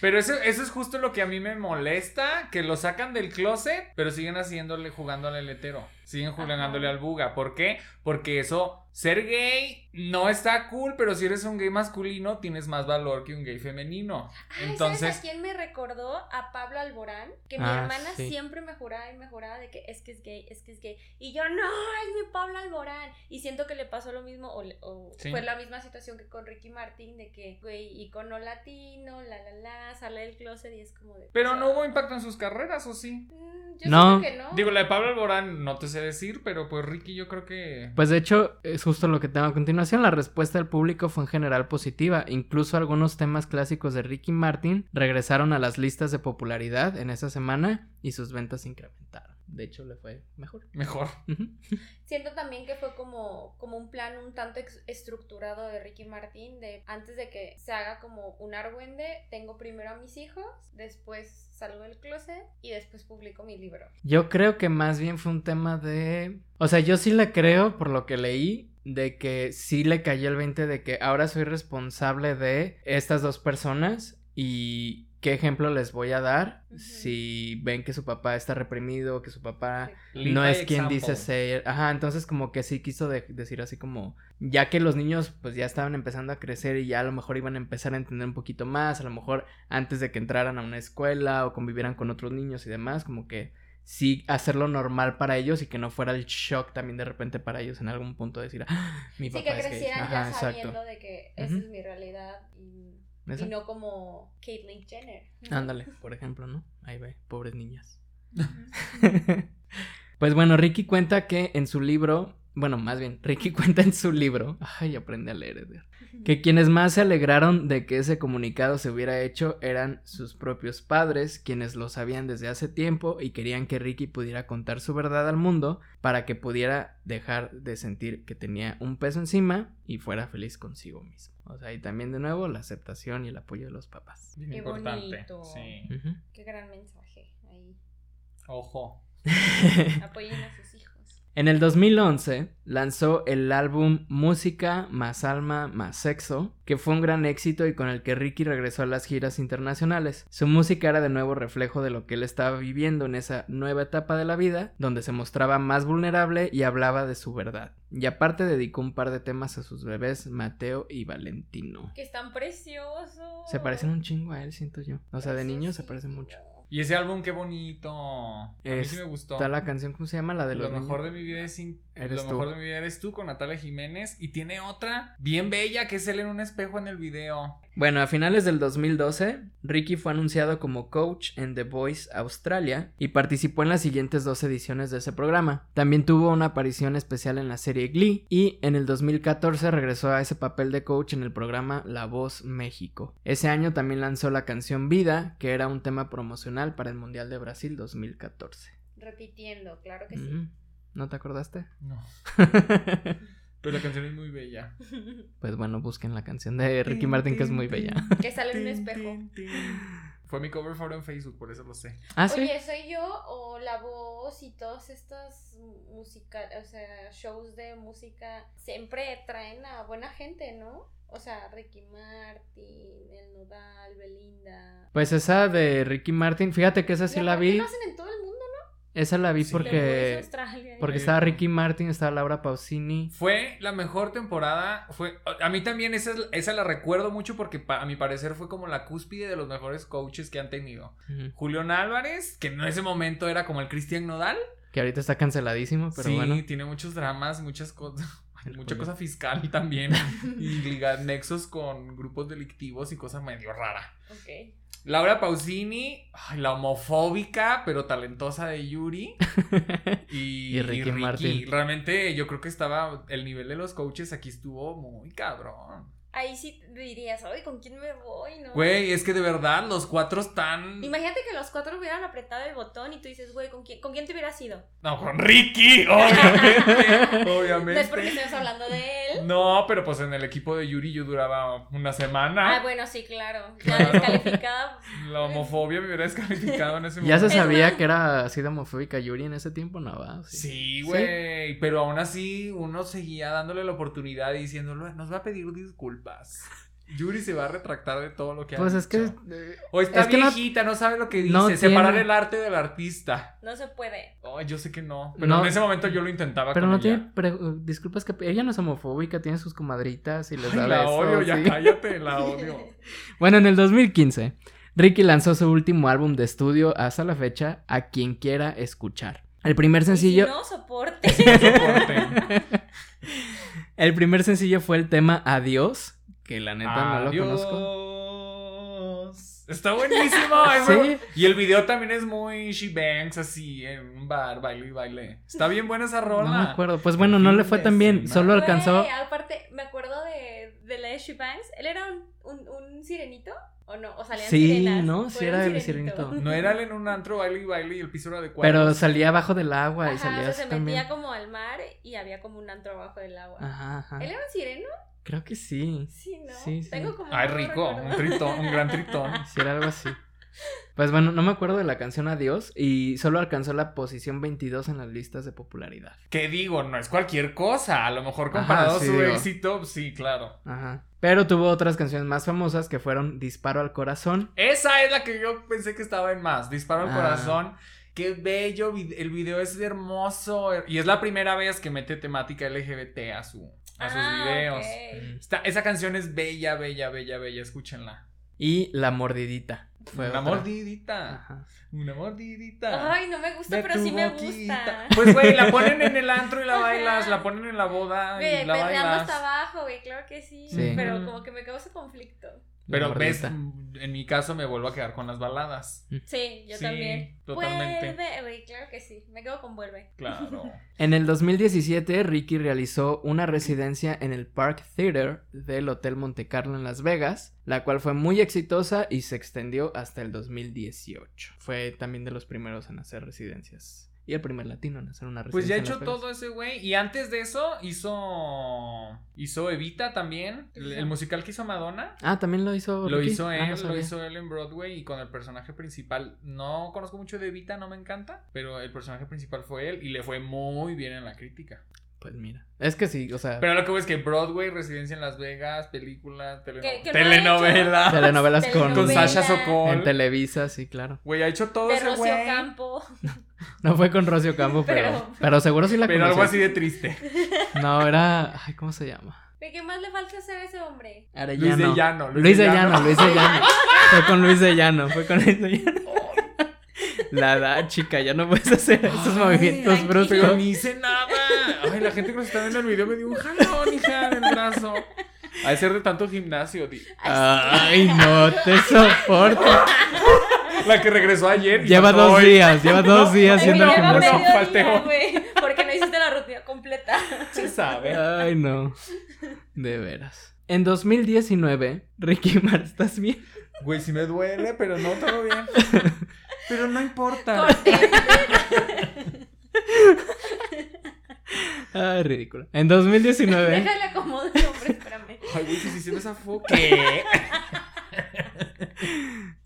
[SPEAKER 3] Pero eso, eso es justo lo que a mí me molesta, que lo sacan del closet, pero siguen haciéndole, jugándole al hetero. Siguen jugándole al buga. ¿Por qué? Porque eso, ser gay no está cool, pero si eres un gay masculino, tienes más valor que un gay femenino.
[SPEAKER 2] Ay, ¿sabes a
[SPEAKER 3] Entonces,
[SPEAKER 2] quién me recordó? A Pablo Alborán, que mi
[SPEAKER 1] Ah,
[SPEAKER 2] hermana
[SPEAKER 1] sí.
[SPEAKER 2] siempre me juraba y me juraba de que es que es gay, es que es gay. Y yo, no, es mi Pablo Alborán. Y siento que le pasó lo mismo, o, le- o
[SPEAKER 3] Sí.
[SPEAKER 2] fue la misma situación que con Ricky Martin, de que, güey, icono latino, la la la, sale del closet y es como de.
[SPEAKER 3] pero no hubo impacto en sus carreras, ¿o sí?
[SPEAKER 2] Mm, Yo
[SPEAKER 1] No.
[SPEAKER 2] siento que no.
[SPEAKER 3] Digo, la de Pablo Alborán no te sé decir, pero pues Ricky yo creo que...
[SPEAKER 1] Pues de hecho, es justo lo que tengo a continuación. La respuesta del público fue en general positiva. Incluso algunos temas clásicos de Ricky Martin regresaron a las listas de popularidad en esa semana y sus ventas se incrementaron. De hecho, le fue mejor.
[SPEAKER 3] Mejor.
[SPEAKER 1] Ujú.
[SPEAKER 2] Siento también que fue como, como un plan un tanto ex- estructurado de Ricky Martin, de antes de que se haga como un argüende, tengo primero a mis hijos, después salgo del closet y después publico mi libro.
[SPEAKER 1] Yo creo que más bien fue un tema de... O sea, yo sí le creo, por lo que leí, de que sí le cayó el 20 de que ahora soy responsable de estas dos personas y qué ejemplo les voy a dar
[SPEAKER 2] Ujú.
[SPEAKER 1] si ven que su papá está reprimido, que su papá no
[SPEAKER 3] Levi
[SPEAKER 1] es quien
[SPEAKER 3] example.
[SPEAKER 1] dice ser. Ajá, entonces como que sí quiso de- decir así como, ya que los niños pues ya estaban empezando a crecer y ya a lo mejor iban a empezar a entender un poquito más, a lo mejor antes de que entraran a una escuela o convivieran con otros niños y demás, como que sí hacerlo normal para ellos y que no fuera el shock también de repente para ellos en algún punto decir, "Ah, mi
[SPEAKER 2] Sí,
[SPEAKER 1] papá
[SPEAKER 2] que
[SPEAKER 1] es gay".
[SPEAKER 2] crecieran
[SPEAKER 1] Ajá,
[SPEAKER 2] ya sabiendo de que esa
[SPEAKER 1] Ujú.
[SPEAKER 2] es mi realidad y, y
[SPEAKER 1] Exacto.
[SPEAKER 2] no como Caitlyn Jenner.
[SPEAKER 1] Ándale, por ejemplo, ¿no? Ahí ve, pobres niñas. pues bueno, Ricky cuenta que en su libro, bueno, más bien, Ricky cuenta en su libro, ay, aprende a leer, Edgar, que quienes más se alegraron de que ese comunicado se hubiera hecho eran sus propios padres, quienes lo sabían desde hace tiempo y querían que Ricky pudiera contar su verdad al mundo para que pudiera dejar de sentir que tenía un peso encima y fuera feliz consigo mismo. O sea, y también de nuevo la aceptación y el apoyo de los papás.
[SPEAKER 3] Bien
[SPEAKER 2] Qué
[SPEAKER 3] importante.
[SPEAKER 2] bonito.
[SPEAKER 3] Sí.
[SPEAKER 1] Ujú.
[SPEAKER 2] Qué gran mensaje ahí.
[SPEAKER 3] Ojo.
[SPEAKER 2] Apoyen a sus hijos.
[SPEAKER 1] En el 2011 lanzó el álbum Música más Alma más Sexo, que fue un gran éxito y con el que Ricky regresó a las giras internacionales. Su música era de nuevo reflejo de lo que él estaba viviendo en esa nueva etapa de la vida, donde se mostraba más vulnerable y hablaba de su verdad. Y aparte dedicó un par de temas a sus bebés Mateo y Valentino.
[SPEAKER 2] Que están preciosos.
[SPEAKER 1] Se parecen un chingo a él, siento yo. O sea, de niño se parecen mucho.
[SPEAKER 3] Y ese álbum, qué bonito. A mí sí me gustó.
[SPEAKER 1] Está la canción, ¿cómo se llama? La de
[SPEAKER 3] lo
[SPEAKER 1] los niños.
[SPEAKER 3] mejor de mi vida es, in-
[SPEAKER 1] Eres tú.
[SPEAKER 3] lo mejor de mi vida eres tú con Natalia Jiménez. Y tiene otra bien bella que es él en un espejo en el video.
[SPEAKER 1] Bueno, a finales del 2012, Ricky fue anunciado como coach en The Voice Australia y participó en las siguientes dos ediciones de ese programa. También tuvo una aparición especial en la serie Glee y en el 2014 regresó a ese papel de coach en el programa La Voz México. Ese año también lanzó la canción Vida, que era un tema promocional para el Mundial de Brasil 2014.
[SPEAKER 2] Repitiendo, claro que
[SPEAKER 1] Ujú. Mm, ¿No te acordaste?
[SPEAKER 3] No. Pero la canción es muy bella.
[SPEAKER 2] sí.
[SPEAKER 1] pues bueno, busquen la canción de Ricky Martin que es muy bella.
[SPEAKER 2] que sale en un
[SPEAKER 3] Tin,
[SPEAKER 2] espejo.
[SPEAKER 3] tin, tin. Fue mi cover photo en Facebook, por eso lo sé.
[SPEAKER 1] Ah, sí.
[SPEAKER 2] Oye, ¿soy yo o la voz y todos estos musical, o sea, shows de música siempre traen a buena gente, ¿no? O sea, Ricky Martin, El Nodal, Belinda.
[SPEAKER 1] Pues esa de Ricky Martin, fíjate que esa sí
[SPEAKER 2] Y
[SPEAKER 1] la
[SPEAKER 2] aparte
[SPEAKER 1] vi.
[SPEAKER 2] Lo hacen en todo el mundo, ¿no?
[SPEAKER 1] Esa la vi
[SPEAKER 3] Sí.
[SPEAKER 2] Pero es
[SPEAKER 1] porque
[SPEAKER 2] Australia.
[SPEAKER 1] porque
[SPEAKER 3] Sí.
[SPEAKER 1] estaba Ricky Martin, estaba Laura Pausini.
[SPEAKER 3] Fue la mejor temporada. Fue, a mí también esa, es- esa la recuerdo mucho porque pa- a mi parecer fue como la cúspide de los mejores coaches que han tenido.
[SPEAKER 1] Ujú.
[SPEAKER 3] Julián Álvarez, que en ese momento era como el Cristian Nodal.
[SPEAKER 1] Que ahorita está canceladísimo, pero
[SPEAKER 3] sí,
[SPEAKER 1] bueno. Pues
[SPEAKER 3] tiene muchos dramas, muchas cosas.
[SPEAKER 1] El
[SPEAKER 3] Mucha
[SPEAKER 1] Julián.
[SPEAKER 3] cosa fiscal también. y liga- nexos con grupos delictivos y cosa medio rara.
[SPEAKER 2] Ok.
[SPEAKER 3] Laura Pausini, ay, la homofóbica pero talentosa de Yuri. Y,
[SPEAKER 1] Y Ricky Martin.
[SPEAKER 3] Realmente yo creo que estaba, el nivel de los coaches aquí estuvo muy cabrón.
[SPEAKER 2] Ahí sí dirías, ay, ¿con quién me voy? No.
[SPEAKER 3] Güey, es que de verdad los cuatro están...
[SPEAKER 2] Imagínate que los cuatro hubieran apretado el botón y tú dices, güey, ¿con quién, ¿con quién te hubieras ido?
[SPEAKER 3] No, con Ricky,
[SPEAKER 2] No
[SPEAKER 3] obviamente.
[SPEAKER 2] es porque
[SPEAKER 3] obviamente.
[SPEAKER 2] estemos hablando de él.
[SPEAKER 3] No, pero pues en el equipo de Yuri yo duraba una
[SPEAKER 2] Ah,
[SPEAKER 3] semana.
[SPEAKER 2] bueno, sí, claro. Ya
[SPEAKER 3] Claro.
[SPEAKER 2] descalificada.
[SPEAKER 3] La homofobia me hubiera descalificado en ese
[SPEAKER 1] Ya
[SPEAKER 3] momento.
[SPEAKER 1] se
[SPEAKER 2] Es
[SPEAKER 1] sabía
[SPEAKER 2] más-
[SPEAKER 1] que era así de homofóbica Yuri en ese tiempo, no Ah, va.
[SPEAKER 3] Sí, güey. Pero aún así uno seguía dándole la oportunidad y diciéndolo, nos va a pedir disculpas. Yuri se va a retractar de todo lo que ha
[SPEAKER 1] Pues es que
[SPEAKER 3] dicho". O está
[SPEAKER 1] es que no-
[SPEAKER 3] viejita, no, sabe lo que dice.
[SPEAKER 1] no
[SPEAKER 3] Separar
[SPEAKER 1] tiene-
[SPEAKER 3] el arte del artista.
[SPEAKER 2] No se puede.
[SPEAKER 3] Ay, yo sé que no. Pero
[SPEAKER 1] No.
[SPEAKER 3] en ese momento yo lo intentaba
[SPEAKER 1] pero
[SPEAKER 3] con
[SPEAKER 1] no
[SPEAKER 3] ella.
[SPEAKER 1] tiene pre- eh, disculpas que ella no es homofóbica, tiene sus comadritas y les
[SPEAKER 3] Ay,
[SPEAKER 1] da
[SPEAKER 3] la
[SPEAKER 1] besos,
[SPEAKER 3] odio, ya
[SPEAKER 1] sí.
[SPEAKER 3] cállate, la odio.
[SPEAKER 1] Bueno, en el 2015, Ricky lanzó su último álbum de estudio hasta la fecha, A quien quiera escuchar. El primer sencillo
[SPEAKER 2] Y si no soporte.
[SPEAKER 3] Soporten.
[SPEAKER 1] El primer sencillo fue el tema Adiós, que la neta no lo
[SPEAKER 3] Adiós.
[SPEAKER 1] conozco.
[SPEAKER 3] Está buenísimo. es
[SPEAKER 1] Sí.
[SPEAKER 3] muy- Y el video también es muy She Banks, así, en un bar, baile y baile. Está bien buena esa rola.
[SPEAKER 1] No me acuerdo. Pues bueno, no le fue tan bien. Solo
[SPEAKER 2] Güey,
[SPEAKER 1] alcanzó.
[SPEAKER 2] aparte, me acuerdo de, de la de She Banks. ¿Él era un, un, un sirenito? ¿O no? ¿O salían
[SPEAKER 1] Sí,
[SPEAKER 2] sirenas?
[SPEAKER 1] ¿no?
[SPEAKER 2] ¿O
[SPEAKER 1] Sí
[SPEAKER 2] era
[SPEAKER 1] era
[SPEAKER 2] un
[SPEAKER 1] el sirenito.
[SPEAKER 3] No era él en un antro, baile y baile y el piso era de cuatro.
[SPEAKER 1] Pero salía abajo del agua y
[SPEAKER 2] Ajá,
[SPEAKER 1] salía
[SPEAKER 2] o sea,
[SPEAKER 1] así
[SPEAKER 2] se
[SPEAKER 1] también.
[SPEAKER 2] metía como al mar y había como un antro abajo del agua.
[SPEAKER 1] Ajá, ajá.
[SPEAKER 2] ¿Él era un sireno?
[SPEAKER 1] Creo que sí.
[SPEAKER 2] Sí, ¿no?
[SPEAKER 1] Sí, sí.
[SPEAKER 2] Tengo como...
[SPEAKER 3] Ay,
[SPEAKER 2] no
[SPEAKER 3] rico,
[SPEAKER 2] recuerdo.
[SPEAKER 3] un tritón, un gran tritón.
[SPEAKER 1] Sí, era algo así. Pues bueno, no me acuerdo de la canción Adiós y solo alcanzó la posición 22 en las listas de popularidad.
[SPEAKER 3] ¿Qué digo? No es cualquier cosa. A lo mejor
[SPEAKER 1] Ajá,
[SPEAKER 3] comparado a
[SPEAKER 1] sí,
[SPEAKER 3] su
[SPEAKER 1] digo.
[SPEAKER 3] éxito, sí, claro.
[SPEAKER 1] Ajá. Pero tuvo otras canciones más famosas que fueron Disparo al Corazón.
[SPEAKER 3] Esa es la que yo pensé que estaba en más. Disparo al
[SPEAKER 1] Ah.
[SPEAKER 3] corazón. Qué bello. vid- El video es hermoso. Y es la primera vez que mete temática LGBT a, su, a sus
[SPEAKER 2] Ah,
[SPEAKER 3] videos.
[SPEAKER 2] ok.
[SPEAKER 3] Está- esa canción es bella, bella, bella, bella. Escúchenla.
[SPEAKER 1] Y La Mordidita. Fue
[SPEAKER 3] una
[SPEAKER 1] otra.
[SPEAKER 3] mordidita.
[SPEAKER 1] Ajá.
[SPEAKER 3] Una mordidita.
[SPEAKER 2] Ay, no me gusta,
[SPEAKER 3] de
[SPEAKER 2] pero
[SPEAKER 3] tu
[SPEAKER 2] sí me
[SPEAKER 3] boquita.
[SPEAKER 2] gusta.
[SPEAKER 3] Pues, güey, la ponen en el antro y la
[SPEAKER 2] Ajá.
[SPEAKER 3] bailas. La ponen en la boda y
[SPEAKER 2] Güey,
[SPEAKER 3] la Mm.
[SPEAKER 2] perreando
[SPEAKER 3] bailas.
[SPEAKER 2] hasta abajo, güey, claro que sí,
[SPEAKER 1] Sí.
[SPEAKER 2] Pero como que me causa conflicto.
[SPEAKER 1] La
[SPEAKER 3] Pero ves,
[SPEAKER 1] Mordidita.
[SPEAKER 3] en mi caso me vuelvo a quedar con las baladas.
[SPEAKER 2] Sí, yo
[SPEAKER 3] Sí,
[SPEAKER 2] también.
[SPEAKER 3] totalmente.
[SPEAKER 2] Vuelve, güey, claro que sí. Me quedo con vuelve.
[SPEAKER 3] Claro.
[SPEAKER 1] En el 2017, Ricky realizó una residencia en el Park Theater del Hotel Monte Carlo en Las Vegas, la cual fue muy exitosa y se extendió hasta el 2018. Fue también de los primeros en hacer residencias. Y el primer latino en hacer una residencia.
[SPEAKER 3] Pues ya ha
[SPEAKER 1] en
[SPEAKER 3] hecho
[SPEAKER 1] Las Vegas.
[SPEAKER 3] todo ese güey. Y antes de eso hizo. Hizo Evita también. El, el musical que hizo Madonna.
[SPEAKER 1] Ah, también lo hizo.
[SPEAKER 3] Lo
[SPEAKER 1] Ricky?
[SPEAKER 3] hizo
[SPEAKER 1] Ah,
[SPEAKER 3] él,
[SPEAKER 1] no
[SPEAKER 3] lo
[SPEAKER 1] sabía.
[SPEAKER 3] hizo él en Broadway y con el personaje principal. No conozco mucho de Evita, no me encanta. Pero el personaje principal fue él y le fue muy bien en la crítica.
[SPEAKER 1] Pues mira. Es que sí, o sea.
[SPEAKER 3] Pero lo que veo es que Broadway, residencia en Las Vegas, película,
[SPEAKER 2] Que-
[SPEAKER 3] telenovela.
[SPEAKER 2] que lo ha
[SPEAKER 3] telenovela.
[SPEAKER 1] Telenovelas con,
[SPEAKER 3] Con Sasha
[SPEAKER 1] En
[SPEAKER 3] Sokol.
[SPEAKER 1] Televisa, sí, claro.
[SPEAKER 3] Güey, ha hecho todo
[SPEAKER 2] De
[SPEAKER 3] ese
[SPEAKER 2] Rocío
[SPEAKER 3] güey.
[SPEAKER 2] Campo.
[SPEAKER 1] No fue con Rocío Campo, pero, pero.
[SPEAKER 2] Pero-
[SPEAKER 1] seguro sí la
[SPEAKER 3] Pero algo así
[SPEAKER 1] conoció.
[SPEAKER 3] de triste.
[SPEAKER 1] No, era. Ay, ¿cómo se llama?
[SPEAKER 2] Güey, ¿Qué más le falta hacer a ese hombre?
[SPEAKER 3] Luis de Llano.
[SPEAKER 1] Luis de Llano, Luis de Llano. Fue con Luis de Llano, fue con Luis de Llano. La da, chica, ya no puedes hacer esos movimientos
[SPEAKER 2] tranqui.
[SPEAKER 3] Pero
[SPEAKER 1] bruscos.
[SPEAKER 3] ni hice nada. Ay, la gente que nos está viendo el video me dio un jalón, hija, del brazo. Ha de ser de tanto gimnasio, di-
[SPEAKER 1] Ay, no te soporto.
[SPEAKER 3] La que regresó ayer. y
[SPEAKER 1] Lleva
[SPEAKER 3] faltó
[SPEAKER 1] dos
[SPEAKER 3] hoy.
[SPEAKER 1] días, lleva dos días
[SPEAKER 2] Ay, güey,
[SPEAKER 1] haciendo el
[SPEAKER 3] no,
[SPEAKER 2] lleva
[SPEAKER 1] gimnasio.
[SPEAKER 3] no,
[SPEAKER 2] medio
[SPEAKER 3] falté
[SPEAKER 2] día,
[SPEAKER 3] hoy.
[SPEAKER 2] güey, porque no hiciste la rutina completa.
[SPEAKER 3] Se sabe.
[SPEAKER 1] Ay, no. De veras. En 2019, Ricky Mar, ¿estás bien?
[SPEAKER 3] Güey, sí me duele, pero no todo bien. Pero no importa.
[SPEAKER 2] Corte.
[SPEAKER 1] Ay, ridículo. En 2019,
[SPEAKER 2] Déjale acomodo el hombre, espérame.
[SPEAKER 3] Ay, güey, si se me zafó. ¿Qué?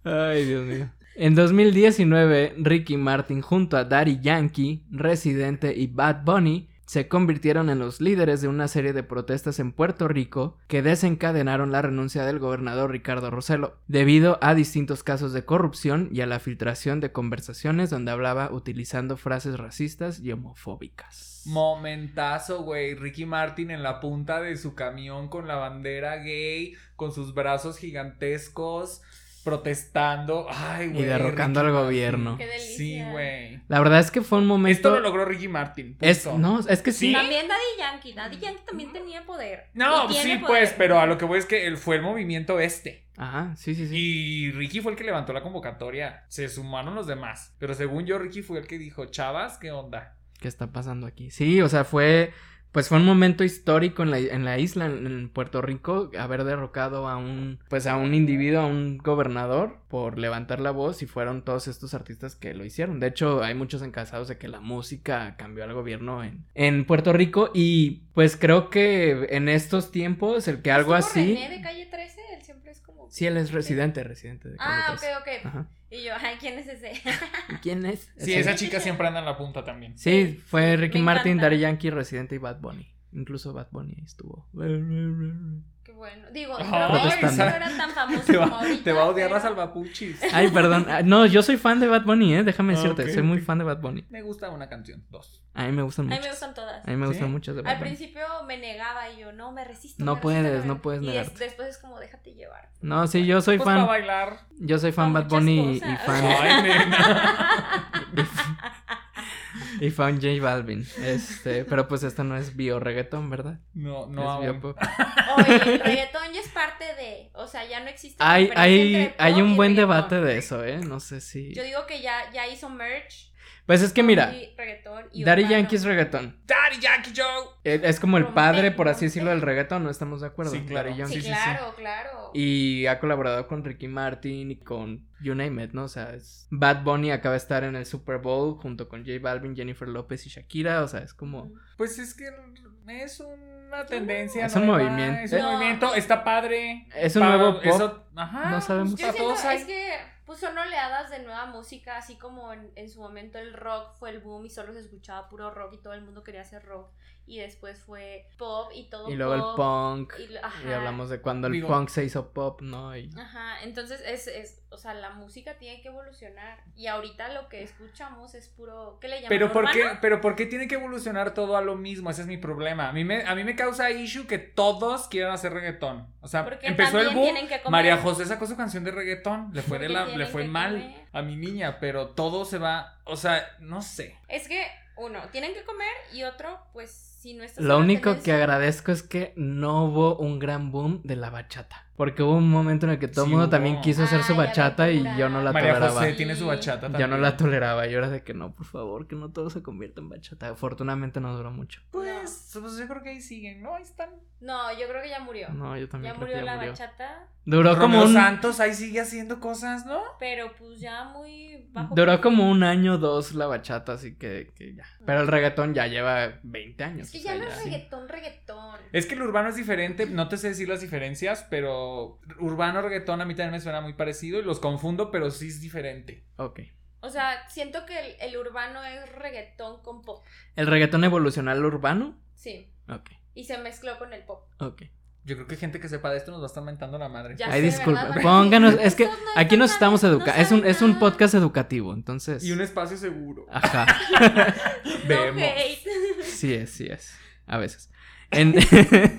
[SPEAKER 1] Ay, Dios mío. En 2019, Ricky Martin junto a Daddy Yankee, Residente y Bad Bunny se convirtieron en los líderes de una serie de protestas en Puerto Rico que desencadenaron la renuncia del gobernador Ricardo Rossello debido a distintos casos de corrupción y a la filtración de conversaciones donde hablaba utilizando frases racistas y homofóbicas.
[SPEAKER 3] Momentazo, güey. Ricky Martin en la punta de su camión con la bandera gay, con sus brazos gigantescos, protestando. Ay, güey.
[SPEAKER 1] Y derrocando
[SPEAKER 3] Ricky
[SPEAKER 1] al
[SPEAKER 3] Martin.
[SPEAKER 1] gobierno.
[SPEAKER 2] Qué delicia.
[SPEAKER 3] Sí, güey.
[SPEAKER 1] La verdad es que fue un momento...
[SPEAKER 3] Esto lo logró Ricky Martin. punto.
[SPEAKER 1] es, no, es que sí.
[SPEAKER 3] ¿Sí?
[SPEAKER 2] También Daddy Yankee. Daddy Yankee también tenía poder.
[SPEAKER 3] No,
[SPEAKER 2] Y tiene
[SPEAKER 3] sí,
[SPEAKER 2] poder.
[SPEAKER 3] pues, pero a lo que voy es que él fue el movimiento este.
[SPEAKER 1] Ajá, sí, sí, sí.
[SPEAKER 3] Y Ricky fue el que levantó la convocatoria. Se sumaron los demás. Pero según yo, Ricky fue el que dijo, chavas, ¿qué onda?
[SPEAKER 1] ¿Qué está pasando aquí? Sí, o sea, fue. Pues fue un momento histórico en la, en la isla, en, en Puerto Rico, haber derrocado a un, pues a un individuo, a un gobernador, por levantar la voz y fueron todos estos artistas que lo hicieron. De hecho, hay muchos encasados de que la música cambió al gobierno en, en Puerto Rico y pues creo que en estos tiempos el que algo
[SPEAKER 2] Estuvo
[SPEAKER 1] así...
[SPEAKER 2] René de calle 13, él siempre es como.
[SPEAKER 1] Sí, él es residente, residente de Calle
[SPEAKER 2] Ah,
[SPEAKER 1] 13.
[SPEAKER 2] ok, ok.
[SPEAKER 1] Ajá.
[SPEAKER 2] Y yo, ay, ¿quién es ese?
[SPEAKER 1] ¿Y quién es?
[SPEAKER 3] Sí, esa chica siempre anda en la punta también.
[SPEAKER 1] Sí, fue Ricky
[SPEAKER 2] Eh, Me
[SPEAKER 1] Martin,
[SPEAKER 2] encanta.
[SPEAKER 1] Daddy Yankee, Residente y Bad Bunny. Incluso Bad Bunny ahí estuvo.
[SPEAKER 2] Qué bueno. Digo,
[SPEAKER 3] Ay,
[SPEAKER 2] pero bueno,
[SPEAKER 1] protestando.
[SPEAKER 2] no era tan famoso
[SPEAKER 3] Te
[SPEAKER 2] como
[SPEAKER 3] va,
[SPEAKER 2] ahorita.
[SPEAKER 3] te va a odiar la
[SPEAKER 2] pero-
[SPEAKER 3] salvapuchis.
[SPEAKER 1] Ay, perdón. Ah, No, yo soy fan de Bad Bunny, ¿eh? Déjame
[SPEAKER 3] Ah,
[SPEAKER 1] decirte,
[SPEAKER 3] ok,
[SPEAKER 1] soy muy
[SPEAKER 3] ok.
[SPEAKER 1] fan de Bad Bunny.
[SPEAKER 3] Me gusta una canción, dos.
[SPEAKER 1] A mí me gustan
[SPEAKER 2] A
[SPEAKER 1] mucho.
[SPEAKER 2] mí me gustan todas.
[SPEAKER 1] A mí me
[SPEAKER 3] ¿Sí?
[SPEAKER 1] gustan muchas de Bad
[SPEAKER 2] Al
[SPEAKER 1] Bunny.
[SPEAKER 2] principio me negaba y yo, no, me resisto.
[SPEAKER 1] No
[SPEAKER 2] me resisto,
[SPEAKER 1] puedes,
[SPEAKER 2] me
[SPEAKER 1] no
[SPEAKER 2] re-
[SPEAKER 1] puedes
[SPEAKER 2] Y es-
[SPEAKER 1] negarte.
[SPEAKER 2] después es como, déjate llevar.
[SPEAKER 1] No, sí, yo soy
[SPEAKER 3] Pues para
[SPEAKER 1] fan.
[SPEAKER 3] bailar.
[SPEAKER 1] Yo soy fan
[SPEAKER 2] Pa'
[SPEAKER 1] Bad
[SPEAKER 2] muchas
[SPEAKER 1] Bunny y y
[SPEAKER 2] cosas.
[SPEAKER 1] fan,
[SPEAKER 3] Ay, nena.
[SPEAKER 1] y fan J Balvin. Este, pero pues esta no es bio reggaetón, ¿verdad?
[SPEAKER 3] No,
[SPEAKER 1] es
[SPEAKER 3] no aún.
[SPEAKER 1] biopop.
[SPEAKER 2] Oye, el reggaetón ya es parte de. O sea, ya no existe. la
[SPEAKER 1] Hay,
[SPEAKER 2] diferencia
[SPEAKER 1] hay,
[SPEAKER 2] entre pop
[SPEAKER 1] hay
[SPEAKER 2] y
[SPEAKER 1] un buen
[SPEAKER 2] reggaetón.
[SPEAKER 1] debate de eso, ¿eh? No sé si.
[SPEAKER 2] Yo digo que ya, ya hizo merch.
[SPEAKER 1] Pues es que mira,
[SPEAKER 2] y reggaetón y
[SPEAKER 1] Daddy
[SPEAKER 2] urbano.
[SPEAKER 1] Yankee es reggaetón.
[SPEAKER 3] Daddy Jackie Joe.
[SPEAKER 1] Eh, Es como el
[SPEAKER 2] Rompe,
[SPEAKER 1] padre, por así
[SPEAKER 2] rompe.
[SPEAKER 1] decirlo, del reggaetón, ¿no? Estamos de acuerdo.
[SPEAKER 3] Sí, claro.
[SPEAKER 1] Daddy Yankee,
[SPEAKER 2] Sí,
[SPEAKER 1] sí, sí.
[SPEAKER 2] claro, claro.
[SPEAKER 1] Y ha colaborado con Ricky Martin y con You Name It, ¿no? O sea, es- Bad Bunny acaba de estar en el Super Bowl junto con J Balvin, Jennifer López y Shakira. O sea, es como.
[SPEAKER 3] Pues es que es una tendencia.
[SPEAKER 1] Es un
[SPEAKER 3] nueva,
[SPEAKER 1] movimiento.
[SPEAKER 3] Es un
[SPEAKER 2] No.
[SPEAKER 3] movimiento, está padre.
[SPEAKER 1] Es un
[SPEAKER 3] Pa-
[SPEAKER 1] nuevo pop.
[SPEAKER 3] eso- ajá,
[SPEAKER 1] No
[SPEAKER 3] pues,
[SPEAKER 1] sabemos.
[SPEAKER 2] Yo
[SPEAKER 3] para
[SPEAKER 2] siento,
[SPEAKER 3] todos hay.
[SPEAKER 2] es que pues, son oleadas de nueva música, así como en, en su momento el rock fue el boom y solo se escuchaba puro rock y todo el mundo quería hacer rock. Y después fue pop y todo
[SPEAKER 1] Y luego el punk.
[SPEAKER 2] Y, lo-
[SPEAKER 1] Y
[SPEAKER 2] ajá, Ah,
[SPEAKER 1] hablamos de cuando el
[SPEAKER 3] Digo-
[SPEAKER 1] punk se hizo pop, ¿no? Y-
[SPEAKER 2] Ajá, entonces es, es, o sea, la música tiene que evolucionar. Y ahorita lo que escuchamos es puro, ¿qué le llaman?
[SPEAKER 3] Pero ¿por, qué,
[SPEAKER 2] ¿Urbano?
[SPEAKER 3] pero ¿por qué tiene que evolucionar todo a lo mismo? Ese es mi problema. A mí me, a mí me causa issue que todos quieran hacer reggaetón. O sea,
[SPEAKER 2] Porque
[SPEAKER 3] empezó el
[SPEAKER 2] también
[SPEAKER 3] boom.
[SPEAKER 2] tienen que comer.
[SPEAKER 3] María José sacó su canción de reggaetón. Le fue, de
[SPEAKER 2] Porque
[SPEAKER 3] la- le
[SPEAKER 2] tienen
[SPEAKER 3] fue
[SPEAKER 2] que
[SPEAKER 3] mal
[SPEAKER 2] comer.
[SPEAKER 3] a mi niña, pero todo se va. O sea, no sé.
[SPEAKER 2] Es que uno, tienen que comer y otro, pues si no estás en
[SPEAKER 1] Lo
[SPEAKER 2] la
[SPEAKER 1] único que
[SPEAKER 2] tendencia-
[SPEAKER 1] agradezco es que no hubo un gran boom de la bachata. Porque hubo un momento en el que todo el
[SPEAKER 3] Sí
[SPEAKER 1] mundo
[SPEAKER 3] hubo.
[SPEAKER 1] también quiso hacer su
[SPEAKER 2] Ay, la
[SPEAKER 1] bachata y
[SPEAKER 2] locura.
[SPEAKER 1] yo no la
[SPEAKER 3] María
[SPEAKER 1] toleraba.
[SPEAKER 3] José tiene su bachata
[SPEAKER 1] Yo
[SPEAKER 3] también.
[SPEAKER 1] no la toleraba, yo era de que no, por favor, que no todo se convierta en bachata. Afortunadamente no duró mucho.
[SPEAKER 3] Pues, pues yo creo que ahí siguen, ¿no? Ahí están.
[SPEAKER 2] No, yo creo que ya murió.
[SPEAKER 1] No, yo
[SPEAKER 2] ya
[SPEAKER 1] también creo
[SPEAKER 2] murió
[SPEAKER 1] que ya
[SPEAKER 2] la
[SPEAKER 1] murió.
[SPEAKER 2] bachata,
[SPEAKER 1] Duró
[SPEAKER 3] Romeo
[SPEAKER 1] como un
[SPEAKER 3] Santos ahí sigue haciendo cosas, ¿no?
[SPEAKER 2] pero pues ya muy bajo.
[SPEAKER 1] duró
[SPEAKER 2] perfil.
[SPEAKER 1] como un año dos la bachata, así que, que ya. Pero el reggaetón ya lleva 20 años.
[SPEAKER 2] Es que
[SPEAKER 1] o
[SPEAKER 2] ya
[SPEAKER 1] sea,
[SPEAKER 2] no es
[SPEAKER 1] ya.
[SPEAKER 2] reggaetón, reggaetón.
[SPEAKER 3] Es que el urbano es diferente, no te sé decir las diferencias, pero urbano, reggaetón a mí también me suena muy parecido y los confundo, pero sí es diferente.
[SPEAKER 1] Ok.
[SPEAKER 2] O sea, siento que el, el urbano es reggaetón con pop.
[SPEAKER 1] ¿El reggaetón evolucionó al urbano?
[SPEAKER 2] Sí.
[SPEAKER 1] Ok,
[SPEAKER 2] Y se mezcló con el pop.
[SPEAKER 1] ok.
[SPEAKER 3] Yo creo que gente que sepa de esto nos va a estar mentando la madre.
[SPEAKER 2] Ya
[SPEAKER 1] Ay,
[SPEAKER 2] sé,
[SPEAKER 1] disculpa.
[SPEAKER 2] ¿verdad?
[SPEAKER 1] Pónganos, es que
[SPEAKER 2] Ustedes no
[SPEAKER 1] aquí nos
[SPEAKER 2] están
[SPEAKER 1] estamos educando.
[SPEAKER 2] no
[SPEAKER 1] es, un,
[SPEAKER 2] saben
[SPEAKER 1] es un
[SPEAKER 2] nada.
[SPEAKER 1] podcast educativo, entonces.
[SPEAKER 3] Y un espacio seguro.
[SPEAKER 1] Ah. Ajá,
[SPEAKER 3] Vemos.
[SPEAKER 2] No hate.
[SPEAKER 1] sí es, sí es. A veces. En,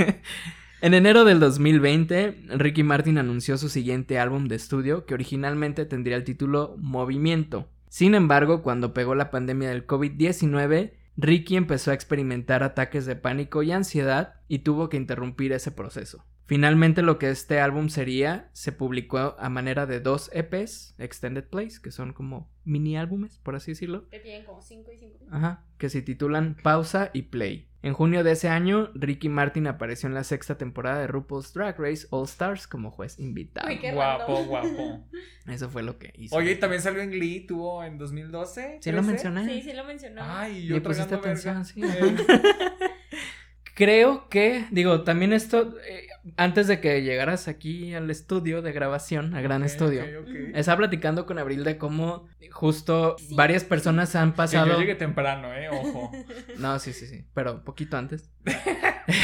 [SPEAKER 1] en enero del 2020, Ricky Martin anunció su siguiente álbum de estudio que originalmente tendría el título Movimiento. Sin embargo, cuando pegó la pandemia del COVID-19, Ricky empezó a experimentar ataques de pánico y ansiedad y tuvo que interrumpir ese proceso. Finalmente lo que este álbum sería se publicó a manera de dos EPs, Extended Plays, que son como mini álbumes, por así decirlo,
[SPEAKER 2] Que tienen como 5 y 5.
[SPEAKER 1] Ajá, que se titulan Pausa y Play. En junio de ese año, Ricky Martin apareció en la sexta temporada de RuPaul's Drag Race All Stars como juez invitado.
[SPEAKER 2] Uy, Qué
[SPEAKER 3] Guapo,
[SPEAKER 2] random.
[SPEAKER 3] guapo.
[SPEAKER 1] Eso fue lo que hizo.
[SPEAKER 3] Oye, y también salió en Glee, tuvo en 2012.
[SPEAKER 1] Sí lo
[SPEAKER 3] 13.
[SPEAKER 1] mencioné.
[SPEAKER 2] Sí, sí lo mencionó.
[SPEAKER 3] Ah. Ay, yo
[SPEAKER 1] Le pusiste
[SPEAKER 3] tragando verga.
[SPEAKER 1] atención, sí.
[SPEAKER 3] Eh,
[SPEAKER 1] Creo que, digo, también esto, eh, antes de que llegaras aquí al estudio de grabación, a Gran
[SPEAKER 3] ok,
[SPEAKER 1] Estudio,
[SPEAKER 3] ok, ok.
[SPEAKER 1] estaba platicando con Abril de cómo justo
[SPEAKER 2] Sí.
[SPEAKER 1] varias personas han
[SPEAKER 3] Que
[SPEAKER 1] pasado...
[SPEAKER 3] Yo llegué temprano, eh, ojo.
[SPEAKER 1] No, sí, sí, sí, pero poquito antes.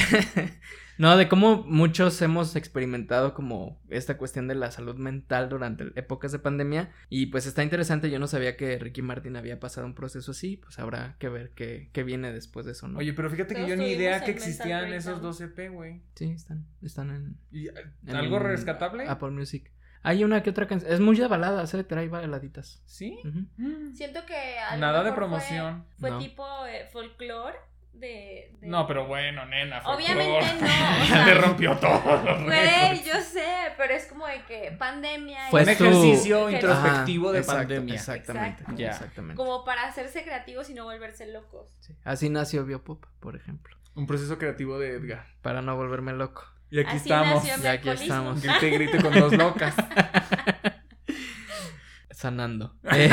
[SPEAKER 1] no, de cómo muchos hemos experimentado como esta cuestión de la salud mental durante épocas de pandemia y pues está interesante, yo no sabía que Ricky Martin había pasado un proceso así, pues habrá que ver qué, qué viene después de eso, ¿no?
[SPEAKER 3] Oye, pero fíjate que
[SPEAKER 2] Todos
[SPEAKER 3] yo ni idea
[SPEAKER 2] tuvimos
[SPEAKER 3] que
[SPEAKER 2] el mental
[SPEAKER 3] existían
[SPEAKER 2] breakdown.
[SPEAKER 3] esos dos EP, güey.
[SPEAKER 1] Sí, están, están en...
[SPEAKER 3] Y, eh,
[SPEAKER 1] en
[SPEAKER 3] ¿Algo rescatable?
[SPEAKER 1] Apple Music. Hay una que otra canción, es muy de baladas, ¿eh? Trae baladitas.
[SPEAKER 3] ¿Sí?
[SPEAKER 1] Ujú.
[SPEAKER 2] Siento que. Mm. a lo
[SPEAKER 3] Nada de
[SPEAKER 2] mejor
[SPEAKER 3] promoción.
[SPEAKER 2] Fue, fue
[SPEAKER 1] No.
[SPEAKER 2] tipo eh, folclore de, de-
[SPEAKER 3] No, pero bueno, nena. fue
[SPEAKER 2] Obviamente
[SPEAKER 3] flor.
[SPEAKER 2] no, o sea.
[SPEAKER 3] Te rompió todo. los récords.
[SPEAKER 2] Güey, yo sé, pero es como de que pandemia. y-
[SPEAKER 1] Fue
[SPEAKER 3] Un
[SPEAKER 1] su-
[SPEAKER 3] ejercicio
[SPEAKER 2] Ajá,
[SPEAKER 3] introspectivo de
[SPEAKER 1] exacto,
[SPEAKER 3] pandemia.
[SPEAKER 1] Exactamente.
[SPEAKER 2] Exacto.
[SPEAKER 3] Ya.
[SPEAKER 1] Exactamente.
[SPEAKER 2] Como para hacerse creativos y no volverse locos.
[SPEAKER 1] Sí. Así nació Biopop, por ejemplo.
[SPEAKER 3] Un proceso creativo de Edgar.
[SPEAKER 1] Para no volverme loco.
[SPEAKER 3] Y aquí
[SPEAKER 2] Así
[SPEAKER 3] estamos.
[SPEAKER 2] nació mi
[SPEAKER 1] ya aquí
[SPEAKER 2] alcoholismo.
[SPEAKER 1] estamos.
[SPEAKER 3] Grite, y grite con dos locas.
[SPEAKER 1] Sanando. Eh.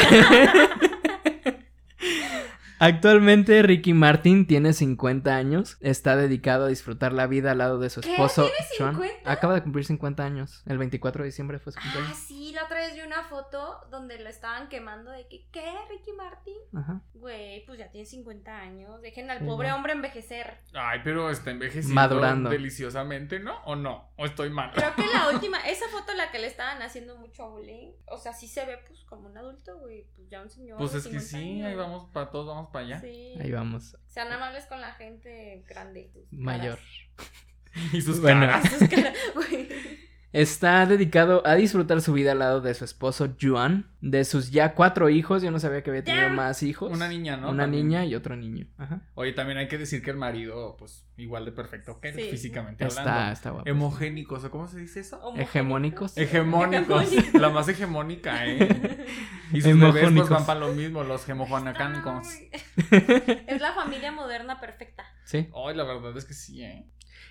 [SPEAKER 1] Actualmente Ricky Martin tiene 50 años, está dedicado a disfrutar la vida al lado de su
[SPEAKER 2] ¿Qué?
[SPEAKER 1] esposo
[SPEAKER 2] ¿Tiene
[SPEAKER 1] Sean.
[SPEAKER 2] 50?
[SPEAKER 1] Acaba de cumplir 50 años, el 24 de diciembre fue su
[SPEAKER 2] Ah,
[SPEAKER 1] cumpleaños.
[SPEAKER 2] sí, la otra vez vi una foto donde lo estaban quemando de que, ¿qué? Ricky Martin.
[SPEAKER 1] Ajá.
[SPEAKER 2] Güey, pues ya tiene 50 años. Dejen al
[SPEAKER 1] Sí,
[SPEAKER 2] pobre
[SPEAKER 1] no.
[SPEAKER 2] hombre envejecer.
[SPEAKER 3] Ay, pero está envejeciendo
[SPEAKER 1] Madurando.
[SPEAKER 3] deliciosamente, ¿no? ¿O no? ¿O estoy mal?
[SPEAKER 2] Creo que la última, esa foto la que le estaban haciendo mucho bullying. O sea, sí se ve pues como un adulto, güey. Pues ya un señor.
[SPEAKER 3] Pues
[SPEAKER 2] de
[SPEAKER 3] es que
[SPEAKER 2] 50
[SPEAKER 3] sí,
[SPEAKER 2] años.
[SPEAKER 3] ahí vamos, para todos vamos para allá.
[SPEAKER 2] Sí.
[SPEAKER 1] Ahí vamos.
[SPEAKER 2] Sean amables con la gente grande. sus
[SPEAKER 1] Mayor.
[SPEAKER 2] caras.
[SPEAKER 3] Y sus
[SPEAKER 1] Bueno.
[SPEAKER 3] caras.
[SPEAKER 2] Sus caras, güey.
[SPEAKER 1] Está dedicado a disfrutar su vida al lado de su esposo Juan, de sus ya cuatro hijos, yo no sabía que había tenido
[SPEAKER 2] Damn.
[SPEAKER 1] más hijos.
[SPEAKER 3] Una niña, ¿no?
[SPEAKER 1] Una
[SPEAKER 3] También.
[SPEAKER 1] niña y otro niño. Ajá.
[SPEAKER 3] Oye, también hay que decir que el marido, pues, igual de perfecto que él,
[SPEAKER 2] Sí. Oh,
[SPEAKER 3] físicamente
[SPEAKER 1] Está,
[SPEAKER 3] hablando.
[SPEAKER 1] está guapo.
[SPEAKER 3] Hemogénico, o sea, ¿cómo se dice eso?
[SPEAKER 2] Homogéneos.
[SPEAKER 1] Hegemónicos.
[SPEAKER 3] Hegemónicos.
[SPEAKER 2] Hegemónicos.
[SPEAKER 3] La más hegemónica, ¿eh? Y sus bebés
[SPEAKER 1] Hemogénicos.
[SPEAKER 3] pues, van para lo mismo, los
[SPEAKER 2] Ah,
[SPEAKER 3] hemojonacánicos.
[SPEAKER 2] güey. Es la familia moderna perfecta.
[SPEAKER 1] Sí.
[SPEAKER 3] Ay, la verdad es que sí, ¿eh?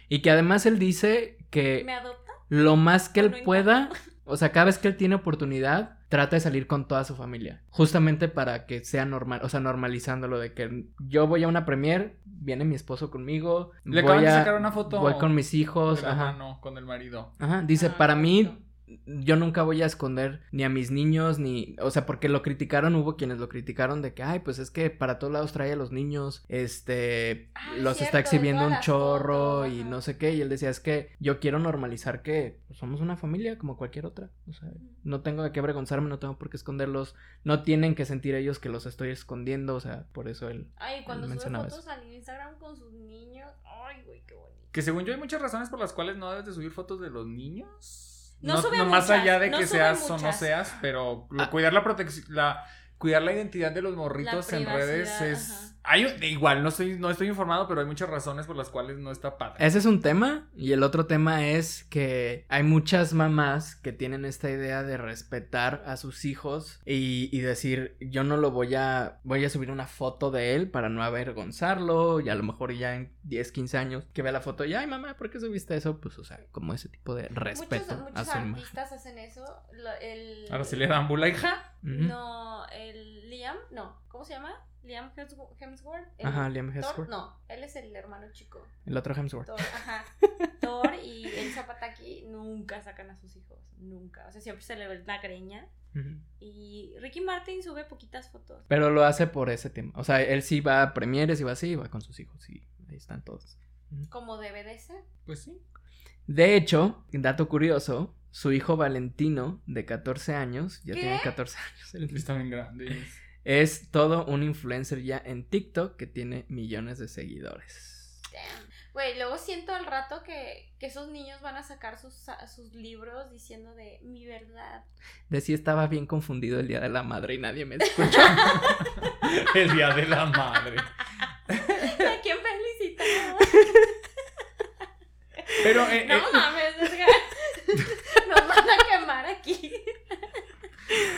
[SPEAKER 1] Y que además él dice que
[SPEAKER 2] ¿Me adopta?
[SPEAKER 1] lo más que
[SPEAKER 2] No,
[SPEAKER 1] él
[SPEAKER 2] no
[SPEAKER 1] pueda, o sea, cada vez que él tiene oportunidad, trata de salir con toda su familia, justamente para que sea normal, o sea, normalizándolo de que yo voy a una premier, viene mi esposo conmigo,
[SPEAKER 3] Le
[SPEAKER 1] voy
[SPEAKER 3] acaban de
[SPEAKER 1] a-
[SPEAKER 3] sacar una foto
[SPEAKER 1] voy con mis
[SPEAKER 3] de
[SPEAKER 1] hijos,
[SPEAKER 3] la
[SPEAKER 1] ajá.
[SPEAKER 3] mano con el marido.
[SPEAKER 1] Ajá, dice,
[SPEAKER 2] Ah,
[SPEAKER 1] para mí
[SPEAKER 2] perfecto.
[SPEAKER 1] yo nunca voy a esconder ni a mis niños ni, o sea, porque lo criticaron, hubo quienes lo criticaron de que, ay, pues es que para todos lados trae a los niños, este,
[SPEAKER 2] Ah,
[SPEAKER 1] los
[SPEAKER 2] cierto,
[SPEAKER 1] está
[SPEAKER 2] de
[SPEAKER 1] exhibiendo
[SPEAKER 2] todas
[SPEAKER 1] un
[SPEAKER 2] las
[SPEAKER 1] chorro
[SPEAKER 2] fotos,
[SPEAKER 1] y
[SPEAKER 2] ajá.
[SPEAKER 1] no sé qué, y él decía, es que yo quiero normalizar que pues, somos una familia como cualquier otra, o sea, no tengo de qué avergonzarme, no tengo por qué esconderlos, no tienen que sentir ellos que los estoy escondiendo, o sea, por eso él...
[SPEAKER 2] Ay, cuando sube
[SPEAKER 1] mencionaba
[SPEAKER 2] fotos al Instagram con sus niños. Ay, güey, qué bonito.
[SPEAKER 3] Que según yo hay muchas razones por las cuales no debes de subir fotos de los niños.
[SPEAKER 2] No sube
[SPEAKER 3] más
[SPEAKER 2] muchas,
[SPEAKER 3] allá de
[SPEAKER 2] no
[SPEAKER 3] que
[SPEAKER 2] sube
[SPEAKER 3] seas o no
[SPEAKER 2] muchas.
[SPEAKER 3] seas, pero lo-
[SPEAKER 1] Ah.
[SPEAKER 3] cuidar la protección, la cuidar la identidad de los morritos
[SPEAKER 2] La
[SPEAKER 3] en redes
[SPEAKER 2] privacidad,
[SPEAKER 3] es
[SPEAKER 2] ajá.
[SPEAKER 3] hay un- igual no estoy no estoy informado, pero hay muchas razones por las cuales no está padre.
[SPEAKER 1] Ese es un tema y el otro tema es que hay muchas mamás que tienen esta idea de respetar a sus hijos y, y decir yo no lo voy a voy a subir una foto de él para no avergonzarlo y a lo mejor ya en 10, 15 años que vea la foto y ay mamá, ¿por qué subiste eso? Pues o sea, como ese tipo de respeto a
[SPEAKER 2] muchos muchos
[SPEAKER 1] su imagen.
[SPEAKER 2] artistas hacen eso. Lo- el,
[SPEAKER 3] Ahora sí le dan bula, hija.
[SPEAKER 1] Ujú.
[SPEAKER 2] No, el Liam, no. ¿Cómo se llama? Liam Hemsworth. Hemsworth, el
[SPEAKER 1] Ajá, Liam
[SPEAKER 2] Thor,
[SPEAKER 1] Hemsworth.
[SPEAKER 2] No, él es el hermano chico.
[SPEAKER 1] El otro Hemsworth.
[SPEAKER 2] Thor, ajá. Thor y el Zapataki nunca sacan a sus hijos. Nunca. O sea, siempre se le ve la greña.
[SPEAKER 1] Ujú.
[SPEAKER 2] Y Ricky Martin sube poquitas fotos.
[SPEAKER 1] Pero lo hace por ese tema. O sea, él sí va a premieres y va así, y va con sus hijos y ahí están todos.
[SPEAKER 2] Como debe de ser.
[SPEAKER 3] Pues sí.
[SPEAKER 1] De hecho, dato curioso, su hijo Valentino, de 14 años, ya
[SPEAKER 2] ¿Qué?
[SPEAKER 1] tiene 14 años, el-
[SPEAKER 3] Está bien grande.
[SPEAKER 1] es todo un influencer ya en TikTok que tiene millones de seguidores.
[SPEAKER 2] Damn. Güey, luego siento al rato que, que esos niños van a sacar sus, a- sus libros diciendo de mi verdad.
[SPEAKER 1] De si estaba bien confundido el día de la madre y nadie me escuchó.
[SPEAKER 3] El día de la madre.
[SPEAKER 2] ¿A quién felicita?
[SPEAKER 3] Pero, eh, eh,
[SPEAKER 2] No mames, Edgar. Nos van a quemar aquí.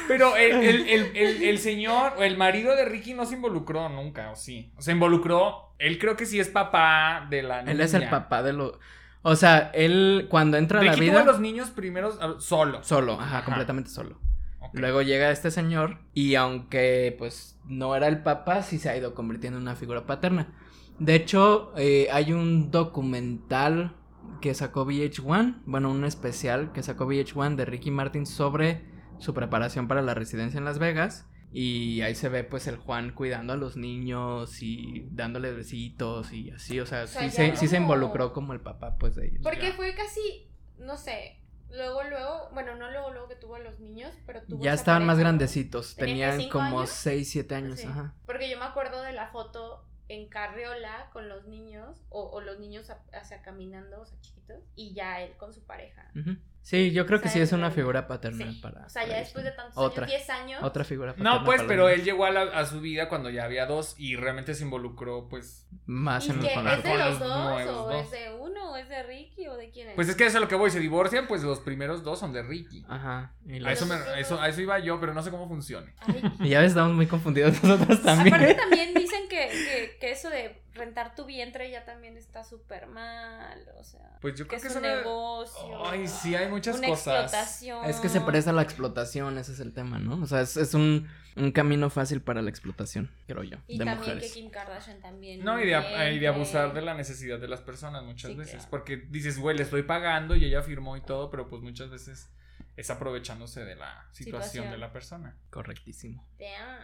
[SPEAKER 3] pero el, el- el- el- el señor o el marido de Ricky no se involucró nunca, ¿o sí? Se involucró. Él creo que sí es papá de la niña.
[SPEAKER 1] él es el papá de lo. O sea, él cuando entra a la
[SPEAKER 3] Ricky tuvo
[SPEAKER 1] vida.
[SPEAKER 3] a los niños primeros ah, solo.
[SPEAKER 1] Solo, ajá,
[SPEAKER 3] Ajá.
[SPEAKER 1] completamente solo.
[SPEAKER 3] Ok.
[SPEAKER 1] Luego llega este señor y aunque pues no era el papá, sí se ha ido convirtiendo en una figura paterna. De hecho, eh, hay un documental que sacó VH1, bueno, un especial que sacó VH1 de Ricky Martin sobre su preparación para la residencia en Las Vegas. Y ahí se ve pues el Juan cuidando a los niños y dándole besitos y así, o sea,
[SPEAKER 2] sea,
[SPEAKER 1] sí,
[SPEAKER 2] ya
[SPEAKER 1] se, sí se
[SPEAKER 2] como-
[SPEAKER 1] involucró como el papá pues de ellos.
[SPEAKER 2] Porque
[SPEAKER 3] Ya.
[SPEAKER 2] fue casi, no sé, luego, luego, bueno, no luego, luego que tuvo a los niños, pero tuvo.
[SPEAKER 1] Ya
[SPEAKER 2] esa
[SPEAKER 1] estaban más
[SPEAKER 2] pareja.
[SPEAKER 1] grandecitos,
[SPEAKER 2] ¿Tenían que
[SPEAKER 1] tenían
[SPEAKER 2] cinco
[SPEAKER 1] como
[SPEAKER 2] años?
[SPEAKER 1] 6, 7 años,
[SPEAKER 2] Sí.
[SPEAKER 1] ajá.
[SPEAKER 2] Porque yo me acuerdo de la foto en Carriola con los niños, o, o los niños, a- o sea, caminando, o sea, chiquitos, y ya él con su pareja.
[SPEAKER 1] Ujú. Sí, yo creo
[SPEAKER 2] O
[SPEAKER 1] que
[SPEAKER 2] sea,
[SPEAKER 1] sí es una
[SPEAKER 2] él-
[SPEAKER 1] figura paterna
[SPEAKER 2] Sí.
[SPEAKER 1] para.
[SPEAKER 2] o sea, ya
[SPEAKER 1] para
[SPEAKER 2] después de
[SPEAKER 1] ellos,
[SPEAKER 2] tantos
[SPEAKER 1] ¿no? otra,
[SPEAKER 2] años, 10 años.
[SPEAKER 1] Otra figura paterna.
[SPEAKER 3] No, pues,
[SPEAKER 1] para
[SPEAKER 3] pero
[SPEAKER 1] los
[SPEAKER 3] él llegó a, la- a su vida cuando ya había dos y realmente se involucró, pues.
[SPEAKER 1] niños. Más
[SPEAKER 2] ¿Y
[SPEAKER 1] en
[SPEAKER 2] qué?
[SPEAKER 1] con
[SPEAKER 2] ¿Es
[SPEAKER 1] los-
[SPEAKER 2] de
[SPEAKER 3] Con
[SPEAKER 2] los
[SPEAKER 3] los
[SPEAKER 2] dos?
[SPEAKER 3] nuevos
[SPEAKER 2] ¿O
[SPEAKER 3] dos.
[SPEAKER 2] es de uno? ¿O es de Ricky? ¿O de quién es?
[SPEAKER 3] Pues es que eso es lo que voy, se divorcian, pues los primeros dos son de Ricky.
[SPEAKER 1] Ajá. Ah, Y,
[SPEAKER 3] A
[SPEAKER 1] los-
[SPEAKER 3] eso, me- a eso, a eso iba yo, pero no sé cómo funcione.
[SPEAKER 2] Ay,
[SPEAKER 1] y ya estamos muy confundidos nosotros también.
[SPEAKER 2] Aparte también dicen que, que, que eso de rentar tu vientre ya también está súper mal, o sea,
[SPEAKER 3] Pues yo
[SPEAKER 2] que
[SPEAKER 3] creo
[SPEAKER 2] es
[SPEAKER 3] que
[SPEAKER 2] un
[SPEAKER 3] eso me-
[SPEAKER 2] negocio.
[SPEAKER 3] Ay, sí, hay muchas
[SPEAKER 2] una
[SPEAKER 3] cosas.
[SPEAKER 2] explotación.
[SPEAKER 1] Es que se presta a la explotación, ese es el tema, ¿no? O sea, es, es un, un camino fácil para la explotación, creo yo,
[SPEAKER 2] Y
[SPEAKER 1] de
[SPEAKER 2] también
[SPEAKER 1] mujeres.
[SPEAKER 2] que Kim Kardashian también.
[SPEAKER 3] No, y de,
[SPEAKER 2] vientre.
[SPEAKER 3] y de abusar de la necesidad de las personas muchas
[SPEAKER 2] Sí,
[SPEAKER 3] veces.
[SPEAKER 2] claro.
[SPEAKER 3] Porque dices, güey, le estoy pagando y ella firmó y todo, pero pues muchas veces es aprovechándose de la situación,
[SPEAKER 2] Situación.
[SPEAKER 3] de la persona.
[SPEAKER 1] Correctísimo.
[SPEAKER 2] Damn,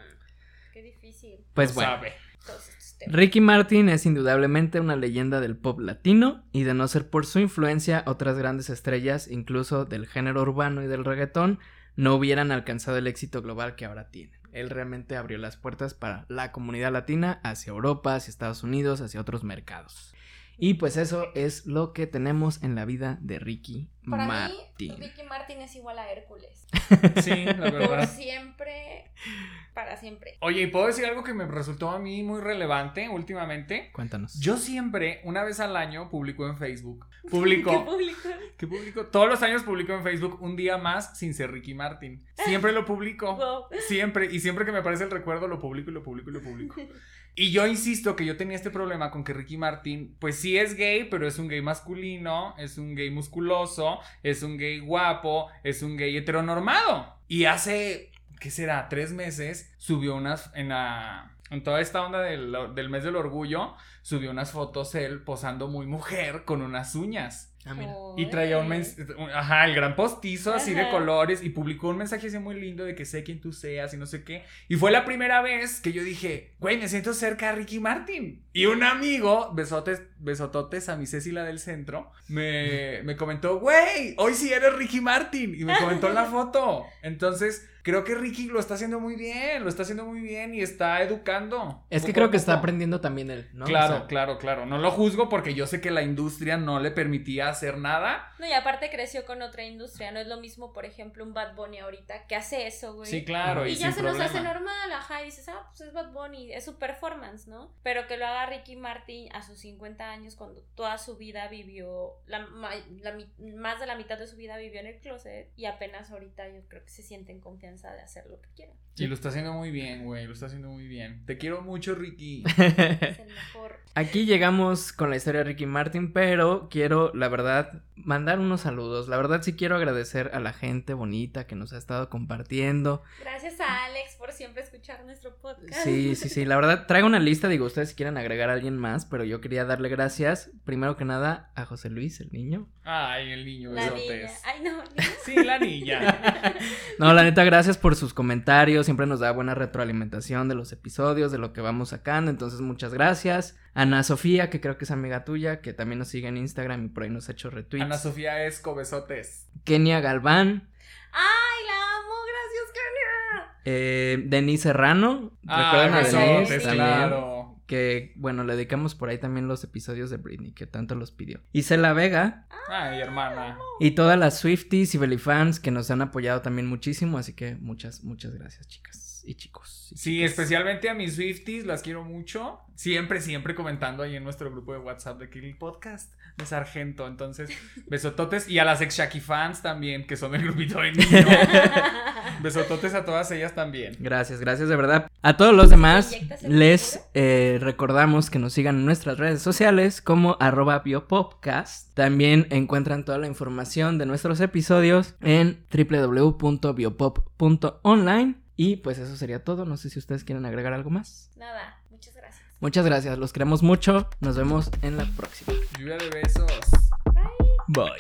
[SPEAKER 2] qué difícil.
[SPEAKER 1] Pues
[SPEAKER 3] No
[SPEAKER 1] bueno.
[SPEAKER 3] sabe.
[SPEAKER 2] Todos estos temas.
[SPEAKER 1] Ricky Martin es indudablemente una leyenda del pop latino y de no ser por su influencia otras grandes estrellas, incluso del género urbano y del reggaetón, no hubieran alcanzado el éxito global que ahora tienen. Él realmente abrió las puertas para la comunidad latina hacia Europa, hacia Estados Unidos, hacia otros mercados. Y pues eso es lo que tenemos en la vida de Ricky
[SPEAKER 2] Para
[SPEAKER 1] Martin.
[SPEAKER 2] mí, Ricky Martin es igual a Hércules.
[SPEAKER 3] Sí, la
[SPEAKER 2] Por
[SPEAKER 3] verdad.
[SPEAKER 2] siempre, para siempre.
[SPEAKER 3] Oye, ¿y puedo decir algo que me resultó a mí muy relevante últimamente?
[SPEAKER 1] Cuéntanos.
[SPEAKER 3] Yo siempre, una vez al año, publico en Facebook.
[SPEAKER 2] ¿Qué
[SPEAKER 3] Publico.
[SPEAKER 2] público?
[SPEAKER 3] ¿Qué publico? Todos los años publico en Facebook un día más sin ser Ricky Martin. Siempre lo publico.
[SPEAKER 2] Wow.
[SPEAKER 3] Siempre, y siempre que me aparece el recuerdo lo publico y lo publico y lo publico. Y yo insisto que yo tenía este problema con que Ricky Martin, pues sí es gay, pero es un gay masculino, es un gay musculoso, es un gay guapo, es un gay heteronormado. Y hace, ¿qué será? Tres meses subió unas en la... En toda esta onda del, del mes del orgullo, subió unas fotos él posando muy mujer con unas uñas.
[SPEAKER 1] Ah, mira.
[SPEAKER 3] Y traía un mensaje, ajá, el gran postizo así de
[SPEAKER 2] Ajá.
[SPEAKER 3] colores y publicó un mensaje así muy lindo de que sé quién tú seas y no sé qué. Y fue la primera vez que yo dije, güey, me siento cerca a Ricky Martin. Y un amigo, besotes, besototes a mi Cecilia del centro, me, me comentó, güey, hoy sí eres Ricky Martin. Y me comentó la foto. Entonces, creo que Ricky lo está haciendo muy bien, lo está haciendo muy bien y está educando.
[SPEAKER 1] Es que
[SPEAKER 3] poco a
[SPEAKER 1] creo que está
[SPEAKER 3] poco.
[SPEAKER 1] aprendiendo también él, ¿no? O
[SPEAKER 3] Claro,
[SPEAKER 1] sea,
[SPEAKER 3] claro, claro. No lo juzgo porque yo sé que la industria no le permitía hacer nada.
[SPEAKER 2] No, y aparte creció con otra industria. No es lo mismo, por ejemplo, un Bad Bunny ahorita que hace eso, güey.
[SPEAKER 3] Sí, claro.
[SPEAKER 2] Y,
[SPEAKER 3] Y,
[SPEAKER 2] ya
[SPEAKER 3] sin
[SPEAKER 2] se nos hace
[SPEAKER 3] problema.
[SPEAKER 2] normal, ajá, y dices, ah, pues es Bad Bunny, es su performance, ¿no? Pero que lo haga Ricky Martin a sus 50 años, cuando toda su vida vivió, la, ma- la mi- más de la mitad de su vida vivió en el closet, y apenas ahorita yo creo que se siente en confianza de hacer lo que quiera.
[SPEAKER 3] Y lo está haciendo muy bien, güey. Lo está haciendo muy bien. Te quiero mucho, Ricky.
[SPEAKER 2] Es el mejor.
[SPEAKER 1] Aquí llegamos con la historia de Ricky Martin, pero quiero, la verdad, mandar unos saludos. La verdad sí quiero agradecer a la gente bonita que nos ha estado compartiendo.
[SPEAKER 2] Gracias a Alex por siempre escuchar nuestro podcast.
[SPEAKER 1] Sí, sí, sí, la verdad, traigo una lista, digo, ustedes si quieren agregar a alguien más, pero yo quería darle gracias, primero que nada, a José Luis, el niño.
[SPEAKER 3] Ay, el niño
[SPEAKER 2] La niña.
[SPEAKER 3] besotes.
[SPEAKER 2] Ay, no, niña.
[SPEAKER 3] Sí, la niña.
[SPEAKER 1] No, la neta, gracias por sus comentarios, siempre nos da buena retroalimentación de los episodios, de lo que vamos sacando, entonces muchas gracias. Ana Sofía, que creo que es amiga tuya, que también nos sigue en Instagram y por ahí nos ha hecho retweets.
[SPEAKER 3] Ana Sofía Esco, besotes.
[SPEAKER 1] Kenia Galván.
[SPEAKER 2] Ay, la amo, gracias, Kenia.
[SPEAKER 1] Eh, Denise Serrano,
[SPEAKER 3] Ay,
[SPEAKER 1] recuerdan a
[SPEAKER 2] besotes,
[SPEAKER 1] Denise también,
[SPEAKER 3] Ah, claro.
[SPEAKER 1] que bueno, le dedicamos por ahí también los episodios de Britney, que tanto los pidió. Isela Vega
[SPEAKER 3] Ay, hermana.
[SPEAKER 1] y todas las Swifties y Bellyfans que nos han apoyado también muchísimo, así que muchas, muchas gracias chicas y chicos. y
[SPEAKER 3] Sí,
[SPEAKER 1] chicas.
[SPEAKER 3] especialmente a mis Swifties, las quiero mucho. Siempre, siempre comentando ahí en nuestro grupo de WhatsApp de Kill Podcast de Sargento. Entonces, besototes. Y a las ex Shaki fans también, que son el grupito de niños. besototes a todas ellas también.
[SPEAKER 1] Gracias, gracias de verdad. A todos los demás
[SPEAKER 2] ¿Inyectas el
[SPEAKER 1] les eh, recordamos que nos sigan en nuestras redes sociales como arroba biopodcast. También encuentran toda la información de nuestros episodios en www.biopop.online. Y pues eso sería todo. No sé si ustedes quieren agregar algo más.
[SPEAKER 2] Nada, muchas gracias.
[SPEAKER 1] Muchas gracias, los queremos mucho. Nos vemos en la próxima.
[SPEAKER 3] Lluvia de besos.
[SPEAKER 1] Bye.